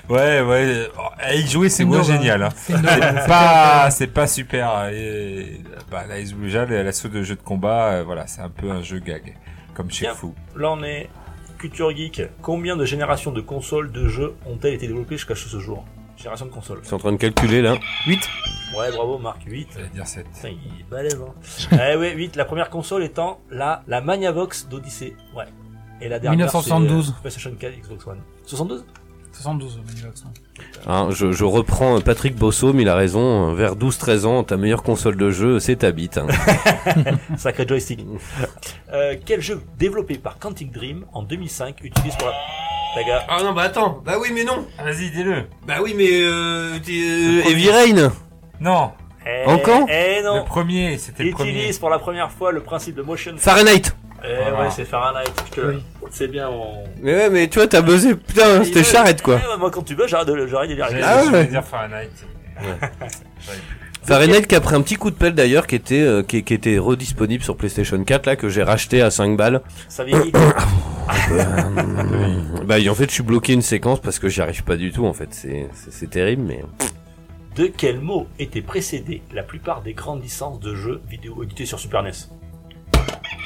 Ouais, ouais. oh, et y jouer, c'est moins
Nova.
génial. Hein. C'est pas, c'est pas super. Et, bah, la Is Blue Jal, la l'assaut de jeu de combat, euh, voilà, c'est un peu un jeu gag. Comme chez
Bien.
Fou.
Là, on est culture geek. Combien de générations de consoles, de jeux ont-elles été développées jusqu'à ce jour Génération de consoles.
Je suis en train de calculer là. 8
Ouais, bravo, Marc, 8.
J'allais dire cette.
Putain, il est balèze, hein. eh ouais, 8, la première console étant la, la Magnavox d'Odyssée. Ouais. Et la dernière,
1972.
c'est, euh, PlayStation 4, Xbox One. 72
72, au milieu de ça.
Hein, je, je reprends Patrick Bossaume, il a raison. hein, Vers 12-13 ans, ta meilleure console de jeu, c'est ta bite. hein.
Sacré joystick.
Mmh.
euh, quel jeu développé par Quantic Dream en 2005 utilise pour la... Taga.
Ah non, bah attends. Bah oui, mais non.
Ah,
Vas-y, dis-le.
Bah oui, mais euh,
Euh, Heavy Rain
Non,
Eh,
Encore
Eh
le
non
premier, c'était le premier.
Utilise pour la première fois le principe de motion.
Fahrenheit
Eh
Voilà.
Ah.
ouais, c'est Fahrenheit. Je te-
Oui.
C'est bien, on...
Mais ouais, mais tu vois, t'as buzzé. Putain, Ah, c'était
Il-
charrette quoi.
Eh ouais, moi, quand tu veux, j'arrête de, j'arrête de dire.
J'allais-
Ah ouais.
j'allais dire Fahrenheit.
Fahrenheit qui a pris un petit coup de pelle d'ailleurs, qui était euh, qui, qui était redisponible sur PlayStation 4 là, que j'ai racheté à 5 balles.
Ça vient vite.
Ah, Bah et en fait, je suis bloqué une séquence parce que j'y arrive pas du tout. En fait, c'est c'est- c'est terrible, mais
De quel mot était précédée la plupart des grandes licences de jeux vidéo éditées sur Super E NES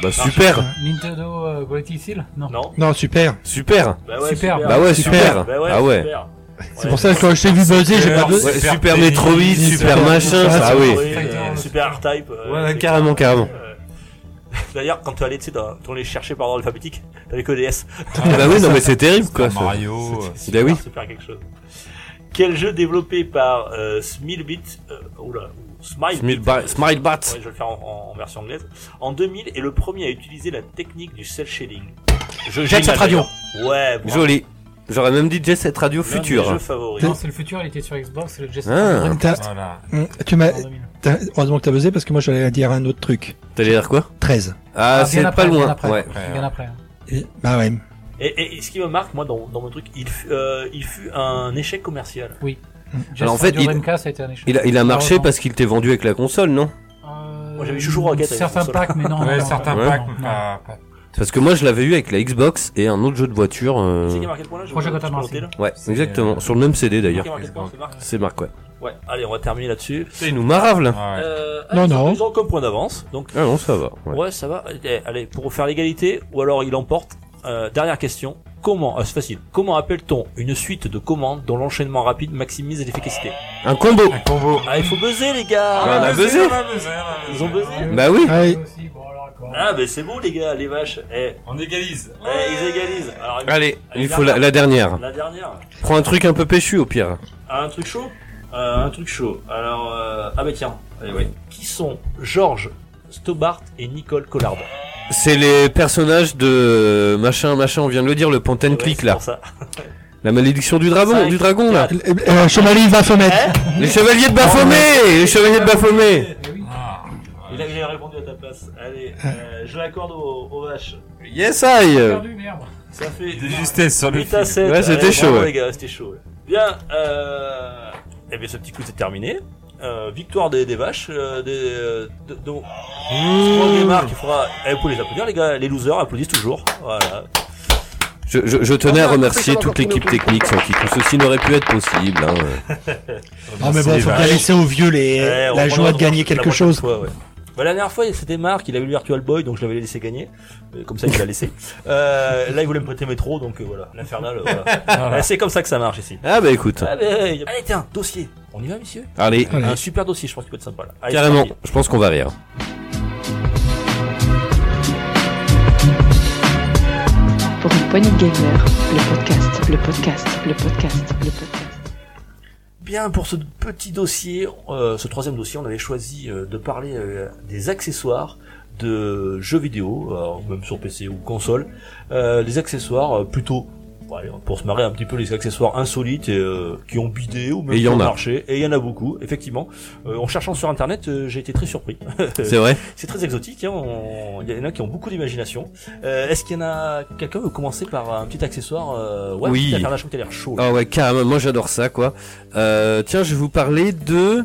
bah super,
Nintendo euh, Quality Seal Non.
Non
non, super.
super.
bah
Super.
Bah ouais, super.
Bah ouais,
Ah ouais.
super.
C'est pour ça que quand je t'ai vu buzzer, j'ai pas
Alors,
buzzé.
Ouais,
Super
super,
Tennis,
Metroid, super,
Super
machin,
Metroid,
ça, ah
Super
oui.
euh, super R-Type. euh,
Ouais,
c'est-
carrément, carrément.
euh, D'ailleurs, quand tu allais, tu sais, dans- tu allais chercher par ordre alphabétique, t'avais que des S.
bah oui, non mais c'est terrible quoi.
Super
ça.
Oh,
Mario. euh,
Super,
Ben oui.
Super quelque chose. Quel jeu développé par euh, Smilbit, euh, oula, ou Smilebit,
Smile Bar- Smile Bats.
Ouais, je vais le faire en, en version anglaise. En 2000, est le premier à utiliser la technique du cell shading. Je
Jet Set Radio.
Ouais, bravo.
Joli. J'aurais même dit Jet Set Radio
L'un de mes
Futur. Hein.
jeux favoris.
Non, c'est le futur, il était sur Xbox, c'est le Jess.
Ah.
T'as-
Voilà.
hum, Tu m'as,
En 2000.
t'as- heureusement que t'as buzzé parce que moi j'allais dire un autre truc.
T'allais dire quoi
13.
Ah,
bien
c'est
après,
pas
bien
loin.
après,
Ouais.
bien après. hein.
Et- bah ouais.
Et, et- et ce qui me marque, moi, dans, dans mon truc, il, fut- euh, il fut un échec commercial.
Oui. Just
Alors, en
for
fait,
Your
il-
Dreamcast a été un échec.
Il a, il a marché
Malheureusement.
parce qu'il t'est vendu avec la console, non
Euh,
Moi, j'avais Chouchou Rocket avec
Certains
console.
packs, mais
Ah,
non.
Ouais,
non,
certains
non,
packs, ah.
non, non.
pas- pas-
Parce que moi, je l'avais eu avec la Xbox et un autre jeu de voiture. euh,
C'est qui a marqué le point là Je
Projet
peux-
Gotham
je peux
Racing.
noter, là
Ouais,
C'est-
exactement. Sur le même CD d'ailleurs.
Qui a marqué le point, c'est Marc
C'est Marc, ouais.
Ouais, allez, on va terminer là-dessus.
Il nous marave là.
Ah ouais.
Euh,
Non,
allez,
non.
Ils ont comme point d'avance, donc
Ah non, ça va. ouais.
Ouais, ça va. Eh, Allez, pour faire l'égalité, ou alors il emporte. Euh, dernière question. Comment, ah, c'est facile, comment appelle-t-on une suite de commandes dont l'enchaînement rapide maximise l'efficacité
Un combo
Un combo.
Ah, il faut buzzer, les gars
Ah, on a buzzé.
on a buzzé, on a
Ils ont
buzzé.
buzzé
Bah oui
Ouais,
Ah, ben c'est bon, les gars, les vaches. Eh,
On égalise.
eh, ils égalisent. Alors,
Allez, il faut la, la dernière.
la dernière.
Prends un truc un peu péchu au pire.
Ah, un truc chaud Euh, Un truc chaud. Alors, euh, ah, ben tiens. Allez, ouais. Qui sont Georges Stobart et Nicole Collard
C'est les personnages de euh, machin, machin, on vient de le dire, le point and
Ouais,
click
c'est
là.
pour ça.
La malédiction du dragon,
Cinq,
du dragon là.
euh, euh, Chevalier de Baphomet.
Les chevaliers de Baphomet Les chevaliers de Baphomet
Ah.
Il a, il a répondu à ta place. Allez, euh, je l'accorde aux, aux vaches.
Yes I
Perdu, merde.
Ça fait
De justesse sur le
8 à
fil.
7.
Ouais, c'était
Allez,
chaud,
bravo,
ouais.
les gars, c'était chaud. ouais. Bien, euh... Eh bien, ce petit coup, c'est terminé. Euh, victoire des, des vaches, euh, des... euh, De, de... Strong et Marc, il faudra... Eh, vous pouvez les applaudir, les gars. Les losers applaudissent toujours. Voilà.
je, je, je tenais à remercier toute l'équipe technique sans qui tout ceci n'aurait pu être possible. hein.
Non, Ah, mais bon,
les
faut bien
vaches.
laisser aux vieux les,
Eh, on
la
reprendra
joie
la
de
prochaine-
gagner
la
quelque chose.
prochaine fois, ouais. Bah, la dernière fois, c'était Marc, il avait le Virtual Boy, donc je l'avais laissé gagner. Euh, Comme ça, il l'a laissé. Euh, là, il voulait me prêter métro, donc euh, voilà. L'infernal, voilà. Ouais, C'est comme ça que ça marche ici.
Ah bah écoute.
Ah, ben, y a- Allez, tiens, dossier. On y va, monsieur
Allez,
Allez.
Un super dossier, je pense qu'il peut être sympa. Là. Allez, c'est
carrément,
parti.
je pense qu'on va rire.
Euh,
Pour une poignée de gamer, le podcast, le podcast, le podcast, le podcast.
Bien, pour ce petit dossier, euh, ce troisième dossier, on avait choisi euh, de parler euh, des accessoires de jeux vidéo, alors, même sur PC ou console, euh, les accessoires euh, plutôt, bon, allez, pour se marrer un petit peu, les accessoires insolites et, euh, qui ont bidé ou même
Et il
qui
y en
ont
a.
marché, et il y en a beaucoup, effectivement. Euh, en cherchant sur Internet, euh, j'ai été très surpris.
C'est vrai
C'est très exotique, hein, on- il y en a qui ont beaucoup d'imagination. Euh, Est-ce qu'il y en a quelqu'un veut commencer par un petit accessoire euh, Ouais,
Oui.
t'as l'air chaud, t'as l'air chaud. là.
Ah ouais, carrément, moi j'adore ça quoi. Euh, tiens, je vais vous parler de...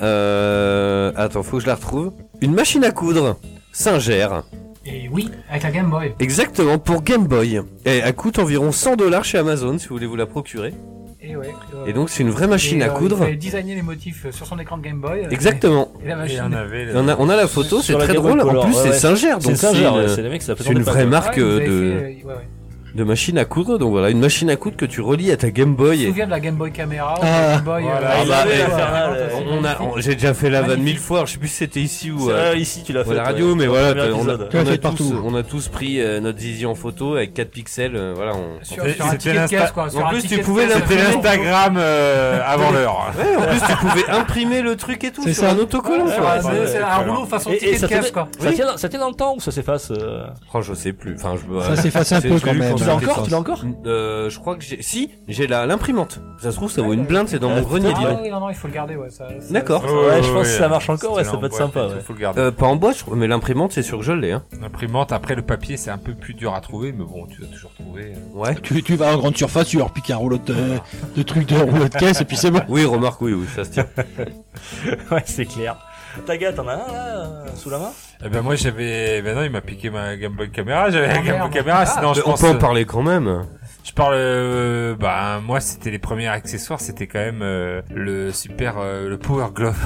Euh... Attends, faut que je la retrouve. Une machine à coudre. Singère.
Et oui, avec la Game Boy.
Exactement, pour Game Boy. Et elle coûte environ 100 dollars chez Amazon si vous voulez vous la procurer.
Ah
Et ouais. euh,
Et donc c'est une vraie machine
et,
à
euh,
coudre.
Il fallait designer les motifs sur son écran de Game Boy. euh,
Exactement.
Et la
Et on
machine.
avait le-
On a, on a la photo, c'est
Sur la
très
Game Boy
drôle. En
Color,
plus,
ouais,
c'est
ouais.
Singer, Ah, donc
C'est
c'est
Singer, ouais,
une-
c'est les mecs qui s'appellent
c'est une
pas,
vraie
quoi.
marque
Ouais, ils
euh,
avaient
de,
fait, euh, ouais, ouais.
de machine à coudre. Donc voilà, une machine à coudre que tu relies à ta Game
Je me
Boy. et-
souviens de la Game Boy Camera. ou
Ah.
la Game Boy,
Voilà,
Ah bah,
ouais,
eh,
ouais,
Infernal,
ouais,
euh,
ouais,
On a, on- j'ai déjà fait la vanne
Magnifique.
mille fois. Je sais plus si c'était ici ou.
C'est
euh,
vrai, ici, tu l'as
ou
fait.
à la
toi,
radio, mais
au
voilà,
premier
on a,
épisode.
Tu l'as
on a
fait
tous,
partout.
on a tous pris euh, notre zizi en photo avec 4 pixels, euh, voilà. On...
Sur,
Et
sur un
c'était
ticket de
l'insta-
caisse, quoi. sur un
plus, tu
ticket de
pouvais
caisse,
C'était
ça faisait
l'Instagram euh, avant l'heure.
Ouais, en plus tu pouvais imprimer le truc et tout
C'est
sur
ça.
un autocollant.
Ouais,
quoi.
ouais,
ouais,
c'est- C'est un
ouais.
rouleau façon
Et- et
ticket de
Eh, ça
caisse,
tenait-
quoi.
Ça, tient, dans- ça tient dans le temps ou ça s'efface euh
Oh, je sais plus. Enfin, je.
Ça s'efface un
c'est
peu
celui
quand même.
qu'on
Tu
s'est
l'as
hein.
fait
encore
ça.
Tu l'as encore
Euh, je crois que j'ai. Si, j'ai la l'imprimante. Ça se trouve, ça vaut une blinde, c'est dans mon grenier, dis
Ah
donc.
oui, non, non, il faut le garder, ouais. ça- ça-
D'accord.
Ouais, je pense que ça marche encore, ouais,
C'était
ça peut être
l'emboîte
sympa,
et tout,
ouais.
Faut le garder.
Euh, pas en bois, je trouve, mais l'imprimante, c'est sûr que je l'ai. Hein.
L'imprimante, après le papier, c'est un peu plus dur à trouver, mais bon, tu vas toujours euh. trouver.
Ouais.
Tu, tu vas en grande surface, tu leur piques un rouleau de, de trucs de rouleau de caisse et puis c'est bon.
Oui, remarque, oui, oui, ça se tient.
Ouais, c'est clair. Taga, t'en as un là euh, Sous la main
Eh ben moi j'avais, ben non, il m'a piqué ma Game Boy Camera, j'avais
Ah,
la
Oh,
Game Boy
merde.
Camera, sinon je
Euh, on
pense. euh,
peut en parler quand même.
Je parle, euh, bah moi c'était les premiers accessoires, c'était quand même euh, le super, euh, le Power Glove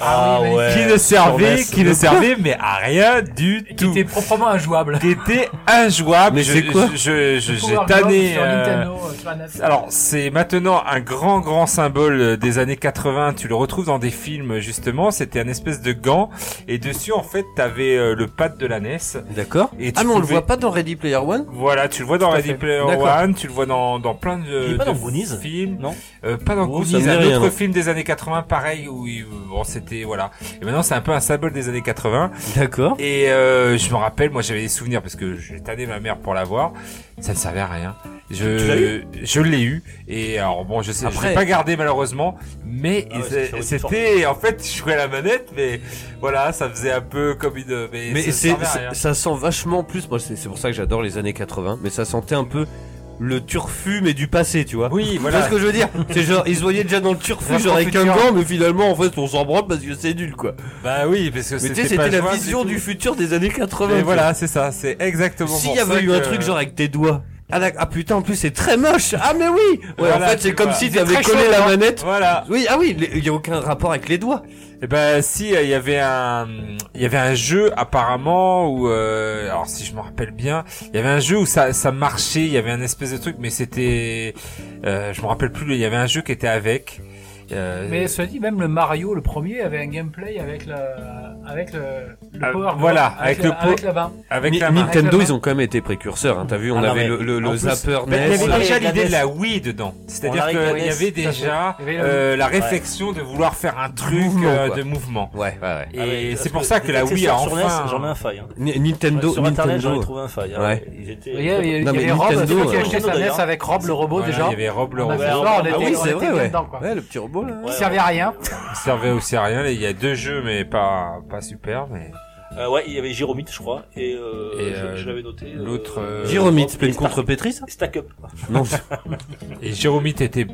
Ah oui, mais-
qui ne servait,
sur NES.
qui ne servait, mais à rien du
Qui
tout.
était proprement injouable.
Qui était injouable.
Mais
je,
c'est quoi
je, je, je- j'ai
Power Glove
tanné.
sur
euh,
Nintendo, euh, sur la NES.
Alors, c'est maintenant un grand, grand symbole euh, des années 80. Tu le retrouves dans des films, justement. C'était un espèce de gant. Et dessus, en fait, t'avais euh, le pad de la NES.
D'accord.
Et
Ah,
tu
mais on le
pouvais-
voit pas dans Ready Player One
Voilà, tu le vois dans
Tout à
Ready
fait.
Player
D'accord.
One, tu le vois dans, dans plein de,
Il est pas
de
dans Goonies
films.
Non
Euh, pas dans
Oh, ça
Goonies,
me dit
un
rien,
autre
non.
film des années 80, pareil, où il- bon, c'était, voilà. Et maintenant, c'est un peu un symbole des années 80.
D'accord.
Et euh, je me rappelle, moi j'avais des souvenirs parce que j'ai tanné ma mère pour l'avoir. Ça ne servait à rien.
Tu l'as
Je, je l'ai eu. Et alors bon, je sais, je l'ai
Après-
pas gardé malheureusement, mais
Ah ouais,
c'est-
ça fait
c'était en fait, je jouais à la manette, mais voilà, ça faisait un peu comme une. Mais,
Mais
ça
c'est,
servait à rien.
c'est- ça sent vachement plus. Moi, c'est, c'est pour ça que j'adore les années 80. Mais ça sentait un peu le turfu mais du passé, tu vois.
Oui,
Tu vois
voilà.
ce que je veux dire C'est genre, ils se voyaient déjà dans le turfu, genre avec un
futur.
gant, mais finalement, en fait, on s'en branle parce que c'est nul, quoi.
Bah oui, parce que
Mais tu
c'était
sais,
pas
c'était la
jouable
vision du
tout.
futur des années 80.
Mais
tu
voilà, c'est ça, c'est exactement
S'il
pour
y
ça
avait eu un
que-
truc genre avec tes doigts. Ah, d'ac- ah putain, en plus c'est très moche. Ah mais oui. Ouais,
Voilà,
en fait c'est
tu
comme
vois.
si tu
C'est
avais
très
collé
chaud,
la
hein.
manette.
Voilà.
Oui, ah oui, les- il y a aucun rapport avec les doigts.
Et ben si euh, il y avait un il y avait un jeu apparemment où euh, alors si je me rappelle bien, il y avait un jeu où ça ça marchait, il y avait un espèce de truc mais c'était euh, je me rappelle plus, il y avait un jeu qui était avec euh,
Mais cela dit, même le Mario, le premier, avait un gameplay avec la, avec le, le
Ah,
power.
voilà,
glove,
avec le
la-
po-
avec la barre.
avec
Ni-
la main.
Nintendo,
Avec la
ils ont quand même été précurseurs. Hein. T'as vu, on
Ah non,
avait
mais
le, le, le
en plus,
Zapper
mais
Il y
On
NES.
avait
l'a
déjà
avec la
l'idée de
NES.
la Wii dedans.
On l'a
C'est-à-dire
avec la
qu'il y
NES,
avait
tout à fait.
déjà
Il y avait la
euh, la réflexion de vouloir faire un truc
Mouvement,
euh,
quoi.
de mouvement.
Ouais, ouais, ouais.
Et
Ah ouais,
c'est
parce
pour ça que
des
la Wii a
accessoires sur NES, J'en
enfin
ai un faille. hein.
Ni- Nintendo,
sur internet, j'en ai
Nintendo.
trouvé un faille. hein.
Ouais.
Ils étaient.
Il y avait, il y
Non, mais
avait Rob,
Nintendo,
celui qui
euh,
achetait sa NES
Nintendo,
avec Rob le robot
Voilà,
déjà.
Il y avait Rob le
On a
robot.
fait ça, on
Ah
était,
oui,
on
c'est
était
vrai,
bien
ouais.
dedans, quoi.
Ouais, le petit robot là.
Ouais,
Il
ouais.
servait à rien.
Il servait aussi à rien. Il y a deux jeux, mais pas pas super. Mais
Euh, ouais, il y avait Gyromite, je crois, et, euh,
Et,
je-
euh,
je, l'avais noté. euh,
l'autre, euh,
Gyromite, c'est
et
plein de
Star-
contre-pétris ça
Stack Up.
Non.
et Jérôme était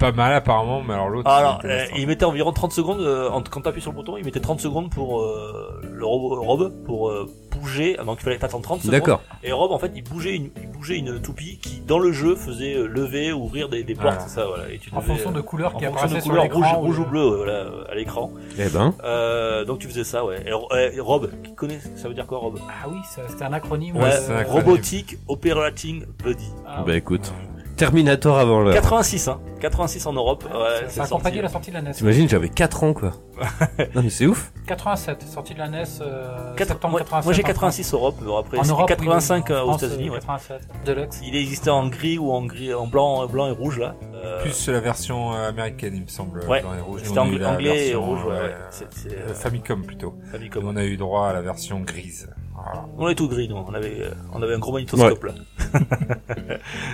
pas mal apparemment, mais alors l'autre.
Ah, alors,
c'était
euh, il mettait environ 30 secondes, euh, en- quand t'appuies sur le bouton, il mettait 30 secondes pour euh, le robot, Rob, pour euh, bouger, donc il fallait t'attendre 30 secondes.
D'accord.
Et Rob, en fait, il bougeait une, il bougeait une toupie qui, dans le jeu, faisait euh, lever, ouvrir des, des
Voilà.
portes, ça, voilà. Et tu
En
devais,
fonction
euh,
de couleurs
en
qui
fonction de
apparaissaient sur
couleur,
l'écran.
rouge,
ou-
rouge ou bleu, euh, voilà, euh, à l'écran.
Eh ben.
Euh, donc tu faisais ça, ouais. Et, Ro- et Rob, qui connaît, ça veut dire quoi, Rob
Ah oui, ça- c'était un acronyme.
Ouais,
Ouais,
c'est un acronyme.
Robotic Operating Buddy.
Ah,
Bah écoute, Terminator avant l'heure.
86, hein. 86 en Europe. Ouais, c'est
ça
sorti.
accompagnait la sortie de la NES.
T'imagines, j'avais 4 ans quoi. non mais c'est ouf.
87, sortie de la NES. euh,
Quatre-
septembre
moi,
87.
moi j'ai
en
86 en Europe, mais après
France. En
c'est
Europe,
85
oui,
euh,
en
aux
France,
États-Unis. ouais.
87, Deluxe.
Il existait en gris ou en gris, en blanc, euh, blanc et rouge là. Euh,
plus la version euh, américaine, il me semble.
Ouais.
blanc et rouge.
C'était
Nous, on a
anglais,
eu la
anglais et
version,
rouge. Ouais,
euh,
ouais. C'est- c'est,
euh,
euh,
Famicom plutôt. Comme
Famicom.
on a eu droit à la version grise. Voilà.
On avait tout gris, nous. On avait, euh, on avait un gros magnétoscope là.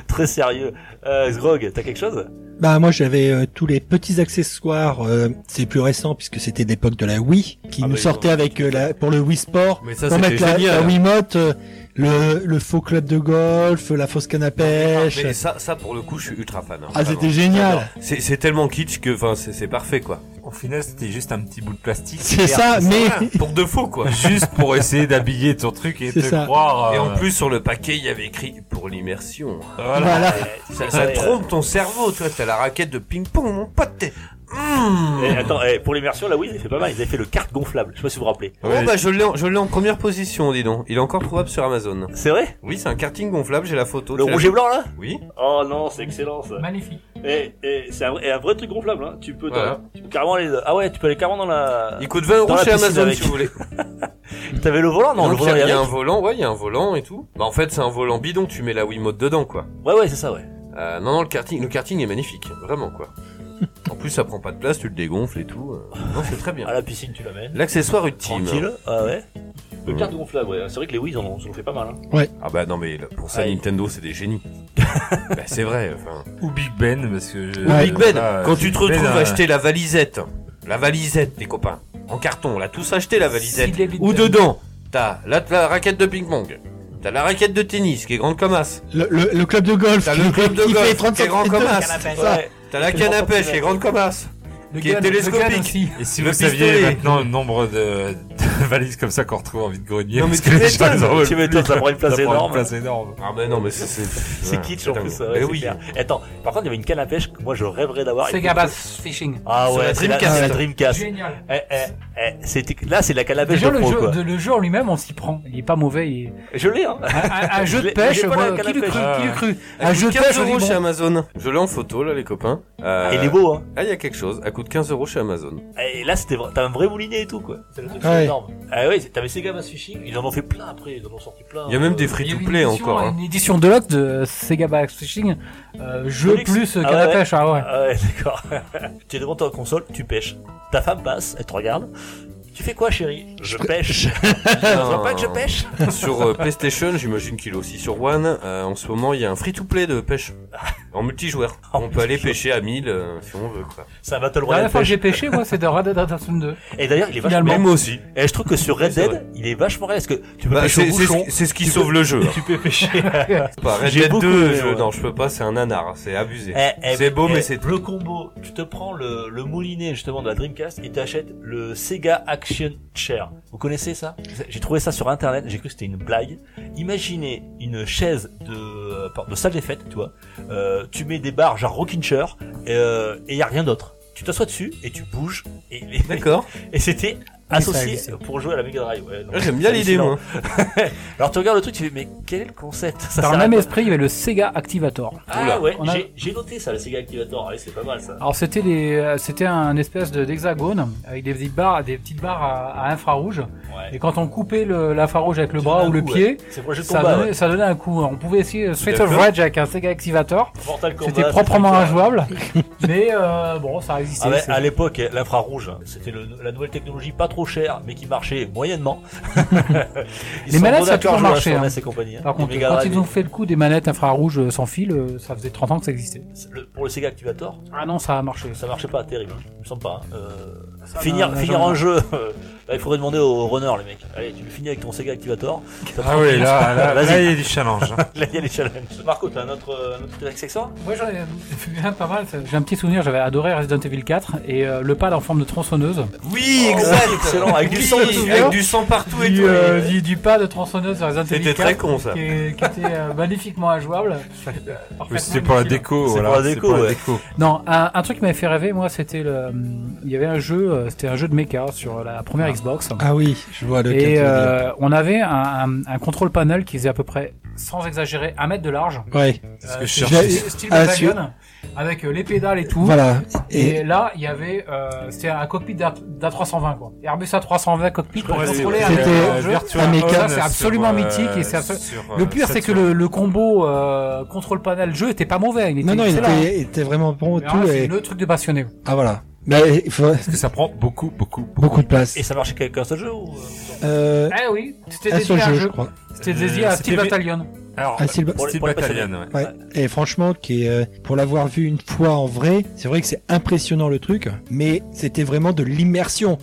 Très sérieux. Euh, Grog, t'as quelque chose
Bah moi j'avais euh, tous les petits accessoires, euh, c'est plus récent puisque c'était l'époque de la Wii qui
Ah
nous
bah,
sortait avec euh, la pour le Wii Sport.
Mais ça
pour
c'était
mettre la, la
génial. hein.
Wiimote, euh, le, le faux club de golf, la fausse canne à pêche.
Ah, Mais ça, ça pour le coup, je suis ultra fan. hein,
Ah
vraiment.
c'était génial.
C'est c'est tellement kitsch que, enfin, c'est c'est parfait quoi.
Au final, c'était juste un petit bout de plastique.
C'est ça, mais
Pour de faux quoi.
juste pour essayer d'habiller ton truc et te
C'est ça.
croire. euh,
Et en
Ah.
plus sur le paquet, il y avait écrit pour l'immersion.
voilà.
Eh,
Ça, ça
Ouais,
trompe ton cerveau, tu vois. T'as la raquette de ping-pong, mon pote. t'es- Mmh.
Eh, Attends, eh, pour l'immersion, là oui, ils avaient fait pas mal. Ils avaient fait le kart gonflable. Je sais pas si vous vous rappelez.
Oh
Ouais.
bah je l'ai, en- je l'ai en première position, dis donc. Il est encore trouvable sur Amazon.
C'est vrai
Oui, c'est un karting gonflable. J'ai la photo.
Le
Tu l'as-
rouge et blanc là
Oui.
Oh non, c'est excellent ça.
Magnifique.
Et, c'est un, vrai- et un vrai truc gonflable. Hein. Tu peux, dans-
Voilà.
tu peux carrément aller. Ah ouais, tu peux aller carrément dans la.
Il coûte 20
Dans
euros
la
chez
piscine
Amazon
avec.
si vous voulez.
T'avais le volant Non, le
Donc,
volant
il y a,
il y
un
avait.
volant, ouais, il y a un volant et tout. Bah en fait, c'est un volant bidon. Tu mets la Wiimote dedans quoi.
Ouais, ouais, c'est ça, ouais.
Euh, non, non, le karting, le karting est magnifique, vraiment quoi. En plus, ça prend pas de place, tu le dégonfles et tout. euh, Non, c'est très bien.
À la piscine, tu l'amènes.
L'accessoire ultime.
Tranquille. Ah ouais. Le
Ouais.
kart gonflable, ouais. C'est vrai que les Wii, ils en ont, ils en ont fait pas mal. Hein.
Ah bah non mais là, pour ça
Ouais.
Nintendo c'est des génies. bah, c'est vrai. Enfin.
Ou Big Ben, parce que. je-
Ou
Big Ben,
voilà,
quand tu
Big
te retrouves
Ben,
à
euh,
acheter la valisette, la valisette les copains, en carton, on l'a tous acheté la valisette.
S'il est Big
Ou
Ben.
dedans, t'as la, la raquette de ping-pong, t'as la raquette de tennis qui est grande comme as,
Le, le, le club de golf
T'as
qui,
le club de
qui
golf,
fait 30
qui est grand
centimètres.
comme
C'est
as.
ça.
Ouais.
t'as la
Qui est
canne à
grande
pêche
comme
qui est grande comme as.
Le
Qui est
gun- le gun
télescopique.
aussi.
Et si
Le
vous saviez
pistolet.
maintenant le nombre de, de valises comme ça qu'on retrouve en vide-grenier,
Non, mais
parce
tu
que les
m'étonnes.
gens, ils en veulent
Tu m'étonnes,
plus,
ça prend une place
ça prend
énorme.
place énorme.
Ah mais non mais c'est c'est
C'est kitsch en plus, ouais,
Mais
c'est
Bah oui.
clair. Attends, par contre, il y avait une canne à pêche que moi je rêverais d'avoir.
Sega Bass Fishing.
Ah ouais, c'est
Sur
la,
la Dreamcast.
c'est la Dreamcast.
Génial.
Eh, eh, eh, c'était- là, c'est la canne à pêche
Déjà,
de
le
pro,
jeu,
quoi.
de- le jeu en lui-même, on s'y prend. Il est pas mauvais. il est-
Je l'ai, hein.
Un, un- un jeu
Je
de
l'ai- je l'ai
pêche,
pas la
moi,
canne à
qui l'eût
pêche. Ah,
cru, qui l'eût cru.
Elle
Un jeu
coûte
de pêche,
15
on dit,
euros
bon,
chez Amazon. Je l'ai en photo là les copains. Euh,
Et Il est beau, hein.
Ah il y a quelque chose. Elle coûte 15 euros chez Amazon.
Oh,
Et là, c'était vra- t'as un vrai moulinet et tout, quoi. C'est le truc
Ouais.
c'est énorme. Ah ouais, c'est- t'avais Sega Mass Fishing, ils en ont fait plein après, ils en ont sorti plein.
Il y a même
euh,
des
il y
free
a
to
eu une
play
édition-
encore. hein.
Une édition Deluxe de Sega Bass Fishing. euh, Jeu
Deluxe.
plus
Ah
canne à
ouais.
pêche, ah ouais.
Ah ouais, d'accord. tu es devant ta console, tu pêches. Ta femme passe, elle te regarde. Tu fais quoi, chérie Je pêche. Tu vois pas que je pêche
Sur euh, PlayStation, j'imagine qu'il est aussi sur One. euh, en ce moment, il y a un free to play de pêche. En multijoueur.
En
on peut aller
Oh, multijoueur.
pêcher à 1000 euh, si on veut, quoi.
C'est un Battle
La dernière
Royale.
fois que
pêche.
j'ai pêché, moi, c'est dans Red Dead Redemption 2.
Et d'ailleurs, il est vachement
Finalement.
réel.
moi aussi.
Et je trouve que sur Red
C'est
Dead, il est vachement réel. Parce que tu peux
Bah,
pêcher
c'est
au
c'est ce
bouchon.
qui- c'est ce qui
tu
sauve le jeu. hein.
Tu peux pêcher.
Pas Red
J'ai
Dead
beaucoup
2,
aimé,
je-
ouais.
non, je peux pas, c'est un nanar, c'est abusé.
Eh, eh,
C'est beau,
eh,
mais c'est-
Le combo, tu te prends le, le moulinet justement de la Dreamcast et t'achètes le Sega Action Chair. Vous connaissez ça J'ai trouvé ça sur internet, j'ai cru que c'était une blague. Imaginez une chaise de, euh, pardon, de salle des fêtes, tu vois. Euh, tu mets des barres genre rocking chair euh, et il y a rien d'autre. Tu t'assois dessus et tu bouges. Et,
D'accord.
et c'était associé pour jouer à la Mega Drive. ouais, donc,
Ouais, J'aime bien
c'est
l'idée,
hallucinant.
moi.
Alors tu regardes le truc, tu fais mais quel est le concept ça
Dans
sert
le
à
même
quoi
esprit, il y avait le Sega Activator.
Ah ouais,
On a-
j'ai- j'ai noté ça, le Sega Activator. Ouais, c'est pas mal ça.
Alors c'était des, euh, c'était un espèce de d'hexagone avec des petites barres, des petites barres à, à infrarouge.
Ouais.
Et quand on coupait le l'infrarouge avec le bras
donnes
ou
un
le
coup,
pied,
C'est pour le jeu de
ça,
combat.
donnait,
ouais.
ça donnait un coup. hein. On pouvait essayer Street of
D'accord.
Rage avec un Sega Activator.
Mortal Kombat.
C'était proprement
Street Fighter.
injouable, mais euh, bon, ça
Ah
existait.
ouais,
c'est-
à l'époque, l'infrarouge, hein, c'était le- la nouvelle technologie pas trop chère, mais qui marchait moyennement. Ils
Les
sont
manettes,
bons
ça a
d'accords jouer
toujours
à
marché,
Stormless
hein.
et compagnie, hein.
Par
Les
contre,
Mega
quand
Drive,
ils ont fait le coup des manettes infrarouges euh, sans fil, euh, ça faisait 30 ans que ça existait.
le- pour le Sega Activator,
Ah non, ça a marché.
ça marchait pas terrible. hein. Il me semble pas. hein. Euh,
Ça,
finir
non,
finir
non,
un
non.
jeu, euh, bah, il faudrait demander aux runners, les mecs. Allez, tu finis avec ton Sega Activator. Ça
Ah
prend-
oui, là, là,
Vas-y.
là, il y a du challenge. hein.
Là, il y a les challenges. Marco, t'as un autre, euh, un autre truc avec Sexor
Moi j'en ai un pas mal. ça. J'ai un petit souvenir, j'avais adoré Resident Evil 4 et euh, le pad en forme de tronçonneuse.
Oui,
exact. Oh, excellent, avec du sang partout.
Avec du sang partout et
du,
tout.
euh, du, du pas de tronçonneuse de Resident Evil
C'était
4,
très con, ça.
Qui, est- qui était euh, magnifiquement injouable. Euh,
Oui, C'était pour la
déco.
déco.
C'est
voilà,
pour la
c'est
déco, ouais.
déco.
Non, un, un truc qui m'avait fait rêver, moi, c'était le. hum, Il y avait un jeu, euh, c'était un jeu de mecha sur la première Xbox.
Ah oui, je vois lequel. tu
Et
veux dire.
euh, on avait un, un, un contrôle panel qui faisait à peu près, sans exagérer, un mètre de large.
Ouais,
C'est ce que je
Euh,
cherchais.
style- Style
Ah,
Battalion, avec euh, les pédales et tout.
voilà.
Et,
Et
là, il y avait, euh, c'était un cockpit d'A320 quoi. Airbus A320 cockpit pour
Ouais,
contrôler
c'est-
un
c'était-
un
euh,
jeu.
Virtua
un mécan-
Ça,
Hone
c'est
sur,
absolument
euh,
mythique et c'est absolu-
sur, euh,
Le pire, c'est que
Saturn.
le, le combo euh, contrôle panel jeu était pas mauvais. Il était
non, non, il
excellent.
était, il était vraiment bon
Mais
tout.
alors là, C'est
Et...
le truc de passionné.
Ah voilà. Mais il faut
Parce que ça prend beaucoup, beaucoup, beaucoup.
beaucoup de place.
Et ça marchait qu'avec un seul jeu ou...
Euh,
Eh oui, c'était
un
dédié
seul
à un
jeu, je
jeu.
crois.
C'était
Euh,
dédié à
c'était
Steel
V-
Battalion.
Alors,
Ah, c'est le-
Pour les-
Steel
pour les
Battalion, ouais.
Ouais. Et franchement, qui est, euh, pour l'avoir vu une fois en vrai, c'est vrai que c'est impressionnant le truc, mais c'était vraiment de l'immersion.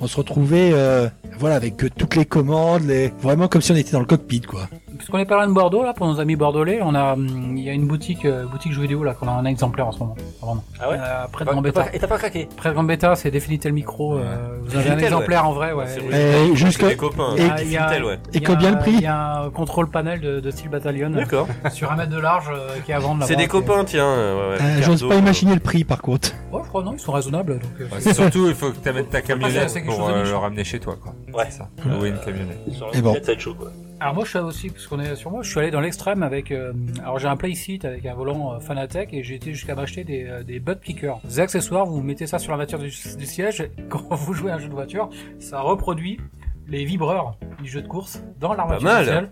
On se retrouvait, euh, voilà, avec euh, toutes les commandes, les... vraiment comme si on était dans le cockpit, quoi.
Euh,
Puisqu'on est pas loin de Bordeaux, là, pour nos amis bordelais, on a, hum, il y a une boutique, euh, boutique jeux vidéo, là, qu'on a un exemplaire en ce moment. à vendre.
Ah ouais
Euh, Près de
Ouais,
Grand
t'as
Beta.
pas- Et t'as pas craqué
Près de Grand Beta, c'est Définitel Micro. euh, vous avez un
Définitel,
exemplaire en vrai, ouais.
C'est
Et-
vrai.
Et
Ouais,
jusqu'à-
c'est des copains.
et-
hein.
Ah, il y a-
Intel, ouais.
Et
il y a-
combien le
Il
prix
y a un contrôle panel de, de Steel Battalion euh,
D'accord.
sur un mètre de large euh, qui est à vendre là
C'est des copains, tiens. euh, ouais, ouais,
Euh,
Ricardo,
J'ose pas
euh,
imaginer le prix, par contre.
Ouais, je crois, non, ils sont raisonnables. Donc, euh,
Ouais,
c'est-
c'est surtout, il faut que tu ta
passer à
camionnette
quelque
pour
chose de
euh,
méchant.
le ramener chez toi, quoi.
Ouais.
Ça. Louer une camionnette.
Sur
Et bon.
internet, ça va être chaud, quoi.
Alors moi, je suis aussi, parce qu'on est sur moi, je suis allé dans l'extrême avec. euh, alors j'ai un PlaySeat avec un volant euh, Fanatec et j'ai été jusqu'à m'acheter des, euh, des butt pickers. Des accessoires, vous mettez ça sur la voiture du, du siège. Quand vous jouez à un jeu de voiture, ça reproduit les vibreurs du jeu de course dans la voiture
mal.
initiale.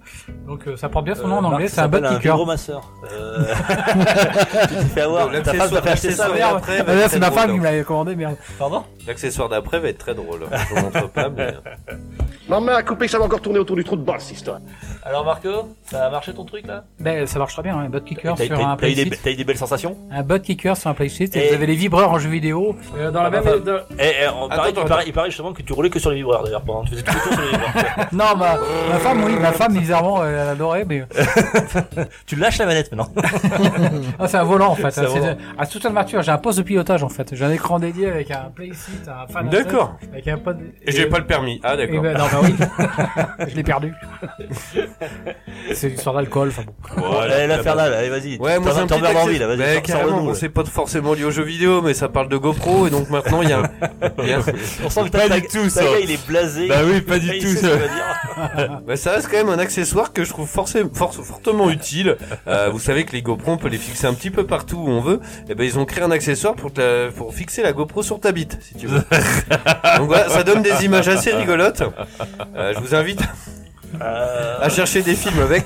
Donc euh, ça porte bien son nom
Euh,
en
Marc,
anglais,
ça
c'est un butt
s'appelle
picker.
vibromasseur. Euh... tu t'es fait avoir. Ta femme t'a fait acheter ça.
L'accessoire
merde.
d'après va
Ah,
être
là,
très
c'est ma
drôle,
femme qui
hein.
me l'avait commandé, merde.
Pardon
L'accessoire d'après va être très drôle. hein. Je vous montre pas, mais.
Ma main a coupé que ça va encore tourner autour du trou de balle, cette histoire.
Alors Marco, ça a marché ton truc là
Ben ça marche très bien, un butt
T'as
kicker
t'as-
sur un
t'as eu, des-
PlayStation.
t'as eu des belles Eh. sensations
Un butt kicker sur un PlayStation,
Et-
et vous avez les vibreurs en jeu vidéo. Euh, dans la
Ah,
même.
bah,
dans-
Eh, eh, on-
Attends,
pareil,
attends,
il, paraît, il paraît justement que tu roulais que sur les vibreurs d'ailleurs pendant tu faisais tout le tour sur les vibreurs.
Non, ma, ma femme, oui, ma femme, bizarrement, elle adorait, mais.
tu lâches la manette maintenant.
Ah, c'est un volant en fait.
C'est un
C'est
volant.
à toute une voiture, j'ai un poste de pilotage en fait. J'ai un écran dédié avec un playseat, un fan.
D'accord.
Avec un pod.
Et j'ai pas le permis. Ah,
Et
d'accord.
ben, non, bah oui. je l'ai perdu. c'est une histoire d'alcool. Enfin bon.
allez, l'infernal, allez vas-y.
Ouais, moi
T'en-
j'ai un
t'en
petit
verras
accès-
envie là, vas-y.
Ouais,
sors- sors-le
carrément,
nous,
bon,
là.
c'est pas forcément lié aux jeux vidéo, mais ça parle de GoPro, et donc maintenant il y a un... il y a un-
On sent que
Pas
ta-
du tout,
ta
ça.
gars, il est blasé.
Bah oui, pas du
Il
tout,
sait ce
ça.
qu'il va dire.
Bah, ça reste quand même un accessoire que je trouve forcément, fortement utile. Euh, vous savez que les GoPro, on peut les fixer un petit peu partout où on veut. Et ben ils ont créé un accessoire pour, te la- pour fixer la GoPro sur ta bite, si tu veux. donc voilà, ça donne des images assez rigolotes. Euh, je vous invite...
Euh,
à chercher des films avec.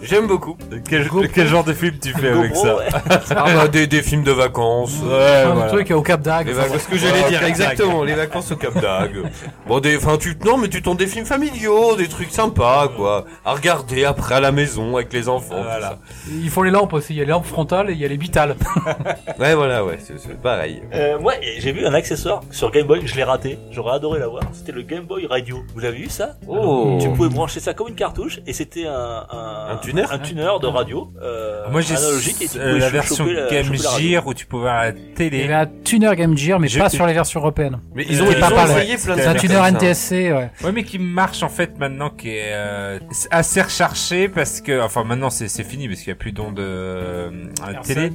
J'aime beaucoup.
Quel, quel genre de film tu fais avec
GoPro,
ça
ouais.
Ah bah, des, des films de vacances. Ouais,
Un
voilà.
truc au Cap d'Agde.
Les vacances, ce que j'allais
Ouais,
dire,
Cap
exactement, les vacances au Cap d'Agde. Bon, des, enfin, tu, non, mais tu tombes des films familiaux, des trucs sympas, quoi. À regarder après à la maison avec les enfants, tout
Voilà.
Ils font les lampes aussi. Il y a les lampes frontales et il y a les bitales.
ça. Ouais, voilà, ouais, c'est, c'est pareil.
Euh, ouais, et j'ai vu un accessoire sur Game Boy, je l'ai raté, j'aurais adoré l'avoir. C'était le Game Boy Radio. Vous l'avez vu ça
Oh.
Tu pouvais brancher ça comme une cartouche et c'était un, un,
Un tuner
un tuner de radio euh,
Moi j'ai
analogique et tu
euh,
pouvais
la
cho-
version
choper la-
Game
choper la radio.
Gear où tu pouvais avoir la
Il y
télé.
avait un tuner Game Gear, mais
J'ai-
pas sur les versions européennes.
Mais ils ont,
C'est
ils
pas
ont
mal,
essayé
ouais.
plein de
C'est
C'est
un
trucs
tuner
comme ça.
NTSC, ouais.
Ouais, mais qui marche en fait maintenant, qui est euh, assez recherché parce que, enfin maintenant c'est c'est fini parce qu'il n'y a plus d'ondes euh, à la télé.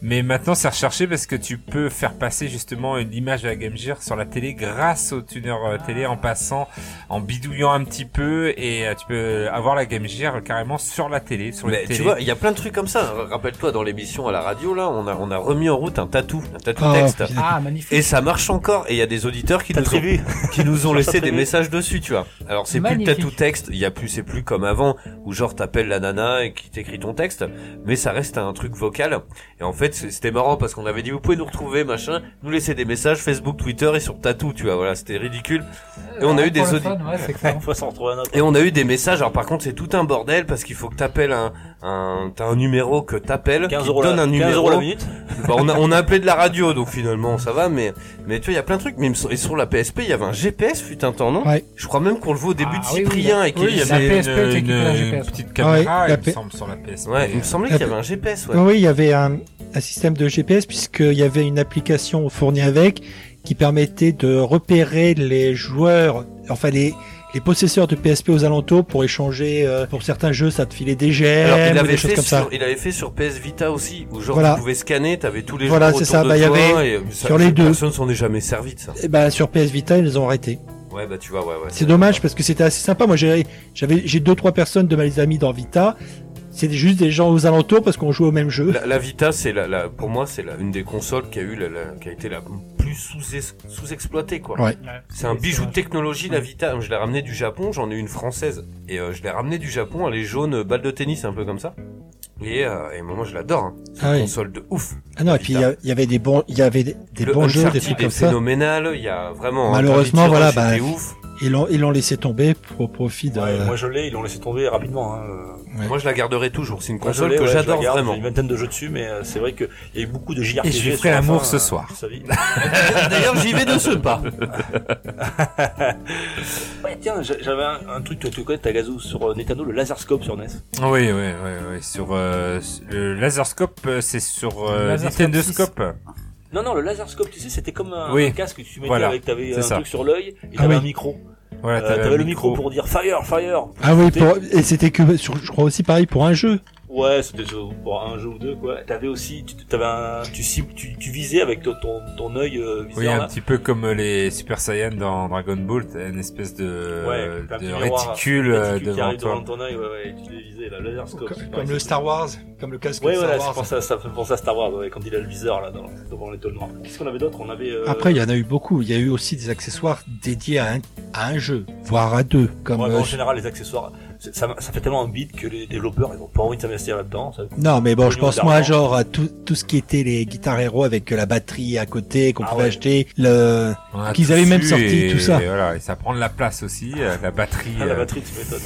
Mais maintenant c'est recherché parce que tu peux faire passer justement une image de la Game Gear sur la télé grâce au tuner
Ah.
euh, télé en passant, en bidouillant un petit peu et euh, tu peux avoir la Game Gear carrément sur la télé, sur
Mais
les télé.
tu vois, il y a plein de trucs comme ça. Rappelle-toi, dans l'émission à la radio, là, on a, on a remis en route un tatou, un tatou
Ah,
texte.
putain.
Ah, magnifique.
Et ça marche encore, et il y a des auditeurs qui nous, ont,
T'attribues.
qui nous ont laissé
Sur ta
des
tribu.
messages dessus, tu vois. Alors c'est plus le
Magnifique.
tatou texte, il y a plus, c'est plus comme avant où genre t'appelles la nana et qui t'écrit ton texte, mais ça reste un truc vocal. Et en fait c'est- c'était marrant parce qu'on avait dit vous pouvez nous retrouver machin, nous laisser des messages Facebook, Twitter et sur tatou, tu vois. Voilà, c'était ridicule. Et on a eu des
Pour le
audi-
fun, ouais, c'est excellent.
Faut s'en retrouver un autre.
Et on a eu des messages. Alors par contre c'est tout un bordel parce qu'il faut que t'appelles un, un t'as un numéro que t'appelles,
15
qui
euros,
te donne
la,
un
15
numéro.
euros la minute.
Bah, on, a, on a appelé de la radio, donc finalement ça va, mais, mais tu vois, il y a plein de trucs. Même sur, et sur la PSP, il y avait un GPS, fut un temps, non
Ouais.
Je crois même qu'on le voit au début
Ah,
de
oui, oui,
Cyprien
la-
et qu'il
Oui, il y
La
avait
PSP
une,
qui
une,
école à GPS.
petite caméra,
Ouais, la
il me
P-
semble, sur la PSP.
Ouais, il me semblait qu'il y avait un GPS, Ah, ouais.
Oui, il y avait un, un système de GPS puisqu'il y avait une application fournie avec qui permettait de repérer les joueurs, enfin les, les possesseurs de PSP aux alentours pour échanger. euh, pour certains jeux, ça te filait des
Alors, il
gemmes ou
avait,
des choses
fait
comme ça.
sur, il avait fait sur PS Vita aussi, où genre
Voilà.
tu pouvais scanner, t'avais tous les
Voilà,
jours
c'est
autour
ça,
de
bah, il y
toi,
avait
et ça-
sur les deux.
Personne s'en est jamais servi de ça.
Et ben, sur PS Vita, ils les ont arrêté.
Ouais, bah tu vois, ouais, ouais.
C'est dommage parce que c'était assez sympa. Moi, j'ai- j'avais, j'ai deux trois personnes de mes amis dans Vita. C'était juste des gens aux alentours parce qu'on jouait au même jeu.
La, la Vita, c'est la, la- pour moi, c'est la- une des consoles qui a eu la, la- qui a été la plus sous- sous-exploitée, quoi.
Ouais.
C'est un bijou de technologie, la Vita. Je l'ai ramené du Japon, j'en ai une française. Et euh, je l'ai ramené du Japon, elle est jaune, euh, balle de tennis, un peu comme ça. Et, euh, et moi, moi, je l'adore. Hein. C'est
Ah
une
oui.
console de ouf.
Ah non, et puis il y a- il y, avait des bons, il y avait des, des
Le
bons jeux, des
Uncharted
trucs
est
comme ça.
phénoménal. Il y a vraiment. un
Malheureusement,
Gravity
voilà,
Rush,
bah,
c'était ouf.
Ils l'ont, ils l'ont laissé tomber pour profit de.
Ouais, Moi je l'ai, ils l'ont laissé tomber rapidement. Hein. euh.
ouais.
Moi, je la garderai toujours. C'est une
Moi, je
console
l'ai,
que
ouais, je la
j'adore
garde,
vraiment.
J'ai une vingtaine de jeux dessus, mais euh, c'est vrai qu'il y a eu beaucoup de JRPG.
Et je lui
sur
ferai
la
l'amour
fin,
ce
euh,
soir.
de sa vie.
D'ailleurs, j'y vais de ce pas.
Ouais, tiens, j'a- j'avais un, un truc que tu connais, Tagazu, sur euh, Nintendo, le Laserscope sur NES.
Oui, oui, oui, oui. Sur euh, le laserscope, euh, c'est sur euh,
Laserscope
Nintendo
6.
Scope.
Non, non, le Laserscope, tu sais, c'était comme un,
Oui,
un casque que tu mettais
voilà,
avec, t'avais
c'est
un
ça.
truc sur l'œil et
Ah
t'avais
oui.
un micro.
Voilà,
Euh, t'avais le micro pour dire fire, fire.
Ah oui, pour, et c'était que, sur, je crois aussi pareil pour un jeu.
Ouais, c'était sur- pour un jeu ou deux, quoi. T'avais aussi, tu, t'avais un, tu, cibles- tu, tu visais avec ton, ton, ton œil euh, viseur,
Oui, un
là.
petit peu comme euh, les Super Saiyan dans Dragon Ball, t'as une espèce de,
Ouais, t'as un petit
de
miroir,
réticule
Dès
euh,
que tu
devant
arrives
toi.
devant ton œil, ouais, ouais, tu les visais, là, le Laserscope. c'est pareil,
Comme le
c'est-
Star Wars, comme le casque
Ouais,
de
voilà,
Star
c'est
Wars.
pour ça, ça fait penser à Star Wars, ouais, quand il a le viseur, là, dans, devant l'étoile noire. Qu'est-ce qu'on avait d'autre? On avait, euh,
Après, il y en a eu beaucoup. Il y a eu aussi des accessoires dédiés à un, à un jeu, voire à deux. Comme
Ouais, mais
euh,
en général, les accessoires, c'est- ça, ça fait tellement un beat que les développeurs, ils ont pas envie de s'investir là-dedans. ça-
Non, mais bon, je
Pognon
pense moi
d'argent.
genre à tout, tout ce qui était les guitares héros avec euh, la batterie à côté qu'on
Ah
pouvait
ouais.
acheter. Le...
On a
Qu'ils
tous
avaient même
eu
sorti
et-
tout ça.
Et voilà, et ça prend de la place aussi, euh, la batterie.
Ah,
euh,
la batterie, tu m'étonnes.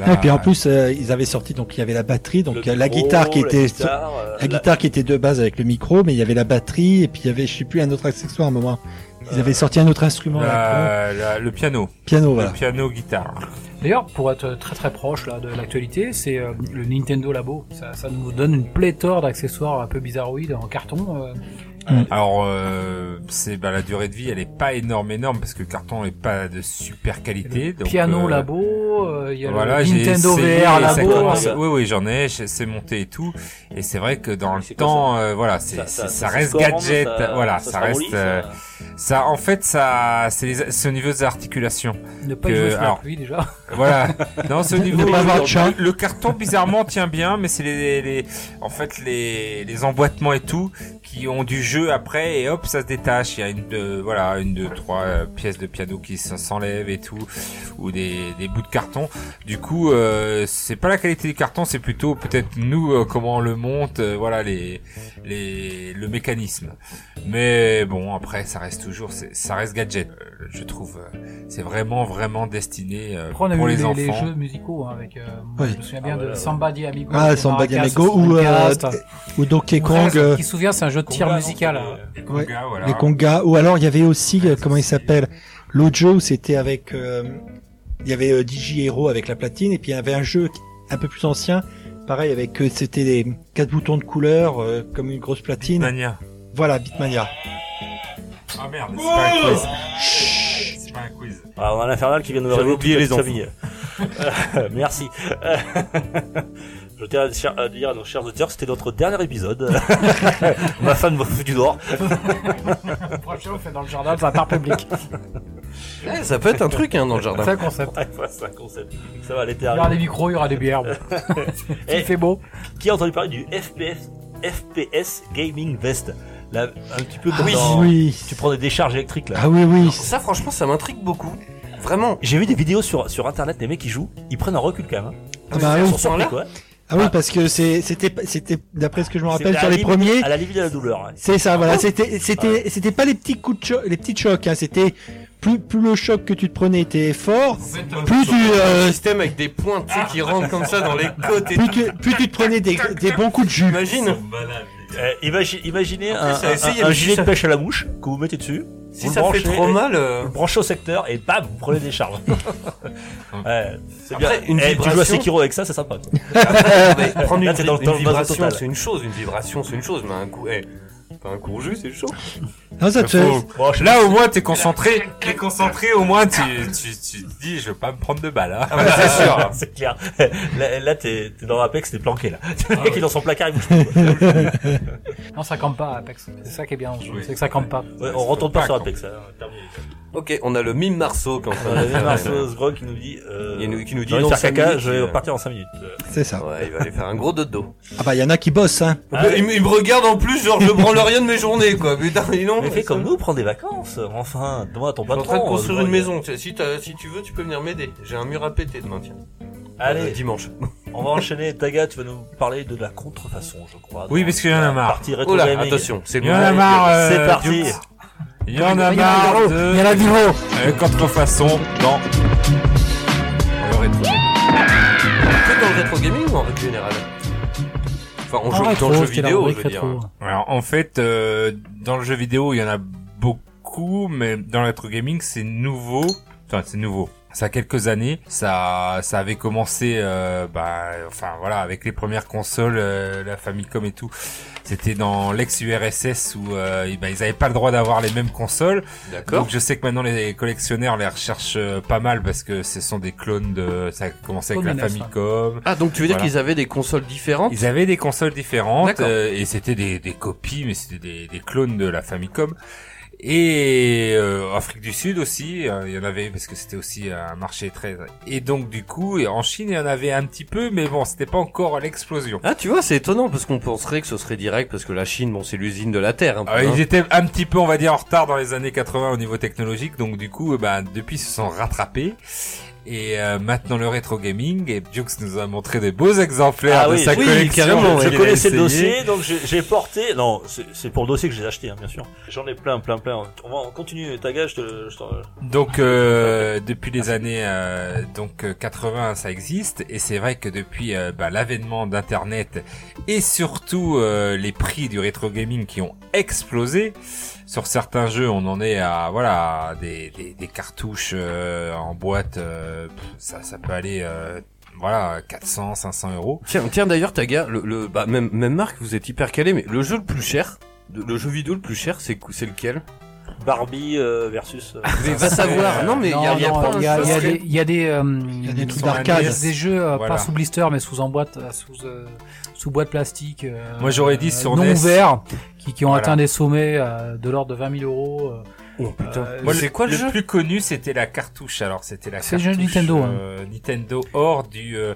la-
Et puis en plus, euh, ils avaient sorti donc il y avait la batterie, donc
Bah. Le
euh, la
micro,
guitare qui
la
était
guitare, euh,
la guitare qui était de base avec le micro, mais il y avait la batterie et puis il y avait je sais plus un autre accessoire à un moment. Ils avaient sorti un autre instrument, là,
la- la- le piano,
le piano voilà.
le piano guitare.
D'ailleurs, pour être très très proche là de l'actualité, c'est euh, le Nintendo Labo. Ça, ça nous donne une pléthore d'accessoires un peu bizarroïdes en carton. euh.
Alors, euh, c'est bah, la durée de vie, elle est pas énorme, énorme parce que le carton est pas de super qualité. donc,
Piano
euh,
Labo, euh, il y a
Voilà,
le
j'ai
Nintendo
essayé,
VR
et ça
Labo.
commence-
hein.
Oui, oui, j'en ai, j'ai- c'est monté et tout. Et c'est vrai que dans le
Ah, C'est quoi
temps, euh, voilà, c'est,
ça-
c'est- ça,
ça- ça
reste
se corne,
gadget.
ça-
voilà,
ça
ça,
se ramollit,
reste. euh,
ça-
Ça... en fait, ça, c'est, les- c'est au niveau des articulations.
Ne pas
Que-
jouer sous la
alors. euh,
pluie déjà.
Voilà. non, c'est au niveau.
pas avoir de chat.
le, le carton bizarrement tient bien, mais c'est les, les, en fait les, les emboîtements et tout qui qui ont du jeu après et hop ça se détache. Il y a une deux, voilà une deux trois euh, pièces de piano qui s- s'enlèvent et tout ou des, des bouts de carton. Du coup euh, c'est pas la qualité du carton, c'est plutôt peut-être nous euh, comment on le monte, euh, voilà les les le mécanisme. Mais bon après ça reste toujours c'est- ça reste gadget. Euh, je trouve euh, c'est vraiment vraiment destiné euh,
Après, on a
pour
eu
les,
les,
enfants.
les jeux musicaux hein, avec. euh, moi,
Oui.
Je me souviens bien
Ah,
de
ouais,
Samba di Amigo.
Ah,
de
Samba di
Maracas,
Amigo, ou, euh,
Dreamcast.
Ou Donkey
Mon frère,
Kong, euh,
Qui se souvient, c'est un jeu de tir
Conga,
musical.
non,
hein.
c'est, euh,
Les congas, voilà.
les congas, ou alors il y avait aussi, euh, comment il s'appelle, l'autre jeu où c'était avec, euh, il y avait euh, Digi Hero avec la platine, et puis il y avait un jeu qui- un peu plus ancien, pareil avec, euh, c'était des quatre boutons de couleur, euh, comme une grosse platine.
Mania.
Voilà, Beatmania.
Ah merde, c'est pas un quiz. C'est pas un quiz.
Ah, on a l'infernal qui vient de me
J'avais
réveiller
oublié
toute la
les
famille. Euh, Merci. Je tiens à dire- à dire à nos chers auditeurs, c'était notre dernier épisode. Ma femme m'a foutu dehors.
Le prochain, on fait dans le jardin, c'est un parc public.
Eh, ça peut être un truc hein, dans le jardin.
C'est un concept.
Ouais, voilà, c'est un concept. Ça va, elle était
Il y aura
arrivée.
des micros, il y aura des bières. bon.
Eh,
Il fait beau.
Qui a entendu parler du FPS, FPS Gaming Vest Là, un petit peu comme
Ah
dans...
oui.
Tu prends des décharges électriques là.
Ah oui, oui.
Ça, franchement, ça m'intrigue beaucoup. Vraiment.
J'ai vu des vidéos sur, sur internet, des mecs qui jouent, ils prennent un recul quand même. hein.
Ah, bah,
Ils
oui.
sont surpris quoi.
Ah oui, parce que c'est- c'était, c'était, d'après ce que je me
C'était
rappelle, sur
à la
les
limite-
premiers,
À la limite de la douleur. hein.
c'est ça, voilà. C'était, c'était, c'était pas les petits coups de choc, les petits chocs, hein. C'était plus, plus le choc que tu te prenais était fort, plus tu,
Un
euh,
système avec des pointes tu sais, qui rentrent comme ça dans les côtés.
plus tu, plus tu te prenais des, des bons coups de jus.
Imagine
Euh, imagine- imaginez un,
ça a
un-
essayé,
un
mais si
gilet
ça-
de pêche à la mouche que vous mettez dessus,
si
Vous
ça
branchez
fait trop
et-
mal. euh,
vous branchez au secteur et bam, vous prenez des charges. ouais, c'est bien.
Après, une
Eh, Tu joues à
vibration-
Sekiro avec ça, c'est sympa. quoi.
mais prendre
Là,
une,
t'es dans le-
une
dans le bazar
vibration,
total.
c'est une chose. Une vibration, c'est une chose. Mais un coup, eh, pas un coup jus, c'est chaud.
Non, Ah, ça te fait,
Oh.
Faut- Là au moins t'es concentré, t'es concentré au moins tu, tu, tu te dis je vais pas me prendre de balles. Hein.
c'est sûr.
c'est clair. Là, là, t'es t'es dans Apex, t'es planqué là. Le mec il est dans son placard, il bouge plus, quoi.
Non, ça campe pas, Apex. C'est ça qui est bien dans ce jeu, c'est que ça campe pas.
Ouais, on retourne pas
Pas
sur
con.
Apex. hein, terminé.
Ok, on a le mime Marceau qui est en
On
train
a
de
bien
faire.
Marceau
euh,
Sgrog qui nous dit. Euh,
Il nous- qui nous dit
j'ai envie de
dans
faire
cinq
caca,
minutes,
je vais
euh,
partir en 5 minutes. Euh,
c'est ça.
Ouais, il va aller faire un gros dodo.
Ah bah, il y en a qui bossent, hein.
Ah ouais.
il, me- il me regarde en plus, genre je branle rien de mes journées, quoi. Putain, dis non.
Mais fais comme nous, prends des vacances. Enfin, demande à ton
Je suis
patron.
en train de construire
euh,
une maison. Tu sais, Si, t'as- si tu veux, tu peux venir m'aider. J'ai un mur à péter demain, tiens. Euh,
Allez,
dimanche.
on va enchaîner. Taga, tu vas nous parler de la contrefaçon, je crois.
Oui parce qu'il y en a marre.
Partie rétro
Oh là,
gaming.
attention, c'est
Il y en a marre. euh,
C'est parti.
Dukes. Il y en a
Il y en a
marre
du gros, il y en a
de
du gros.
euh, contrefaçon dans le rétro.
Que dans le rétro gaming ou en règle générale Enfin, on
En
joue
rétro,
dans le jeu
Ah, c'était la
vidéo, je
rubrique
veux dire.
rétro.
Alors en fait, euh, dans le jeu vidéo, il y en a beaucoup, mais dans le rétro gaming, c'est nouveau. Enfin, c'est nouveau. Ça a quelques années. Ça, ça avait commencé, euh, bah, enfin voilà, avec les premières consoles, euh, la Famicom et tout. C'était dans l'ex-URSS où euh, eh ben, ils n'avaient pas le droit d'avoir les mêmes consoles.
D'accord.
Donc je sais que maintenant les collectionneurs les recherchent euh, pas mal parce que ce sont des clones de. Ça a commencé avec la
Clone NES, hein.
Famicom.
Ah, donc tu veux
dire
dire
Voilà.
qu'ils avaient des consoles différentes
Ils avaient des consoles différentes
D'accord.
euh, et c'était des, des copies, mais c'était des, des clones de la Famicom. Et euh, Afrique du Sud aussi, euh, il y en avait parce que c'était aussi un marché très. Et donc du coup, et en Chine, il y en avait un petit peu, mais bon, c'était pas encore l'explosion.
Ah, tu vois, c'est étonnant parce qu'on penserait que ce serait direct parce que la Chine, bon, c'est l'usine de la Terre. un peu,
Euh,
hein.
ils étaient un petit peu, on va dire, en retard dans les années 80 au niveau technologique, donc du coup, euh, ben, depuis, ils se sont rattrapés. Et euh, maintenant le rétro gaming, et Jux nous a montré des beaux exemplaires
Ah
de
oui,
sa
oui,
collection.
carrément,
Je
qu'il a
connaissais le
essayé.
dossier, donc j'ai j'ai porté. Non, c'est c'est pour le dossier que j'ai acheté, hein, bien sûr. J'en ai plein, plein, plein. On va on continue, Taga. Je te. je t'en-
Donc euh, depuis les années euh, donc euh, 80 ça existe et c'est vrai que depuis euh, bah, l'avènement d'internet et surtout euh, les prix du rétro gaming qui ont explosé sur certains jeux on en est à voilà à des, des, des cartouches euh, en boîte euh, pff, ça ça peut aller euh, voilà 400 500 euros
Tiens, tiens d'ailleurs, Taga, le, le, bah, même, même marque, vous êtes hyper calé, mais le jeu le plus cher, de- le jeu vidéo le plus cher, c'est c'est lequel
Barbie euh, versus. euh,
Mais va savoir. Non, mais il
Non,
y a, il y a
non,
pas
il y a-
un
il y a
jeu-
des- il y a des, euh,
y a des trucs
sur la
d'arcade.
NES, Des jeux, euh,
Voilà.
pas sous blister, mais sous en boîte, euh, sous, euh, sous boîte plastique. euh,
Moi, j'aurais dit sur
Non
NES.
ouvert, qui, qui ont
Voilà.
atteint des sommets euh, de l'ordre de 20 000 euros. euh,
Oh putain.
Euh,
Moi,
le-
c'est quoi le,
le
jeu
plus connu c'était la cartouche alors c'était la
C'est le
cartouche
jeu Nintendo, hein.
euh, Nintendo hors du euh,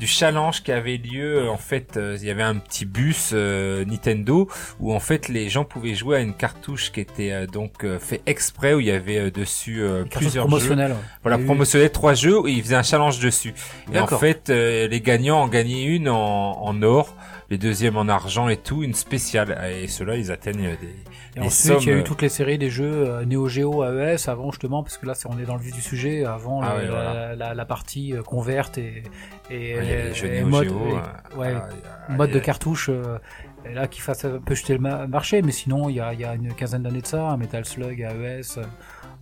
du challenge qui avait lieu en fait euh, il y avait un petit bus euh, Nintendo où en fait les gens pouvaient jouer à une cartouche qui était euh, donc euh, fait exprès où il y avait euh, dessus euh, plusieurs jeux
promotionnel.
voilà
Et-
promotionnait trois jeux et ils faisaient un challenge dessus et en
D'accord.
fait euh, les gagnants en gagnaient une en, en or les deuxièmes en argent et tout une spéciale et ceux-là ils atteignent euh, des
Et
les
ensuite, il y a
sommes,
eu
euh,
toutes les séries des jeux euh, Neo Geo, AES, avant justement, parce que là, c'est- on est dans le vif du sujet, avant
Ah
le-
ouais,
la,
voilà.
la- la partie euh, converte et, et,
Ouais, il y a les jeux
et
Neo
mode,
Geo,
et-
euh,
ouais,
ah, il y a-
mode
il
de
y a-
cartouche, euh, et là, qui fasse un peu jeter le ma- marché, mais sinon, il y a, il y a une quinzaine d'années de ça, un Metal Slug, AES, euh,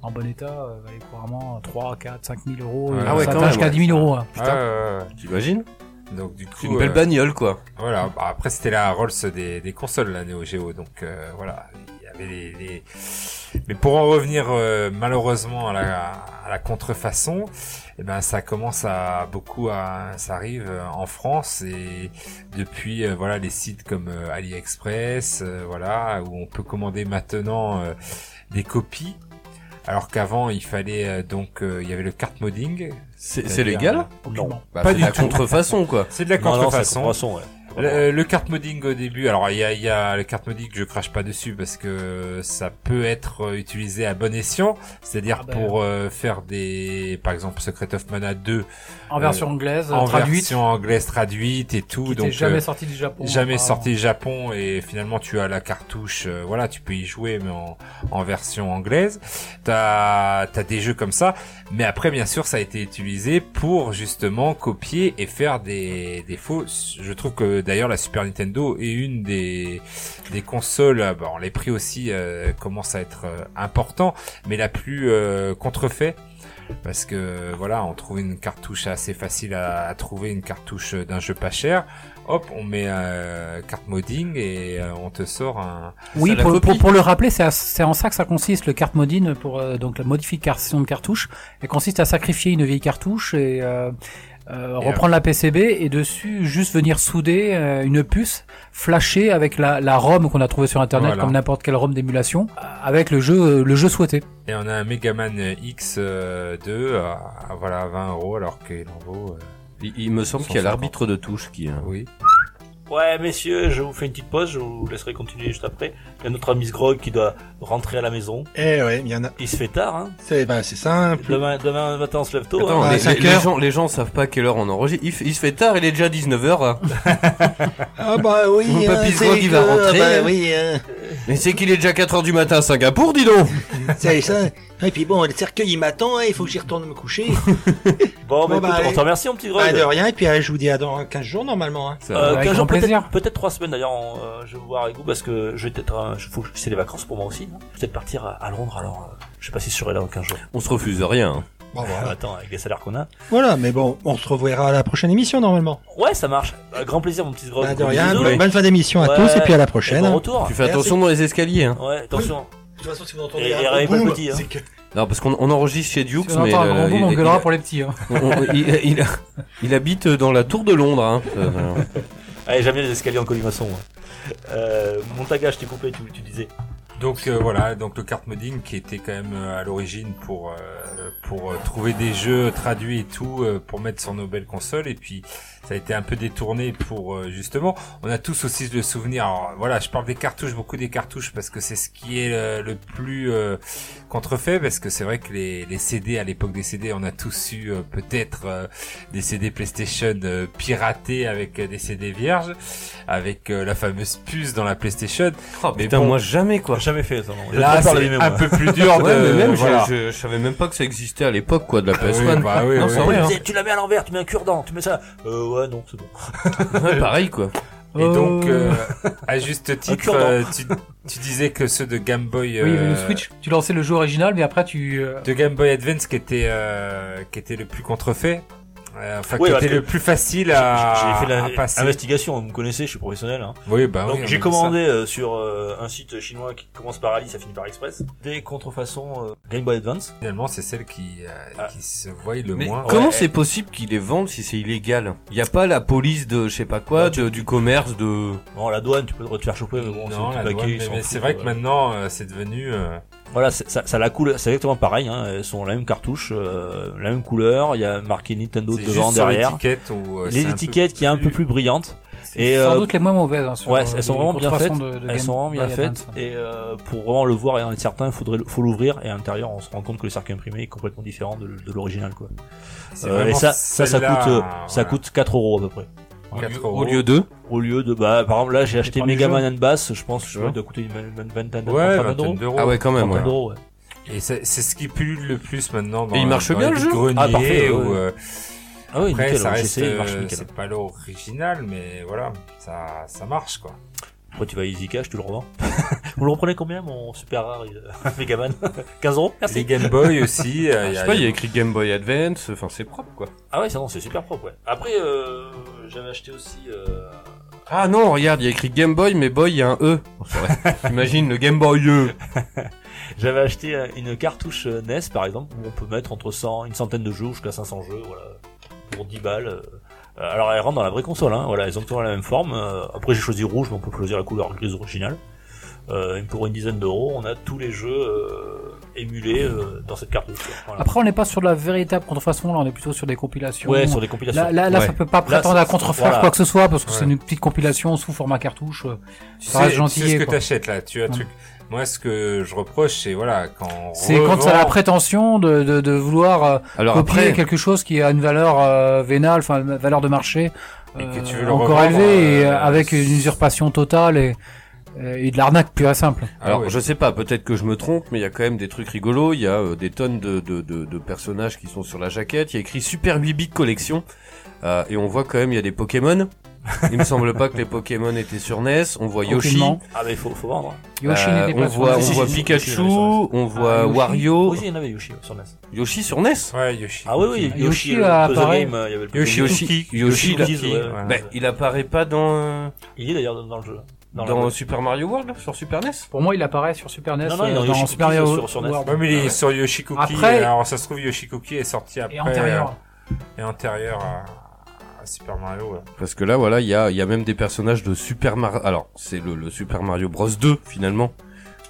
en bon état, euh, valait couramment 3, 4, 5 000 euros,
Ouais.
et
Ah ouais,
ça
quand
atteint
même,
jusqu'à
ouais.
10 000 euros. hein.
Ah,
Putain.
ouais, ouais, ouais.
T'imagines
donc du coup
C'est une belle
euh,
bagnole quoi.
Voilà, bah, après c'était la Rolls des, des consoles, la Neo Geo, donc euh, voilà, il y avait les... les- Mais pour en revenir euh, malheureusement à la, à la contrefaçon, eh ben ça commence à beaucoup à... ça arrive euh, en France et depuis euh, voilà les sites comme euh, AliExpress, euh, voilà, où on peut commander maintenant euh, des copies. Alors qu'avant il fallait euh, donc euh, il y avait le cart modding.
C'est légal
Non,
Bah,
Pas
c'est
du
de la
tout.
contrefaçon quoi.
C'est de la
non, non, c'est la
contrefaçon.
contrefaçon, ouais.
Le, le carte modding au début, alors il y a, il y a le carte modding, je crache pas dessus parce que ça peut être euh, utilisé à bon escient, c'est-à-dire
Ah bah.
pour euh, faire des, par exemple, Secret of Mana 2
En
Euh,
version anglaise,
en
traduite,
version anglaise traduite et tout,
qui
donc
n'était jamais
euh,
sortie du Japon. hein.
jamais
auparavant.
sorti du Japon et finalement tu as la cartouche, euh, voilà, tu peux y jouer mais en, en version anglaise. T'as as des jeux comme ça, mais après bien sûr ça a été utilisé pour justement copier et faire des, des faux. Je trouve que d'ailleurs la Super Nintendo est une des des consoles, euh, bon les prix aussi euh, commencent à être euh, importants, mais la plus euh, contrefait. Parce que voilà, on trouve une cartouche assez facile à, à trouver, une cartouche d'un jeu pas cher hop, on met euh, carte modding et euh, on te sort un.
Oui,
la
pour,
copie.
pour, pour le rappeler, c'est à- c'est en ça que ça consiste le carte modine pour euh, donc la modification de cartouche. Elle consiste à sacrifier une vieille cartouche et euh, euh, reprendre la PCB et dessus juste venir souder euh, une puce flashée avec la, la ROM qu'on a trouvée sur internet
Voilà.
comme n'importe quelle ROM d'émulation euh, avec le jeu le jeu souhaité.
Et on a un Megaman X2 euh, à, à, voilà à 20 euros alors qu'il en vaut. euh,
Il, il me semble qu'il y a
150.
l'arbitre de touche qui. euh,
oui.
Ouais, messieurs, je vous fais une petite pause, je vous laisserai continuer juste après. Il y a notre ami Grog qui doit rentrer à la maison.
Eh ouais, il y en a.
Il se fait tard, hein.
C'est bah, c'est simple.
Demain, demain matin, on se lève tôt.
Attends,
hein.
à
les, les-
cinq
les
heures.
gens, les gens savent pas à quelle heure on enregistre. Il, f- il se fait tard, il est déjà hein. 19h.
Ah bah oui.
Mon papy
c'est
Zgrog, il va
que- ah
rentrer.
bah oui, hein.
Mais c'est qu'il est déjà 4h du matin à Singapour, dis donc
c'est ça. Et puis bon, le cercueil il m'attend, hein, il faut que j'y retourne me coucher.
Bon, bah,
Bon,
écoute,
bah,
on
allez.
te remercie, mon petit Grog.
Bah de rien, et puis euh, je vous dis à dans 15 jours normalement. Hein.
Euh,
Avec
quinze
grand
jours, peut-être-
plaisir.
Peut-être trois semaines d'ailleurs. on, euh, je vais voir avec vous parce que je vais peut-être. euh, je- faut que- c'est les vacances pour moi aussi. hein. Je vais Peut-être partir à, à Londres. Alors, euh, je sais pas si je serai là dans 15 jours.
On se refuse rien. hein.
Bon,
Ah,
voilà.
Attends, avec les salaires qu'on a.
Voilà, mais bon, on se reverra à la prochaine émission normalement.
Ouais, ça marche. Euh, grand plaisir, mon petit Grog.
Bah, de
Gros
rien,
bisous.
bonne bonne fin d'émission à
Ouais.
tous et puis à la
Et
prochaine.
bon
hein.
retour.
Tu fais
Merci.
attention dans les escaliers. Hein.
Ouais, attention.
De toute façon, si vous
Et- et
un
arrivez
boum,
pas petit, hein.
c'est que-
Non, parce qu'on on enregistre chez Dukes,
Si on
mais.
entend un
euh,
grand boom,
il-
on
il-
gueulera pour les petits. hein.
on- on- il- il- il habite dans la tour de Londres. Hein. Euh,
Allez, j'aime bien les escaliers en colimaçon. moi. Euh, mon tagage, je t'ai coupé, tu, tu disais.
Donc euh, voilà, donc le carte modding qui était quand même euh, à l'origine pour euh, pour euh, trouver des jeux traduits et tout euh, pour mettre sur nos belles consoles et puis ça a été un peu détourné pour euh, justement. On a tous aussi le souvenir. Alors, voilà, je parle des cartouches, beaucoup des cartouches parce que c'est ce qui est euh, le plus euh, contrefait parce que c'est vrai que les les CD à l'époque des CD, on a tous eu euh, peut-être euh, des CD PlayStation euh, piratés avec euh, des CD vierges, avec euh, la fameuse puce dans la PlayStation.
Oh,
Mais
putain,
bon.
moi jamais quoi.
Jamais fait ça. non.
Là,
Je parle
c'est
les mêmes,
un
moi.
peu plus dur de.
Ouais, euh, mais même, je-
voilà.
je, je savais même pas que ça existait à l'époque quoi de la
Ah oui,
PS1.
bah oui,
Non,
oui,
c'est
oui.
vrai, hein.
Tu- Tu la mets à l'envers, tu mets un cure-dent, tu mets ça. Euh, ouais, non, c'est bon.
Ouais, pareil quoi.
Et donc,
Euh,
euh, à juste titre,
Oh. cure-dent.
euh, tu, tu disais que ceux de Game Boy,
oui,
euh,
le Switch, tu lançais le jeu original, mais après tu euh,
de Game Boy Advance, qui était euh, qui était le plus contrefait, euh, enfin
Oui,
qui
parce
était
que
le plus facile
J'ai
à,
j'ai fait
à passer.
l'investigation, vous me connaissez, je suis professionnel. hein.
Oui, bah oui,
Donc
on
j'ai
a dit
commandé euh, sur euh, un site chinois qui commence par Ali, ça finit par Express, des contrefaçons euh, Game Boy Advance.
ça. Finalement, c'est celle qui euh,
Ah.
qui se voit le
Mais
moins.
comment
Ouais.
c'est possible qu'ils les vendent si c'est illégal Il y a pas la police de je sais pas quoi, de- du commerce de.
Bon, la douane, tu peux te faire choper, mais bon,
Non,
c'est
la
un petit
douane,
paquet, ils
mais-
s'en
mais
foutent,
c'est vrai que
ouais.
maintenant euh, c'est devenu euh,
Voilà, c'est- ça, ça la coule, c'est exactement pareil. Hein. Elles sont la même cartouche, euh, la même couleur. Il y a marqué Nintendo
C'est
devant,
juste sur
derrière.
l'étiquette où, euh, c'est
Les
un peu
étiquettes qui est un peu plus brillante.
Et
Et
sans
euh,
doute les moins mauvaises. hein, sur,
ouais,
euh,
elles sont
les
vraiment bien
contrefaçons
faites.
de- de
elles
Game
sont vraiment bien
Boy
faites.
Advance.
Et euh, pour vraiment le voir et en être certain, faudrait, le- faut l'ouvrir. Et à l'intérieur, on se rend compte que le circuit imprimé est complètement différent de, de l'original. quoi.
C'est
Euh, et
vraiment
ça, ça, ça
celle-là, hein,
coûte, euh,
voilà.
ça coûte 4 euros à peu près.
Au lieu-
4
au
Oh.
euros.
lieu de
Au lieu de, bah, par exemple, là, j'ai acheté
dépend du
Mega
jeu.
Man and Bass. Je pense que je
Ouais.
doit coûter une vingt- vingt- vingtaine d'euros.
ouais,
trentaine
vingtaine
d'euros.
d'euros.
Ah ouais, quand même, ouais.
Trentaine d'euros, ouais.
Et c'est c'est ce qui pullule le plus maintenant dans
Et il marche
dans
bien,
les
le jeu
greniers
Ah, parfait,
ou,
ouais.
euh,
Ah oui,
après
nickel,
ça
hein,
ouais, j'ai
reste
essayé, il marche
euh,
nickel.
c'est pas l'original mais voilà, ça ça marche quoi.
Après, tu vas à Easy Cash, tu le revends. Vous le reprenez combien, mon super rare euh, Megaman 15 euros
Les
Merci.
Game Boy aussi, euh,
Ah, Je
y a-
sais pas, il y a écrit Game Boy Advance, enfin c'est propre quoi.
Ah ouais, c'est bon, c'est super propre, ouais. Après, euh, j'avais acheté aussi... Euh...
Ah non, regarde, il y a écrit Game Boy, mais Boy, il y a un E. Bon, c'est vrai. Imagine le Game Boy E.
J'avais acheté euh, une cartouche euh, NES, par exemple, où on peut mettre entre 100, une centaine de jeux, ou jusqu'à 500 jeux, voilà, pour 10 balles. euh. Euh, Alors, elles rentrent dans la vraie console, hein, voilà, elles ont toujours la même forme. euh, Après, j'ai choisi rouge, mais on peut choisir la couleur grise originale. Euh, et pour une dizaine d'euros, on a tous les jeux euh, émulés euh, dans cette cartouche. quoi. Voilà.
Après, on n'est pas sur de la véritable contrefaçon, là, on est plutôt sur des compilations.
ouais, sur des compilations.
Là, là, là,
Ouais.
ça peut pas prétendre
Là,
à contrefaire
voilà.
quoi que ce soit, parce que c'est
Ouais.
une petite compilation sous format cartouche. euh,
tu
ça
sais,
reste
tu sais
gentillet,
ce que
quoi.
t'achètes là, tu as un truc. Moi ce que je reproche c'est voilà quand on
C'est quand ça a la
revend-
prétention de, de, de vouloir euh,
Alors
copier
après,
quelque chose qui a une valeur euh, vénale, enfin une valeur de marché
Et que tu veux
euh,
le
encore
revendre,
élevée, et,
euh,
euh, avec une usurpation totale et, euh, et de l'arnaque pure et simple.
alors
Ah ouais.
je sais pas, peut-être que je me trompe, mais il y a quand même des trucs rigolos. Il y a euh, des tonnes de, de, de, de personnages qui sont sur la jaquette. Il y a écrit Super 8 bit collection. Euh, et on voit quand même il y a des Pokémon. Il me semble pas que les Pokémon étaient sur NES. On voit Yoshi.
Aucunement.
Ah, mais il faut, faut vendre.
Yoshi
Euh,
n'était
on
pas sur E
voit,
le-
on
Si,
voit
si, si,
Pikachu,
Yoshi, Yoshi, Yoshi.
on voit
Ah, Yoshi.
Wario,
Aussi, il y en avait Yoshi ouais, sur NES.
Yoshi sur E NES.
Ouais, Yoshi.
Ah oui, oui, Yoshi,
Yoshi,
le
là,
puzzle
apparaît.
game, euh, il y avait le puzzle
Yoshi,
game.
Yoshi, Yoshi,
Yoshi,
Lucky.
ouais, ouais.
Bah, il apparaît pas dans euh,
Il est d'ailleurs dans le jeu.
dans,
la boîte.
Super Mario World là, sur Super E NES.
Pour moi, il apparaît sur Super NES,
Non, non, il est
euh,
dans
dans
Yoshi
Super
Cookie,
Mario
sur- sur NES.
World.
Ouais, mais il est sur Yoshikoki.
Après-
Alors, ça se trouve, Yoshikoki est sorti après.
Et antérieur.
euh, et antérieur à, à Super Mario. ouais.
Parce que là, voilà, il y a, il y a même des personnages de Super Mario. Alors, c'est le, le Super Mario Bros 2 finalement,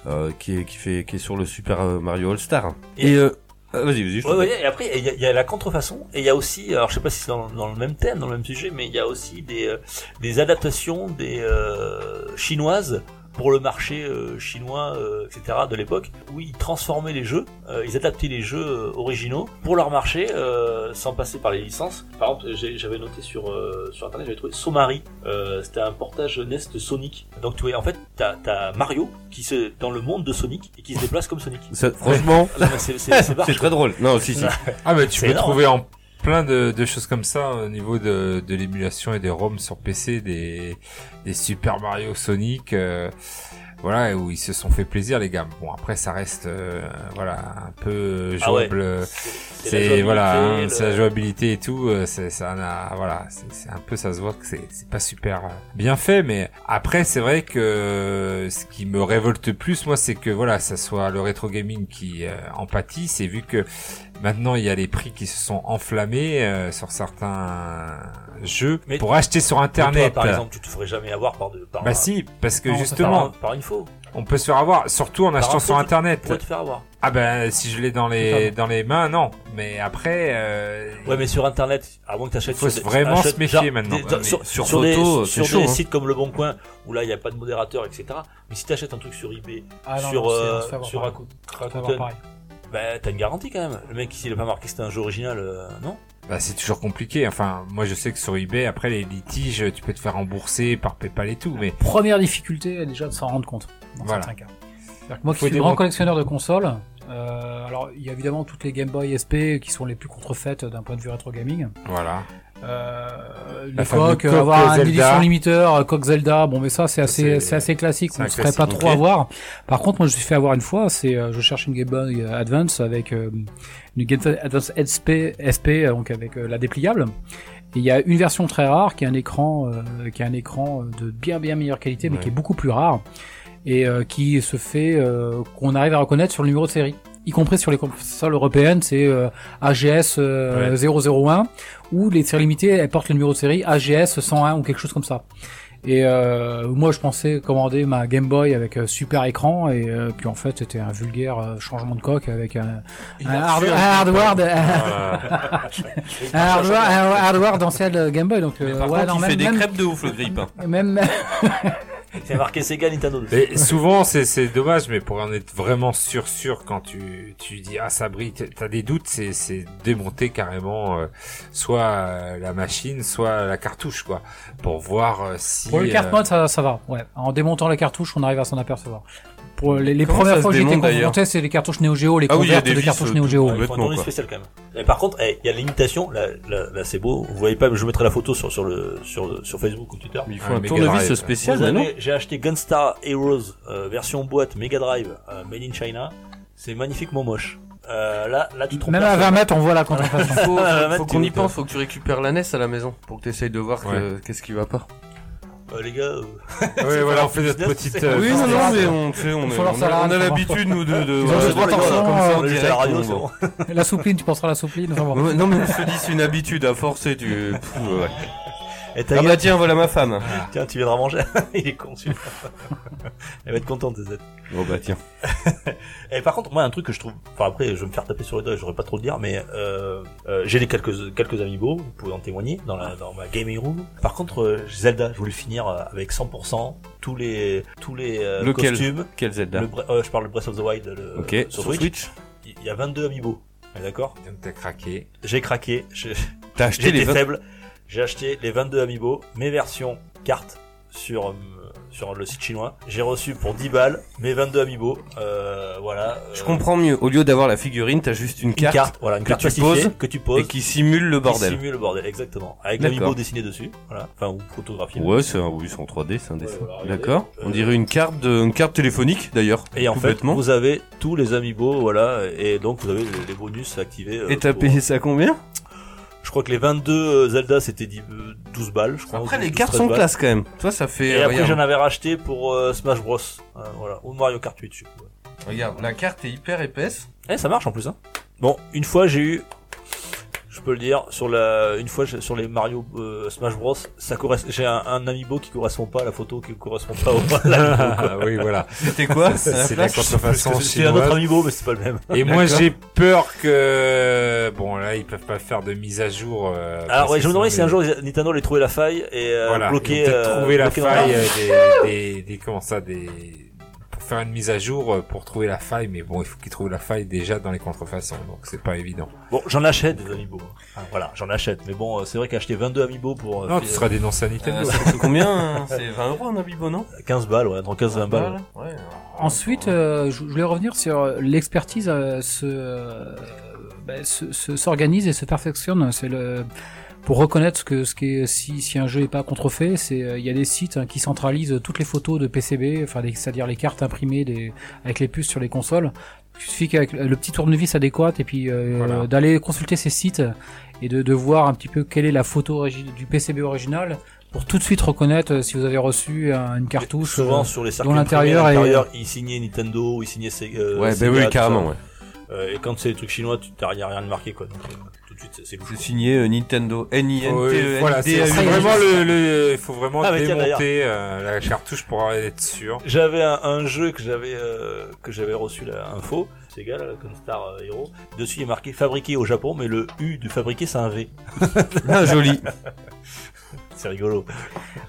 euh, qui est qui fait qui est sur le Super euh, Mario All Star. Et, euh, ah, vas-y, vas-y. je te
Ouais,
prie.
ouais, et après, il y, a- il y a la contrefaçon, et il y a aussi, alors je sais pas si c'est dans, dans le même thème, dans le même sujet, mais il y a aussi des, euh, des adaptations des euh, chinoises pour le marché euh, chinois, euh, etc. de l'époque, où ils transformaient les jeux, euh, ils adaptaient les jeux euh, originaux pour leur marché, euh, sans passer par les licences. Par exemple, j'ai- j'avais noté sur euh, sur internet, j'avais trouvé Somari, euh, c'était un portage Nest de Sonic. Donc tu vois, en fait, t'as as Mario qui se dans le monde de Sonic et qui se déplace comme Sonic.
Ça, franchement,
Ah, non, mais c'est- c'est- c'est barge,
c'est très drôle. Non, si si.
Ah, mais tu
C'est
peux
énorme.
trouver en plein de, de choses comme ça au niveau de, de l'émulation et des ROM sur PC, des, des Super Mario Sonic. euh, voilà, où ils se sont fait plaisir, les gars. Bon, après, ça reste, euh, voilà, un peu
Ah ouais.
jouable. euh,
C'est la jouabilité,
C'est voilà, hein,
le-
c'est la jouabilité et tout. euh, C'est ça, n'a- voilà, c'est c'est un peu ça se voit que c'est c'est pas super euh, bien fait, mais après c'est vrai que euh, ce qui me révolte plus moi c'est que voilà, ça soit le rétro gaming qui euh, en pâtit, c'est vu que maintenant il y a les prix qui se sont enflammés euh, sur certains jeux
Mais-
pour acheter sur
Toi,
internet.
par exemple, euh, tu te ferais jamais avoir par de par
bah
un-
si, parce que
par un-
justement,
par, un- par une faux.
on peut se faire avoir, surtout en achetant
un
sur
produit.
internet.
Pourquoi te faire avoir
Ah ben si je l'ai dans les
Totalement.
dans les mains, non. Mais après, euh,
Ouais, mais sur internet, avant que t'achètes
Faut
sur des-
vraiment
achète-
se méfier
genre,
maintenant.
des-
Ouais, mais
sur,
sur
sur des,
photo,
sur
c'est chaud,
des
hein.
sites comme Le Bon Coin où là il n'y a pas de modérateur, etc. Mais si t'achètes un truc sur eBay,
Ah non,
sur
non, c'est-
euh,
on se fait avoir
sur
pareil.
Raku-
On se fait avoir
Rakuten,
pareil.
bah t'as une garantie quand même. Le mec s'il a pas marqué que c'était un jeu original, euh, non
Bah, c'est toujours compliqué. Enfin, moi, je sais que sur eBay, après les litiges, tu peux te faire rembourser par PayPal et tout, mais
Première difficulté, déjà, de s'en rendre compte, dans
Voilà.
certains cas. C'est-à-dire que moi qui
Faut
suis
des
grand
bons-
collectionneur de consoles, euh, alors il y a évidemment toutes les Game Boy SP qui sont les plus contrefaites d'un point de vue rétro gaming.
voilà.
Euh,
La
les
fameuse
coques,
coque
euh, avoir un
Zelda.
édition limiteur, euh, coque Zelda, bon mais ça c'est
c'est-
assez c'est assez classique,
c'est
on
un
ne se ferait pas
classique,
trop
ok.
avoir. Par contre, moi je me suis fait avoir une fois, c'est euh, je cherche une Game Boy euh, Advance avec euh, une Game Boy Advance SP SP euh, donc avec euh, la dépliable. Et il y a une version très rare qui a un écran euh, qui a un écran euh, de bien bien meilleure qualité mais
Ouais.
qui est beaucoup plus rare et euh, qui se fait euh, qu'on arrive à reconnaître sur le numéro de série. Y compris sur les consoles européennes, c'est euh, AGS euh, 001 où les séries limitées elles portent le numéro de série AGS 101 ou quelque chose comme ça. Et euh, moi, je pensais commander ma Game Boy avec euh, super écran, et euh, puis en fait, c'était un vulgaire euh, changement de coque avec un, un, hard- un hardware, de- Euh, un hardware, un hardware d'ancienne euh, Game Boy. Donc, euh,
Par
ouais,
contre,
non,
il fait
même,
des
même,
crêpes de ouf, le grippe.
même-
C'est marqué Sega Nintendo. dessus.
Et souvent, c'est, c'est dommage, mais pour en être vraiment sûr, sûr, quand tu, tu dis, ah, ça brille, t'as- t'as des doutes, c'est, c'est démonter carrément, euh, soit euh, la machine, soit la cartouche, quoi, pour voir euh, si...
pour le
euh,
carte mode, ça, ça va. Ouais. En démontant la cartouche, on arrive à s'en apercevoir. Pour les, les
Comment
premières
ça
fois que
se
j'étais
démonte, d'ailleurs
confronté, c'est les cartouches Neo Geo, les
Ah oui, il y a
convertes
des
de
vis,
cartouches
euh,
Neo
tout-
Geo.
tout-
Ouais, Ah, il faut un
Complètement,
tournoi
quoi.
spécial quand même. Et par contre, eh, il y a l'imitation, là, là, là, c'est beau. Vous voyez pas, mais je vous mettrai la photo sur, sur, le, sur, sur Facebook ou Twitter.
Mais il
Ah,
faut un
Mega
tournevis
Drive.
spécial,
Vous
mais non
avez- J'ai acheté Gunstar Heroes euh, version boîte Mega Drive euh, Made in China. C'est magnifiquement moche. Euh, là, là, tu trompes.
Même à 20 mètres, on voit la contrefaçon.
Faut, faut-
Ah,
faut
Matt,
qu'on
t'es-
y pense, faut que tu récupères la NES à la maison pour que tu essayes de voir que- qu'est-ce qui va pas.
Euh, les gars, euh,
ouais, voilà, on fait notre
business,
petite...
c'est-
euh,
oui, non,
c'est
non,
grave.
mais on, tu sais, on,
Faut
est-
leur
on
faire
a,
la
on a
raison.
l'habitude, nous, de. de
ont
voilà,
juste
comme
pas
ça,
forcément,
comme ça, en
on est à
direct,
hein, la radio,
on-
c'est bon.
la soupline, tu penseras à la soupline. enfin, bon.
Ouais, Non, mais on se dit, c'est une habitude à forcer, tu. Pff, ouais.
Eh, ta
Ah
gueule,
bah tiens, voilà ma femme.
Ah
tiens, tu viendras manger. Il est con, celui-là. Elle va être contente, cette
Bon bah tiens.
Et par contre, moi, un truc que je trouve. Enfin, après, je vais me faire taper sur les doigts, j'aurais pas trop le dire, mais euh, euh, j'ai les quelques quelques amiibo, vous pouvez en témoigner dans la dans ma gaming room. Par contre, euh, Zelda, je voulais finir euh, avec 100% tous les tous les euh,
Lequel
costumes.
Quel Zelda Euh,
Le Bre- euh, je parle de Breath of the Wild le,
Ok,
sur Switch. Il y a 22 amiibo. On est D'accord.
T'as craqué.
J'ai craqué. je-
T'as acheté
J'étais
les vingt-
faible. J'ai acheté les 22 amiibo, mes versions cartes sur euh, sur le site chinois. J'ai reçu pour 10 balles mes 22 amiibo. Euh, voilà.
Je
euh,
comprends mieux. Au lieu d'avoir la figurine, t'as juste une
une carte,
carte,
voilà, une
que
carte
tu
plastifiée
poses
que tu
et
poses
qui simule le
qui
bordel.
simule le bordel, exactement. Avec
D'accord.
l'amiibo dessiné dessus, voilà, enfin ou photographié.
Ouais, c'est un, oui, c'est en 3D, c'est un dessin.
voilà, regardez.
D'accord.
Euh,
On dirait une carte, de, une carte téléphonique d'ailleurs.
Et en
tout
fait,
bêtement.
vous avez tous les amiibo, voilà, et donc vous avez les, les bonus activés. euh,
Et t'as
pour-
payé ça combien
Je crois que les 22 euh, Zelda c'était dix- euh, 12 balles, je crois.
Après,
ou
les
12,
cartes
13
sont
balles.
classe quand même. Toi, ça
Et,
fait.
après
regarde,
j'en avais racheté pour euh, Smash Bros, euh, voilà, ou Mario Kart 8. Je sais plus.
regarde, la carte est hyper épaisse.
Eh, ça marche en plus, hein. Bon, une fois j'ai eu, je peux le dire, sur la, une fois j'ai- sur les Mario euh, Smash Bros, ça correspond, j'ai un, un amiibo qui correspond pas à la photo, qui correspond pas au. à l'amiibo, quoi.
Ah, oui, voilà.
C'était quoi à la
C'est la
place
contrefaçon
C'est un autre
chinoise.
amiibo, mais c'est pas le même.
Et moi, j'ai peur que... Bon, là, ils peuvent pas faire de mise à jour. euh, parce
Alors ouais,
que
je me demandais si
sinon,
un
les-
jour Nintendo allait trouver la faille et euh,
voilà,
bloquer.
ils ont peut-être
euh,
trouver la
bloquer dans l'arbre.
faille euh, des, des, des comment ça des pour faire une mise à jour euh, pour trouver la faille mais bon il faut qu'ils trouvent la faille déjà dans les contrefaçons donc c'est pas évident.
Bon, j'en achète des amiibo. Ah, voilà, j'en achète. Mais bon, euh, c'est vrai qu'acheter 22 amiibo pour euh,
Non,
fi-
tu seras dénoncé à
Ah,
Euh,
Nintendo.
ça coûte combien hein C'est 20 euros un abibo, non
15 euh, balles, ouais, dans 15-20 balles. Ah, bah, ouais. hein.
Ouais.
Ensuite, euh, je je voulais revenir sur euh, l'expertise euh, se euh, ben, se- se- s'organise et se perfectionne. C'est le pour reconnaître ce que ce qui est si si un jeu est pas contrefait, c'est euh, il y a des sites hein, qui centralisent toutes les photos de PCB, enfin les- c'est-à-dire les cartes imprimées des avec les puces sur les consoles. Il suffit qu'avec le petit tournevis adéquat et puis euh,
Voilà.
d'aller consulter ces sites et de, de voir un petit peu quelle est la photo origi- du PCB original pour tout de suite reconnaître euh, si vous avez reçu euh, une cartouche.
Souvent
euh,
sur les circuits
dont
imprimés,
l'intérieur
à
est-
l'intérieur, ils signaient Nintendo, ou ils signaient Sega. euh,
Ouais, ben
Sega,
oui,
tout
carrément,
ça.
ouais.
Euh, et quand c'est des trucs chinois, tu t'as y a rien de marqué quoi. Donc, euh, tout de suite, c'est- c'est louche.
C'est
quoi.
signé euh, Nintendo. n i n t E.
Ouais, voilà,
E
c'est c'est
il y a
vraiment
juste-
le, le- il faut vraiment
Ah, mais tiens,
démonter euh, la cartouche pour être sûr.
J'avais un, un jeu que j'avais euh, que j'avais reçu la info, Sega, là, Gunstar Hero. Dessus il est marqué fabriqué au Japon, mais le U de fabriqué c'est un V.
Ah, joli.
C'est rigolo.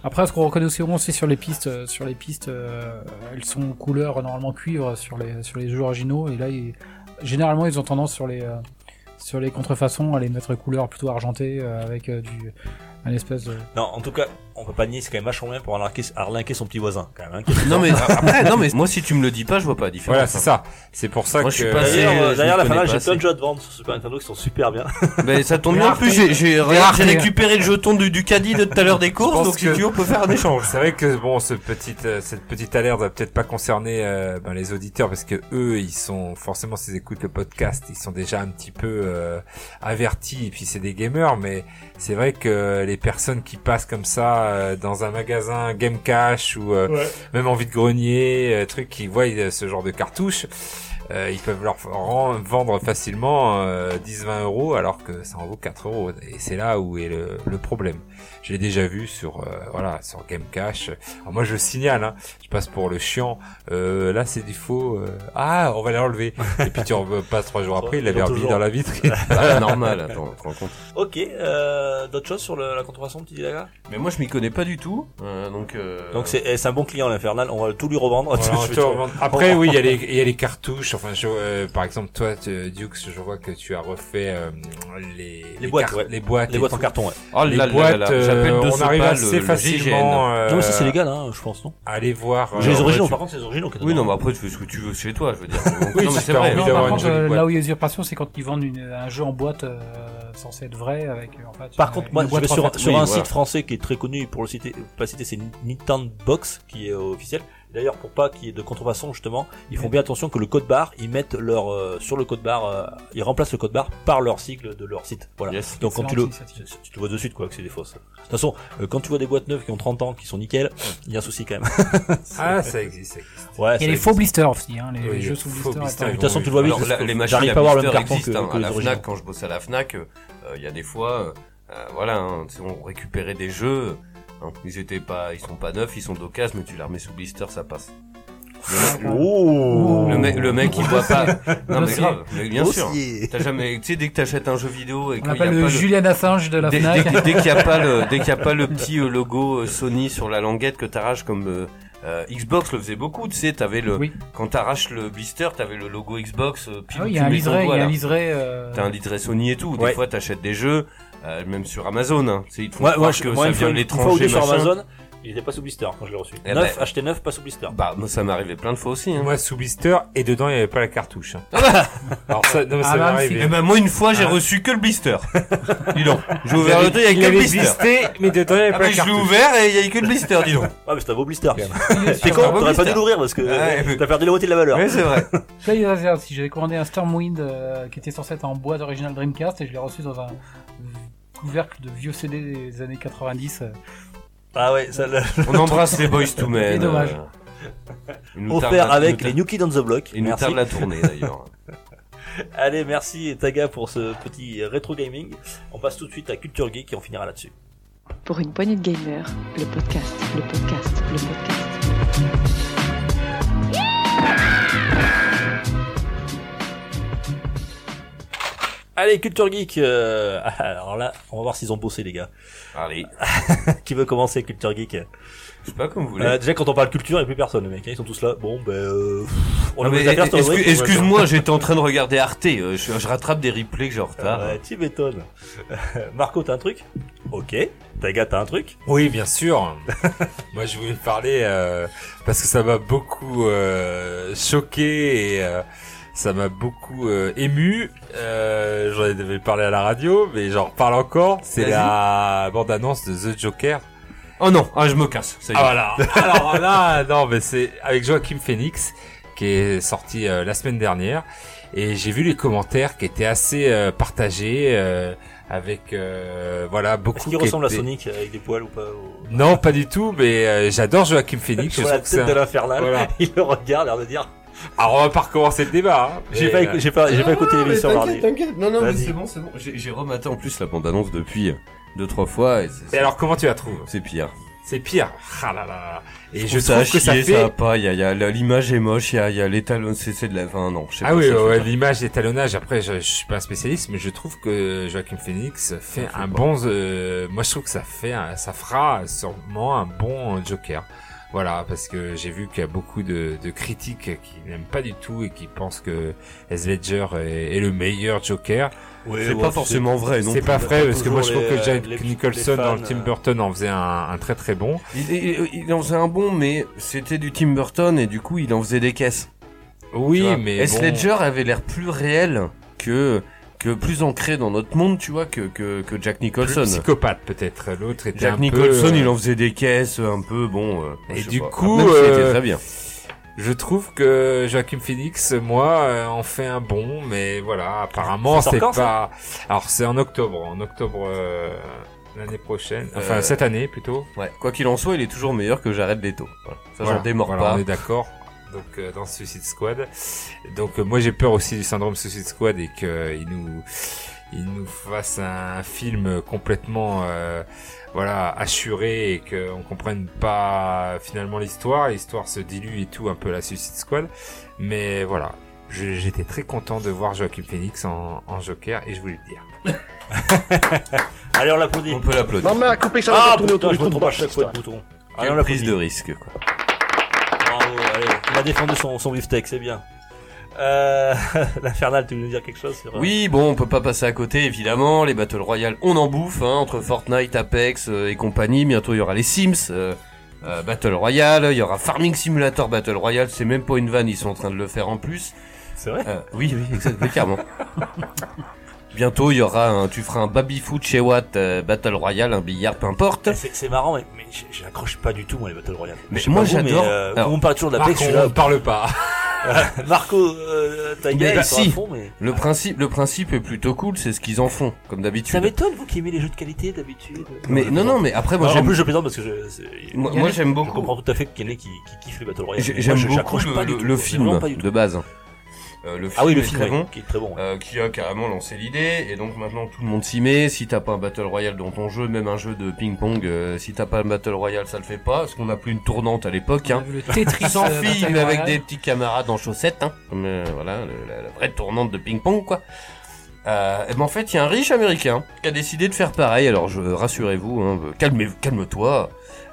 Après, ce qu'on reconnaît aussi, aussi sur les pistes, euh, sur les pistes, euh, elles sont couleur euh, normalement cuivre sur les sur les jeux originaux. Et là, ils- généralement, ils ont tendance sur les euh, sur les contrefaçons à les mettre couleur plutôt argentée euh, avec euh, du un espèce de
Non, en tout cas, on peut pas nier, c'est quand même vachement bien pour arnaquer, arnaquer son petit voisin, quand même. hein.
non, mais après, non, mais moi, si tu me le dis pas, je vois pas la différence.
Voilà, c'est ça. C'est pour ça
Moi,
que
je suis pas-
D'ailleurs,
c'est-
euh,
je
derrière
le
la
connais
finale,
pas
j'ai
assez.
plein de jeux Advance sur Super Nintendo qui sont super bien.
Ben, ça tombe bien. En plus, j'ai, j'ai, regarde, j'ai récupéré le jeton du, du caddie de tout à l'heure des courses,
pense
donc si
que-
tu veux, on peut faire un échange.
C'est vrai que bon, ce petite, euh, cette petite alerte va peut-être pas concerner euh, ben, les auditeurs parce que eux, ils sont forcément s'ils écoutent le podcast, ils sont déjà un petit peu euh, avertis et puis c'est des gamers. Mais c'est vrai que les personnes qui passent comme ça euh, dans un magasin Game Cash ou euh, même envie de grenier, euh, truc qui voient euh, ce genre de cartouches. euh, ils peuvent leur ren- vendre facilement euh, 10-20 euros alors que ça en vaut 4 euros. Et c'est là où est le, le problème. Je l'ai déjà vu sur euh, voilà sur Game Cash. Alors moi je signale, hein, je passe pour le chiant. Euh, là c'est du faux. euh, ah on va l'enlever. Et puis tu re- passes trois jours après, il l'avait
Ils ont
remis
toujours.
dans la vitrine.
Bah, normal, attends, tu te rends compte.
Ok, euh, d'autres choses sur le- la contrefaçon, petit gars
Mais moi, je m'y connais pas du tout. euh, donc, euh,
Donc c'est eh, c'est un bon client l'infernal, on va tout lui revendre.
Voilà,
Je
on
vais
te
tout-
revend- Après, oui, il y, a les- il y a les cartouches. Enfin, je- euh, par exemple, toi, tu- Dukes, je vois que tu as refait euh, les,
boîtes,
cart-
ouais.
les boîtes,
Les
et
boîtes en
tout.
carton, ouais.
oh
Les
là là
boîtes,
là là,
euh,
j'appelle de ce
on arrive
pas
assez
le- le
facilement. euh,
Non mais ça c'est légal, hein, je pense, non
Allez voir.
J'ai les
euh,
originaux,
tu-
par contre c'est les originaux. qui
GN. Oui, non,
sont-
mais après, tu fais ce que tu veux chez toi, je veux dire.
Oui,
non, mais
si
c'est
t'as
vrai.
envie
Non,
d'avoir
par
une
contre,
jolie
euh,
boîte.
là où il y a usurpation, c'est quand ils vendent une- un jeu en boîte euh, censé être vrai avec euh, en fait.
Par
une-
contre,
une
moi, je
boîte
vais sur,
en
un-
fait.
sur
oui,
un
voilà.
site français qui est très connu pour le citer, pas citer, c'est Nintendo Box qui est euh, officiel. D'ailleurs, pour pas qu'il y ait de contrefaçon justement, ils font bien attention que le code barre, ils mettent leur euh, sur le code barre, euh, ils remplacent le code barre par leur sigle de leur site. Voilà.
Yes.
Donc quand tu le,
Excellente initiative.
tu tu vois de suite quoi que c'est des fausses. De toute façon, euh, quand tu vois des boîtes neuves qui ont 30 ans, qui sont nickel, il y a un souci quand même.
Ah, ça existe. ça existe.
Ouais. ça
Il y a les
existe.
faux blisters aussi, hein, les
Oui,
jeux sous
faux
blisters. attends.
blisters,
De toute façon, tu le vois bien.
Alors, la- les machines
J'arrive
à
pas à voir le même
blister
carton que,
existent, hein.
que
à
les
la
originaux.
Fnac, quand je bossais à la Fnac, euh, euh, il y a des fois, euh, euh, voilà, hein, tu sais, on récupérait des jeux. hein, ils étaient pas, ils sont pas neufs, ils sont d'occasion, mais tu les remets sous blister, ça passe.
Oh.
hein.
Le, mec, le mec, il voit pas. Non mais
Dossier.
grave, mais bien sûr. T'as jamais, tu sais, dès que t'achètes un jeu vidéo et
On
qu'il y a pas
l'appelle le
le
Julian Assange de la
Dès,
Fnac.
dès- dès qu'il n'y a pas le, dès qu'il y a pas le petit euh, logo euh, Sony sur la languette que t'arraches comme euh, euh, Xbox le faisait beaucoup, tu sais, t'avais le,
Oui.
quand t'arraches le blister, t'avais le logo Xbox. euh, pile
Ah oui,
où
il y
tu
a
mets
un
ton
liseré, il y
doigt,
a
là.
un liseré. euh,
T'as un litre Sony et tout. Des
Ouais.
fois, t'achètes des jeux, euh, même sur Amazon. Hein. Tu sais, Ils te font
Ouais,
croire
moi, je,
que
moi,
ça
une fois,
vient de
une fois ou
l'étranger,
deux sur
machin.
Amazon, il était pas sous blister quand je l'ai reçu.
Eh
neuf,
ben.
acheté neuf, pas sous blister.
Bah, moi, ça m'est arrivé plein de fois aussi. Hein.
Moi, sous blister, et dedans, il n'y avait pas la cartouche. hein. Alors ça, non, mais ça
Ah,
m'est
mince,
arrivé.
Eh ben, moi, une
Ah
fois, j'ai reçu que le blister. dis donc. J'ai ouvert le truc, il y a que le blister.
Blister, mais dedans, il n'y avait
Ah, mais
pas
je
la
l'ai
cartouche.
ouvert et il y a eu que le blister, dis donc.
Ah, mais c'était un beau blister. quand même. T'es
C'est
con, t'aurais pas dû l'ouvrir parce que
Ouais,
euh,
mais-
t'as perdu la moitié de la valeur.
Oui, c'est vrai.
Là, il y a ça, si j'avais commandé un Stormwind euh, qui était censé être en boîte originale Dreamcast et je l'ai reçu dans un couvercle de vieux CD des années 90. euh.
Ah ouais, ça l'a
On embrasse les Boys to Men.
C'est dommage.
euh, ils nous tardent
offert
la-
avec
ils nous
les New Kids on the Block.
tardent- Ils nous
Merci.
tardent la tournée, d'ailleurs.
Allez, merci Taga pour ce petit euh, rétro gaming. On passe tout de suite à Culture Geek et on finira là-dessus.
Pour une poignée de gamers, le podcast, le podcast, le podcast.
Allez, Culture Geek. euh, alors là, on va voir s'ils ont bossé les gars.
Allez.
Qui veut commencer Culture Geek
Je sais pas comme vous voulez.
Euh, Déjà, quand on parle culture, il n'y a plus personne, les mecs. hein, Ils sont tous là. Bon, ben, euh, pff, on
Non,
a
mais
des affaires,
eh,
c'est un vrai, c'est un
excuse-
vrai genre.
Excuse-moi, j'étais en train de regarder Arte. euh, Je je rattrape des replays que j'ai en retard.
Ouais, tu m'étonnes. Marco, t'as un truc Ok. Taga, t'as un truc
Oui, bien sûr. Moi, je voulais parler euh, parce que ça m'a beaucoup euh, choqué et euh, ça m'a beaucoup euh, ému. Euh, J'en avais parlé à la radio, mais j'en reparle encore. C'est
Vas-y.
la bande-annonce de The Joker.
Oh non, ah, je me casse. Ça y est.
Ah, voilà. Alors là, non, mais c'est avec Joachim Phoenix qui est sorti euh, la semaine dernière et j'ai vu les commentaires qui étaient assez euh, partagés euh, avec euh, voilà beaucoup.
Est-ce qu'il
qui
ressemble à
étaient-
Sonic euh, avec des poils ou pas ou-
Non, pas du tout, mais euh, j'adore Joachim Phoenix.
Sur
je
la
trouve que c'est
tête de
un-
l'infernal,
Voilà.
il le regarde, l'air de dire.
Alors on va pas recommencer le débat. Hein,
J'ai
mais,
pas,
euh,
écou- j'ai pas, j'ai pas écouté
Ah,
Non,
l'émission
mais
mardi.
T'inquiète, t'inquiète. Non, non, mais
Vas-y.
c'est bon, c'est bon. J'ai j'ai rematé en plus la bande-annonce depuis euh, deux, trois fois. Et c'est-
Et alors comment tu la trouves
c'est pire.
C'est pire. Ah là là là. Et je,
trouve
trouve
à
que ça
chier,
fait.
va pas. Il y a, il y a- la- l'image est moche. Il y a, il y a les talons. C'est c'est de la. Enfin, non. Je sais
Ah
pas,
oui,
ça fait
ouais,
peur.
l'image, l'étalonnage. Après, je, je suis pas un spécialiste, mais je trouve que Joachim Phoenix fait un bon. euh, moi, je trouve que ça fait, un- ça fera sûrement un bon Joker. Voilà, parce que j'ai vu qu'il y a beaucoup de, de critiques qui n'aiment pas du tout et qui pensent que Heath Ledger est, est le meilleur Joker.
c'est pas forcément vrai non
C'est pas
plus.
vrai, parce que
Toujours
moi je trouve
les,
que
euh,
Jack
les-
Nicholson
les fans,
dans le Tim
euh,
Burton en faisait un, un très très bon.
Il, il- il en faisait un bon, mais c'était du Tim Burton et du coup, il en faisait des caisses. tu
Oui,
vois.
mais
S.
bon.
Ledger avait l'air plus réel que que plus ancré dans notre monde, tu vois, que que, que Jack
plus
Nicholson.
psychopathe peut-être. L'autre était un
Jack
peu,
Nicholson,
euh,
il en faisait des caisses, un peu bon. euh,
Et
je sais
du
pas.
coup,
Même s'il était
euh,
très bien.
Je trouve que Joachim Phoenix, moi, euh, en fait un bon, mais voilà, apparemment
Ça sort
c'est
quand,
pas. Alors c'est en octobre, en octobre euh, l'année prochaine, enfin
Euh,
cette année plutôt.
Ouais. Quoi qu'il en soit, il est toujours meilleur que Jared Leto. Voilà. Ça,
Voilà,
j'en démords
voilà,
pas.
On est d'accord. donc euh, dans Suicide Squad. Donc euh, moi j'ai peur aussi du syndrome Suicide Squad et qu'il nous il nous fasse un film complètement euh, voilà assuré et qu'on comprenne pas finalement l'histoire, l'histoire se dilue et tout un peu la Suicide Squad. Mais voilà, je- j'étais très content de voir Joaquin Phoenix en, en Joker et je voulais le dire.
Allez, on l'applaudit.
On peut l'applaudir.
Maman a coupé ça va
Ah,
encore tourner
putain,
autour
je
du
me
trou de
trompe à
balle,
chaque fois de bouton. Allez, on
Quelle prise
l'applaudit.
de risque, quoi.
Bravo, allez. Il a défendu son, son beefsteak, c'est bien. Euh, l'infernal, tu veux nous dire quelque chose sur... euh,
Oui, bon, on peut pas passer à côté, évidemment. Les Battle Royale, on en bouffe, hein, entre Fortnite, Apex euh, et compagnie. Bientôt, il y aura les Sims euh, euh, Battle Royale, il y aura Farming Simulator Battle Royale. C'est même pas une vanne, ils sont en train de le faire en plus.
C'est vrai
Euh, oui, oui, exactement, clairement. Bientôt, il y aura un, tu feras un baby-foot chez Watt euh, Battle Royale, un billard, peu importe.
Eh, C'est c'est marrant, mais, mais j- j'accroche pas du tout, moi, les Battle Royale.
Mais
Je sais
moi,
pas vous,
j'adore.
mais, euh,
Alors,
on parle toujours de la
Par
PEC, je suis
contre,
là.
on parle pas.
Marco, euh, ta
Mais bah,
gueule, ils sont à
si.
fond, mais...
Le principe, le principe est plutôt cool, c'est ce qu'ils en font, comme
Ça
d'habitude.
m'étonne, vous qui aimez les jeux de qualité, d'habitude.
Mais non, non, mais après, moi,
Alors, en
j'aime,
plus, je plaisante parce que je, c'est-
moi,
il y a
moi,
des-
j'aime
Je
beaucoup.
comprends tout à fait qu'il y en ait qui, qui kiffent les Battle Royale.
J'ai-
mais
J'aime
moi, je-
beaucoup
j'accroche
le,
pas du
le-
tout,
le
quoi.
film
Vraiment pas du tout.
de base. Euh, le
Ah oui, le
est
film,
très
ouais,
bon,
qui est très bon. ouais.
euh, qui a carrément lancé l'idée, et donc maintenant tout le monde s'y met. Si t'as pas un Battle Royale dans ton jeu, même un jeu de ping-pong, euh, si t'as pas un Battle Royale, ça le fait pas. Parce qu'on a plus une tournante à l'époque. Hein.
On a vu le Tetris
sans
euh,
fille,
Battle
mais avec
Royale.
des petits camarades en chaussettes, hein, comme euh, voilà le- la, la vraie tournante de ping-pong, quoi. Euh, mais en fait, il y a un riche américain qui a décidé de faire pareil. Alors, je rassurez-vous, hein, euh, calmez, calme-toi.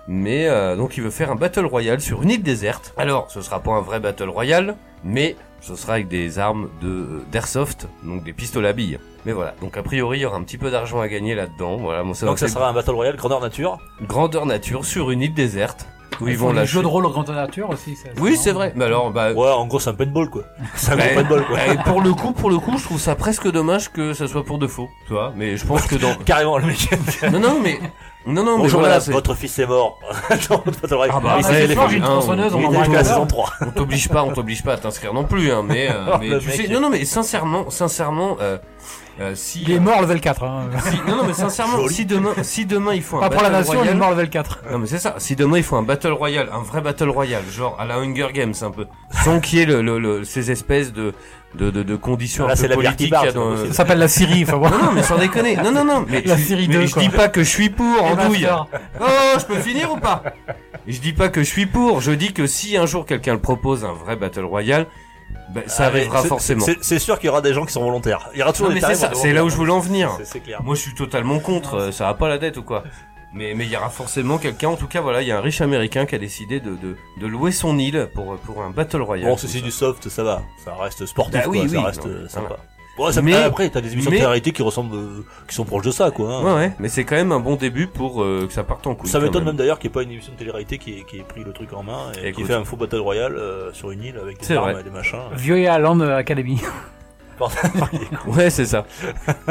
Mais euh, donc, il veut faire un battle royale sur une île déserte. Alors, ce sera pas un vrai battle royale, mais ce sera avec des armes de euh, d'airsoft, donc des pistolets à billes. Mais voilà. Donc, a priori, il y aura un petit peu d'argent à gagner là-dedans. Voilà. Bon, ça
Donc,
va
ça sera un Battle Royale grandeur nature.
grandeur nature sur une île déserte où ils
Ils font
vont
des
lâcher.
jeux de rôle en grande nature aussi. ça,
Oui,
marrant.
c'est vrai. Mais alors, bah,
Ouais, en gros, c'est un paintball, quoi. C'est un
Ouais.
gros paintball, quoi.
Et pour le coup, pour le coup, je trouve ça presque dommage que ça soit pour de faux, tu vois. Mais je pense que dans
Carrément, le mec.
non non mais non non mais
Bonjour,
voilà,
madame,
c'est-
votre fils est mort. Dans le Battle Royale.
Ah bah,
il
c'est
s'est
les
fait
forges,
tuer.
une
hein,
tronçonneuse,
on-
on
Il
en
était jusqu'à la
parle
saison
pas.
3.
on t'oblige pas, on t'oblige pas à t'inscrire non plus, hein. Mais, euh,
Oh,
mais
le
tu
mec.
sais, non non mais sincèrement, sincèrement, euh, euh, si,
Il est mort level 4. Hein.
si- non non mais sincèrement, si demain, si demain il faut un
Pas pour la
battle
nation, il est
royale,
mort level 4.
non mais c'est ça. Si demain il faut un battle royale, un vrai battle royale, genre à la Hunger Games un peu, sans qu'il y ait le, le- le- ces espèces de de, de, de conditions
Là,
un
c'est
peu
la bière qui
politiques
parle,
qu'il y a
c'est
dans- euh,
pas possible.
Ça s'appelle la Syrie. Enfin, voilà.
Non, non, mais sans déconner. Non, non, non. Mais,
La
je-
série
mais
2,
je
quoi.
dis pas que je suis pour,
Et ma
andouille.
sœur.
Oh, je peux finir ou pas Je dis pas que je suis pour. Je dis que si un jour quelqu'un le propose, un vrai Battle Royale, ben, ça
Ah, mais
arrivera
c'est-
forcément.
c'est- C'est sûr qu'il y aura des gens qui sont volontaires. Il y aura toujours
Non,
des
mais c'est
tarés
ça,
volontaires.
c'est là où je voulais en venir.
C'est- C'est clair.
Moi, je suis totalement contre. euh, Ça va pas la dette ou quoi mais mais il y aura forcément quelqu'un. En tout cas, voilà, il y a un riche américain qui a décidé de, de, de louer son île pour pour un battle royale.
Bon, ceci du soft, ça va. Ça reste sportif,
Bah
quoi.
oui,
ça
oui,
reste
non,
euh,
mais
sympa. Bon, ça,
Mais-
après, t'as des émissions
mais-
de réalité qui ressemblent, euh, qui sont proches de ça, quoi. hein.
Ouais, ouais. Mais c'est quand même un bon début pour euh, que ça parte en couille.
ça
quand
m'étonne
même.
même d'ailleurs qu'il n'y ait pas une émission de télé-réalité qui ait, qui ait pris le truc en main et qui
Écoute.
ait fait un faux battle royal euh, sur une île avec des
C'est
armes
vrai.
et des machins.
Violet Land Academy.
Ouais, c'est ça.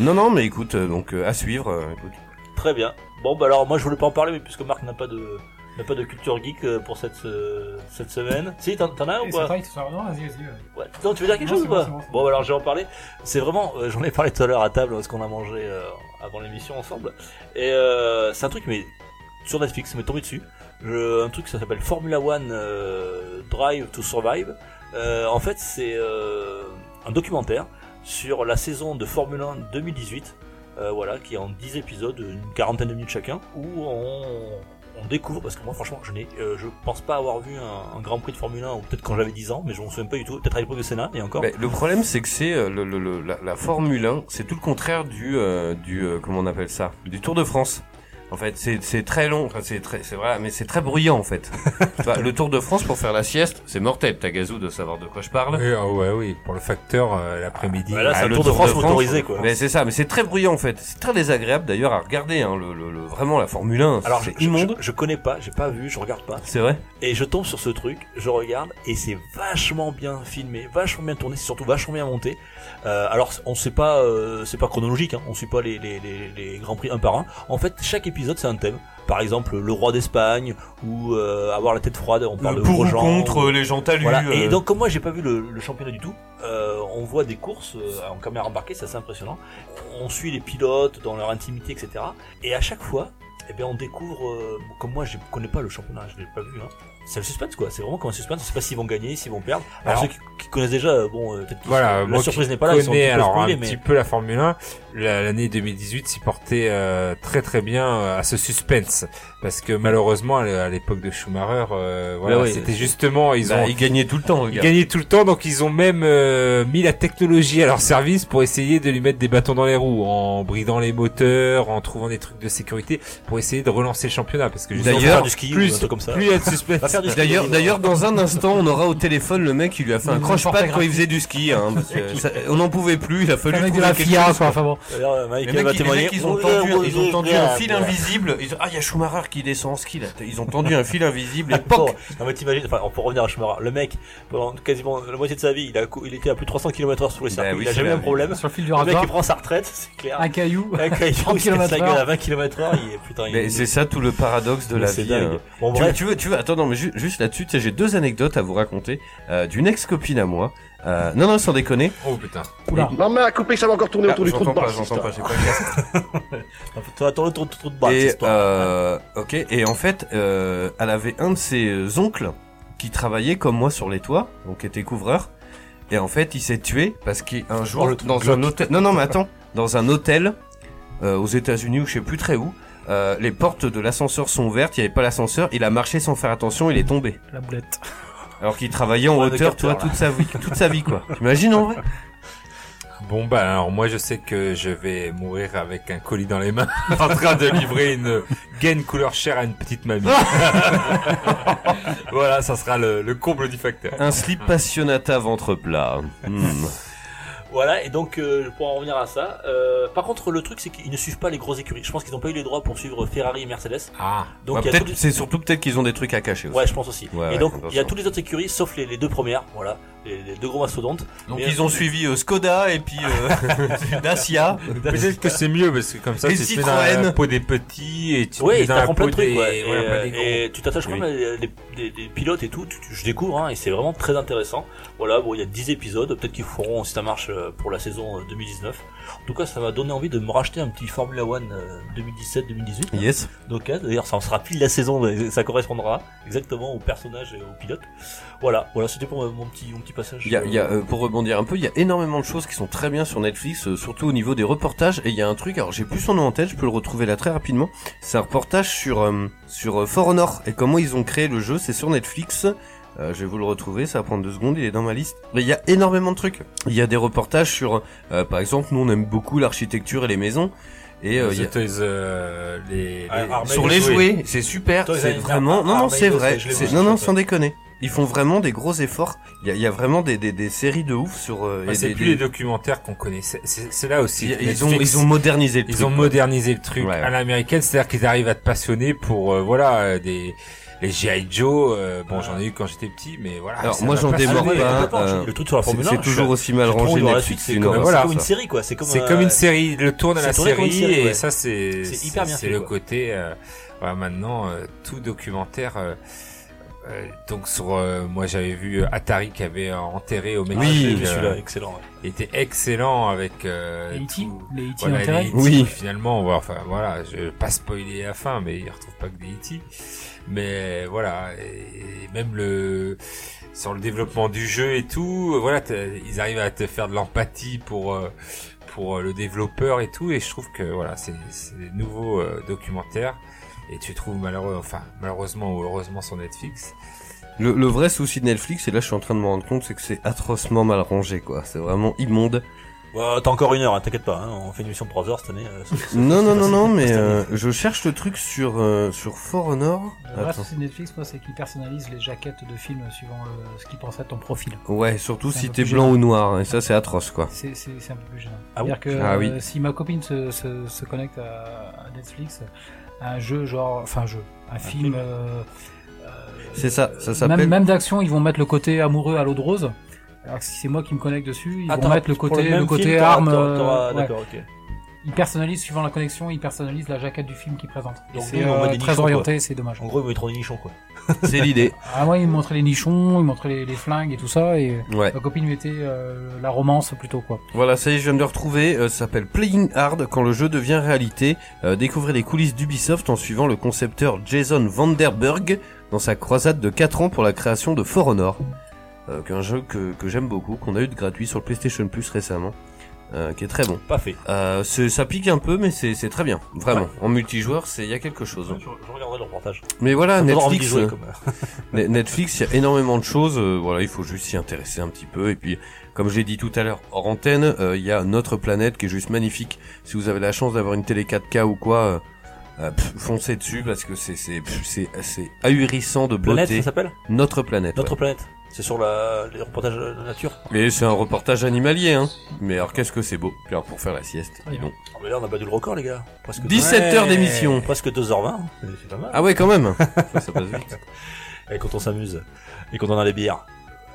non, non, mais écoute, euh, donc euh, à suivre. euh, écoute.
Très bien. Bon, bah alors moi je voulais pas en parler, mais puisque Marc n'a pas de n'a pas de culture geek euh, pour cette euh, cette semaine. Si t'en t'en as un ou
Eh,
pas
c'est pareil, tout ça. Non, vas-y, vas-y. ouais.
Ouais. Non, tu veux dire quelque
Non,
chose
c'est
ou
bon,
pas
c'est bon,
bon,
c'est
bah, alors je vais en parler. C'est vraiment, euh, j'en ai parlé tout à l'heure à table parce qu'on a mangé euh, avant l'émission ensemble. Et euh, c'est un truc mais sur Netflix, ça m'est tombé dessus. Je- un truc ça s'appelle Formula One euh, Drive to Survive. Euh, en fait, c'est euh, un documentaire sur la saison de Formule 1 2018. euh, voilà, qui est en 10 épisodes, une quarantaine de minutes chacun, où on, on découvre, parce que moi franchement je n'ai, euh, je pense pas avoir vu un, un Grand Prix de Formule 1, ou peut-être quand j'avais 10 ans, mais je m'en souviens pas du tout, peut-être à l'époque de Senna, et encore.
Mais le problème, c'est que c'est euh, le, le- le- la, la Formule 1, c'est tout le contraire du euh, du euh, comment on appelle ça, du Tour de France. En fait, c'est c'est très long, enfin, c'est très c'est voilà, mais c'est très bruyant en fait. Tu vois, le Tour de France pour faire la sieste, c'est mortel. T'as gazou de savoir de quoi je parle.
Oui, ah ouais, oui, pour le facteur euh, l'après-midi.
Voilà, c'est
Ah,
un
le
tour de
Tour
France
de France,
motorisé quoi.
Mais c'est ça, mais c'est très bruyant en fait. C'est très désagréable d'ailleurs à regarder. Hein, le, le- le- vraiment la Formule 1,
Alors je,
c'est
je-
immonde.
je- je connais pas, j'ai pas vu, je regarde pas,
C'est vrai.
et je tombe sur ce truc, je regarde, et c'est vachement bien filmé, vachement bien tourné, c'est surtout vachement bien monté. Euh, alors on sait pas, euh, c'est pas chronologique, hein, on suit pas les, les, les, les grands prix un par un. En fait, chaque épisode c'est un thème. Par exemple, le roi d'Espagne ou euh, avoir la tête froide, on parle de
pour ou
Grosjean,
contre
ou-
les gens talus.
Voilà. Et
euh,
donc comme moi j'ai pas vu le, le championnat du tout, euh, on voit des courses euh, en caméra embarquée, c'est assez impressionnant. On suit les pilotes dans leur intimité, etc. Et à chaque fois, eh bien on découvre, euh, comme moi je connais pas le championnat, je l'ai pas vu, hein. c'est le suspense quoi, c'est vraiment comme un suspense, on sait pas s'ils vont gagner, s'ils vont perdre. Alors,
Alors-
ceux qui, qui connaissent déjà, euh, bon, euh, peut-être qu'ils-
Voilà,
la
moi
surprise
qui
n'est pas là, ils sont un
connais,
petit peu
alors
spoilés,
un
mais
petit peu la Formule 1. la- L'année 2018 s'y portait euh, très très bien euh, à ce suspense parce que malheureusement à l'é- à l'époque de Schumacher, euh, voilà,
oui,
c'était justement ils ont
Bah, il gagnait tout le temps, le
ils
gars.
gagnaient tout le temps donc ils ont même euh, mis la technologie à leur service pour essayer de lui mettre des bâtons dans les roues en bridant les moteurs, en trouvant des trucs de sécurité pour essayer de relancer le championnat parce que justement,
ils vont faire du ski
plus-
ou un truc comme ça.
plus il y a de suspense.
Va faire du ski,
D'ailleurs,
ils vont-
d'ailleurs, dans un instant, on aura au téléphone le mec qui lui a fait un
Une
croche-patte quand
orthographie.
il faisait du ski. Hein, parce que ça- on n'en pouvait plus, il a fallu
Avec de
trouver
la
quelque
FIA,
chose,
quoi. Enfin bon.
Alors, euh,
Les
Michael
mecs,
va
les
témoigner.
mecs, ils ont tendu, ils ont tendu un fil invisible. Ils ont- ah, il y a Schumacher qui descend en ski là. Ils ont tendu un fil invisible et poc.
Non mais t'imagines, enfin, pour revenir à Schumacher, le mec, pendant quasiment la moitié de sa vie, il, a, cou- il était à plus de 300 km/h sur les
Bah
circuits,
oui,
il a
c'est
jamais
la
un
vie.
problème.
Sur le fil du
Le mec
rasoir,
il prend sa retraite, c'est clair.
un caillou.
Là, quand il trouve, il se casse la
30
gueule à 20 km/h, il est putain. il-
Mais c'est ça tout le paradoxe de
Mais
la
c'est
vie.
dingue.
euh.
Bon
Tu veux,
bref,
tu veux, tu veux, attends, non, mais ju- juste là-dessus, tu sais, j'ai deux anecdotes à vous raconter euh, d'une ex-copine à moi. Euh, non, non, sans déconner.
Oh putain.
Oula.
Maman a coupé, ça va encore tourner
Ah,
autour du trou de
j'entends pas,
balle,
j'entends
cette
pas,
histoire.
j'ai pas le casque.
tu vas tourner autour du trou de balle, cette
Et,
histoire.
euh, ok, et en fait, euh, elle avait un de ses euh, oncles qui travaillait comme moi sur les toits, donc était couvreur. Et en fait, il s'est tué parce qu'un jour,
Oh, le truc
dans un hôtel, non, non, mais attends, dans un hôtel euh, aux États-Unis ou je sais plus très où, euh, les portes de l'ascenseur sont ouvertes, il n'y avait pas l'ascenseur, il a marché sans faire attention, il est tombé.
La boulette.
Alors qu'il travaillait en
Ouais, de
hauteur,
capteur,
toi, toute sa vie, toute sa vie, quoi. T'imagines en vrai
Bon bah alors moi je sais que je vais mourir avec un colis dans les mains en train de livrer une gaine couleur chair à une petite mamie. voilà, ça sera le, le comble du facteur.
Un slip passionnata ventre plat. Hmm.
Voilà, et donc euh, pour en revenir à ça, euh, par contre le truc c'est qu'ils ne suivent pas les grosses écuries. Je pense qu'ils n'ont pas eu les droits pour suivre Ferrari et Mercedes.
Ah,
Donc
Bah,
il y a
peut-être-
tous les-
C'est surtout peut-être qu'ils ont des trucs à cacher. Aussi.
Ouais, je pense aussi.
Ouais,
et
ouais,
donc il y a
attention.
toutes les autres écuries sauf les, les deux premières, voilà, les, les deux gros mastodontes.
Donc
Mais-
ils ont suivi euh, Skoda et puis euh, Dacia.
peut-être que c'est mieux parce que comme ça
Et
tu te mets dans la
Citroën.
peau des petits et tu te mets
Oui,
dans la
t'apprends plein
peau
de trucs.
des,
ouais. Et,
voilà, pas
euh,
des gros.
et tu t'attaches quand
Oui.
même à des, des- des pilotes et tout. tu- tu- je découvre hein, et c'est vraiment très intéressant. Voilà, bon, il y a 10 épisodes. Peut-être qu'ils feront si ça marche euh, pour la saison euh, 2019. En tout cas, ça m'a donné envie de me racheter un petit Formula One euh, 2017-2018.
Yes.
Donc, euh, d'ailleurs, ça en sera pile la saison. euh, Ça correspondra exactement au personnage et au pilote. Voilà, voilà, c'était pour euh, mon petit, mon petit passage. Ah,
Il y a, il y a, euh, pour rebondir un peu, il y a énormément de choses qui sont très bien sur Netflix, euh, surtout au niveau des reportages. Et il y a un truc, alors j'ai plus son nom en tête, je peux le retrouver là très rapidement. C'est un reportage sur euh, sur euh, For Honor et comment ils ont créé le jeu. C'est sur Netflix. Euh, je vais vous le retrouver, ça va prendre deux secondes, il est dans ma liste. Mais il y a énormément de trucs. Il y a des reportages sur, euh, par exemple, nous on aime beaucoup l'architecture et les maisons. Et euh, il y a-
The Toys, euh, les, les-
Ah, Armel
sur les jouets, c'est super,
Toi,
c'est
ils ont-
vraiment, non
ah,
non
bah,
c'est
ils le
vrai,
savent, je l'ai
C'est-
vu,
non
je
non
sais.
sans déconner, ils font vraiment des gros efforts, il y a, il y a vraiment des, des, des séries de ouf sur, euh,
Bah,
et
c'est
des-
plus
des-
les documentaires qu'on connaît. C'est- C'est c'est là aussi.
ils, ils
Netflix,
ont ils ont modernisé le
ils
truc.
ont modernisé le truc
Ouais, ouais.
à l'américaine, c'est-à-dire qu'ils arrivent à te passionner pour euh, voilà euh, des les GI Joe. euh, bon, j'en ai eu quand j'étais petit, mais voilà.
Alors,
ça
moi,
m'a
j'en
passionné.
démords
Ah, mais,
pas,
attends,
euh,
je- le truc sur la
C'est-
Formule 1.
c'est toujours aussi mal
je trouve
rangé
dans la
Netflix,
suite, c'est
une
comme,
horreur.
c'est
Voilà,
comme une
ça.
série quoi. C'est comme,
C'est
euh,
comme une série, ils le tourne à
c'est
la
tourné
série,
comme une série,
et
ouais.
ça c'est
C'est hyper bien
C'est
fait,
le
quoi.
côté euh, voilà, maintenant euh, tout documentaire. euh, euh, donc sur euh, moi j'avais vu Atari qui avait euh, enterré au Mexique
Oui,
euh,
celui-là, excellent. ouais.
était excellent avec euh,
Les E.T. E
tout-
Les E.T.
voilà,
enterrés.
les E.T.,
Oui.
Finalement, on va- enfin voilà, je vais pas spoiler la fin, mais il retrouve pas que des E.T. Mais voilà, et même le sur le développement du jeu et tout, euh, voilà, t'as- ils arrivent à te faire de l'empathie pour euh, pour euh, le développeur et tout, et je trouve que voilà, c'est c'est des nouveaux euh, documentaires. Et tu trouves malheureux, enfin malheureusement ou heureusement sur Netflix.
Le, le vrai souci de Netflix, et là je suis en train de me rendre compte, c'est que c'est atrocement mal rangé quoi, c'est vraiment immonde.
Bah, t'as encore une heure, hein, t'inquiète pas. hein, on fait une émission de 3 heures cette année. euh, c'est-
Non non non non, mais
c'est-
euh, je cherche le truc sur euh, sur For Honor.
Le
Attends.
souci de Netflix, moi, Ah, c'est qu'ils personnalisent les jaquettes de films suivant euh, ce qu'ils pensent à ton profil.
Ouais, surtout
C'est un
si
peu
t'es
plus
blanc
gênant.
ou noir, hein, et ça c'est atroce quoi.
C'est c'est- c'est un peu plus gênant.
Ah
C'est-à-dire que
Ah oui.
euh, si ma copine se, se, se connecte à, à Netflix, à un jeu genre, enfin un jeu, un, film.
film.
euh, euh,
C'est ça, ça
même
s'appelle.
même d'action, ils vont mettre le côté amoureux à l'eau de rose. Alors que si c'est moi qui me connecte dessus, ils
Ah,
vont
t'auras-
mettre le
pour
côté
même
le côté
film, t'auras-
arme.
t'auras-
euh,
t'auras-
ouais.
D'accord, ok.
il personnalise suivant la connexion, il personnalise la jaquette du film qu'il présente. Et
Donc,
C'est
nous, on voit
euh,
des
très
nichons,
orienté, c'est dommage.
En gros, ils vont être en nichon, quoi.
C'est l'idée.
Ah moi, il me montrait les nichons, il me montrait les, les flingues et tout ça, et
Ouais.
ma copine mettait euh, la romance plutôt quoi.
Voilà, ça y est, je viens de le retrouver. Euh, ça s'appelle Playing Hard quand le jeu devient réalité. Euh, découvrez les coulisses d'Ubisoft en suivant le concepteur Jason Vanderberg dans sa croisade de 4 ans pour la création de For Honor. Euh, qu'un jeu que, que j'aime beaucoup, qu'on a eu de gratuit sur le PlayStation Plus récemment, euh, qui est très bon.
Pas fait.
Euh, c'est- ça pique un peu, mais c'est c'est très bien, vraiment. En multijoueur, c'est il y a quelque chose.
Je, je regarderai le reportage.
Mais voilà,
On aura envie d'y
Netflix,
jouer,
euh,
comme, euh,
Ne- Netflix, il y a énormément de choses. euh, voilà, il faut juste s'y intéresser un petit peu. Et puis, comme j'ai dit tout à l'heure, hors antenne, euh, il y a notre planète qui est juste magnifique. Si vous avez la chance d'avoir une télé 4K ou quoi, euh, euh, pff, foncez dessus parce que c'est c'est pff, c'est c'est ahurissant de
Planète,
beauté.
ça s'appelle
notre planète.
Notre planète. C'est sur la, les reportages de la nature.
ouais. Et c'est un reportage animalier, hein. Mais alors qu'est-ce que c'est beau. Puis alors pour faire la sieste, dis donc.
Ah, mais là, on a battu le record, les gars. Presque
17 heures d'émission.
Presque 2h20. hein. C'est c'est pas mal.
Ah ouais, quand même. ça, ça passe vite. Ah.
Et quand on s'amuse. Et quand on a les bières.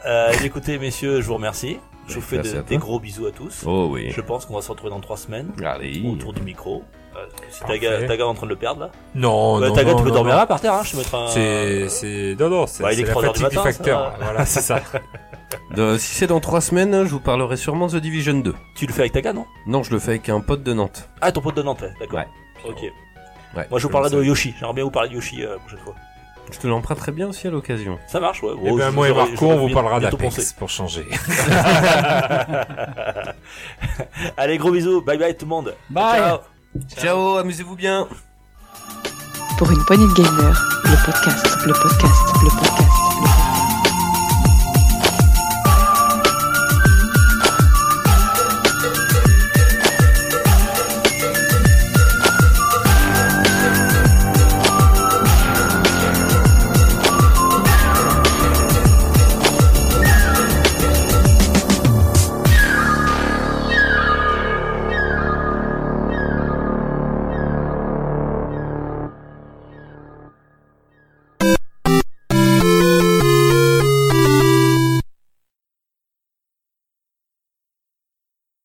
Euh, écoutez, messieurs, je vous remercie. Je vous fais
Merci
de-
à toi.
des gros bisous à tous.
Oh oui.
Je pense qu'on va se retrouver dans 3 semaines.
Allez.
Autour du micro. Euh, si
Parfait.
Taga, Taga est en train de le perdre, là.
Non,
Bah,
non,
Taga,
non,
tu peux
non,
dormir
non.
là par terre, hein. Je te mettrai un.
C'est, c'est, non, non, c'est,
Bah, il
c'est
est
la
3 heures du
fatigue du
matin, ça
facteur.
va.
Voilà, c'est ça.
De- si c'est dans trois semaines, je vous parlerai sûrement de The Division 2.
Tu le fais avec Taga, non
Non, je le fais avec un pote de Nantes.
Ah, ton pote de Nantes, ouais, d'accord.
Ouais.
Ok.
Ouais,
Moi, je vous parlerai de Yoshi. J'aimerais bien vous parler de Yoshi euh, la prochaine fois.
Je te l'emprunte très bien aussi à l'occasion.
Ça marche, ouais.
Eh
Oh,
ben,
je-
moi et
j'aurais-
Marco,
j'aurais
on vous
bien-
parlera
bientôt
d'Apex
pensé.
pour changer.
Allez, gros bisous. Bye bye tout le monde.
Bye.
Ciao.
Ciao amusez-vous bien.
Pour une poignée de gamers, le podcast, le podcast, le podcast.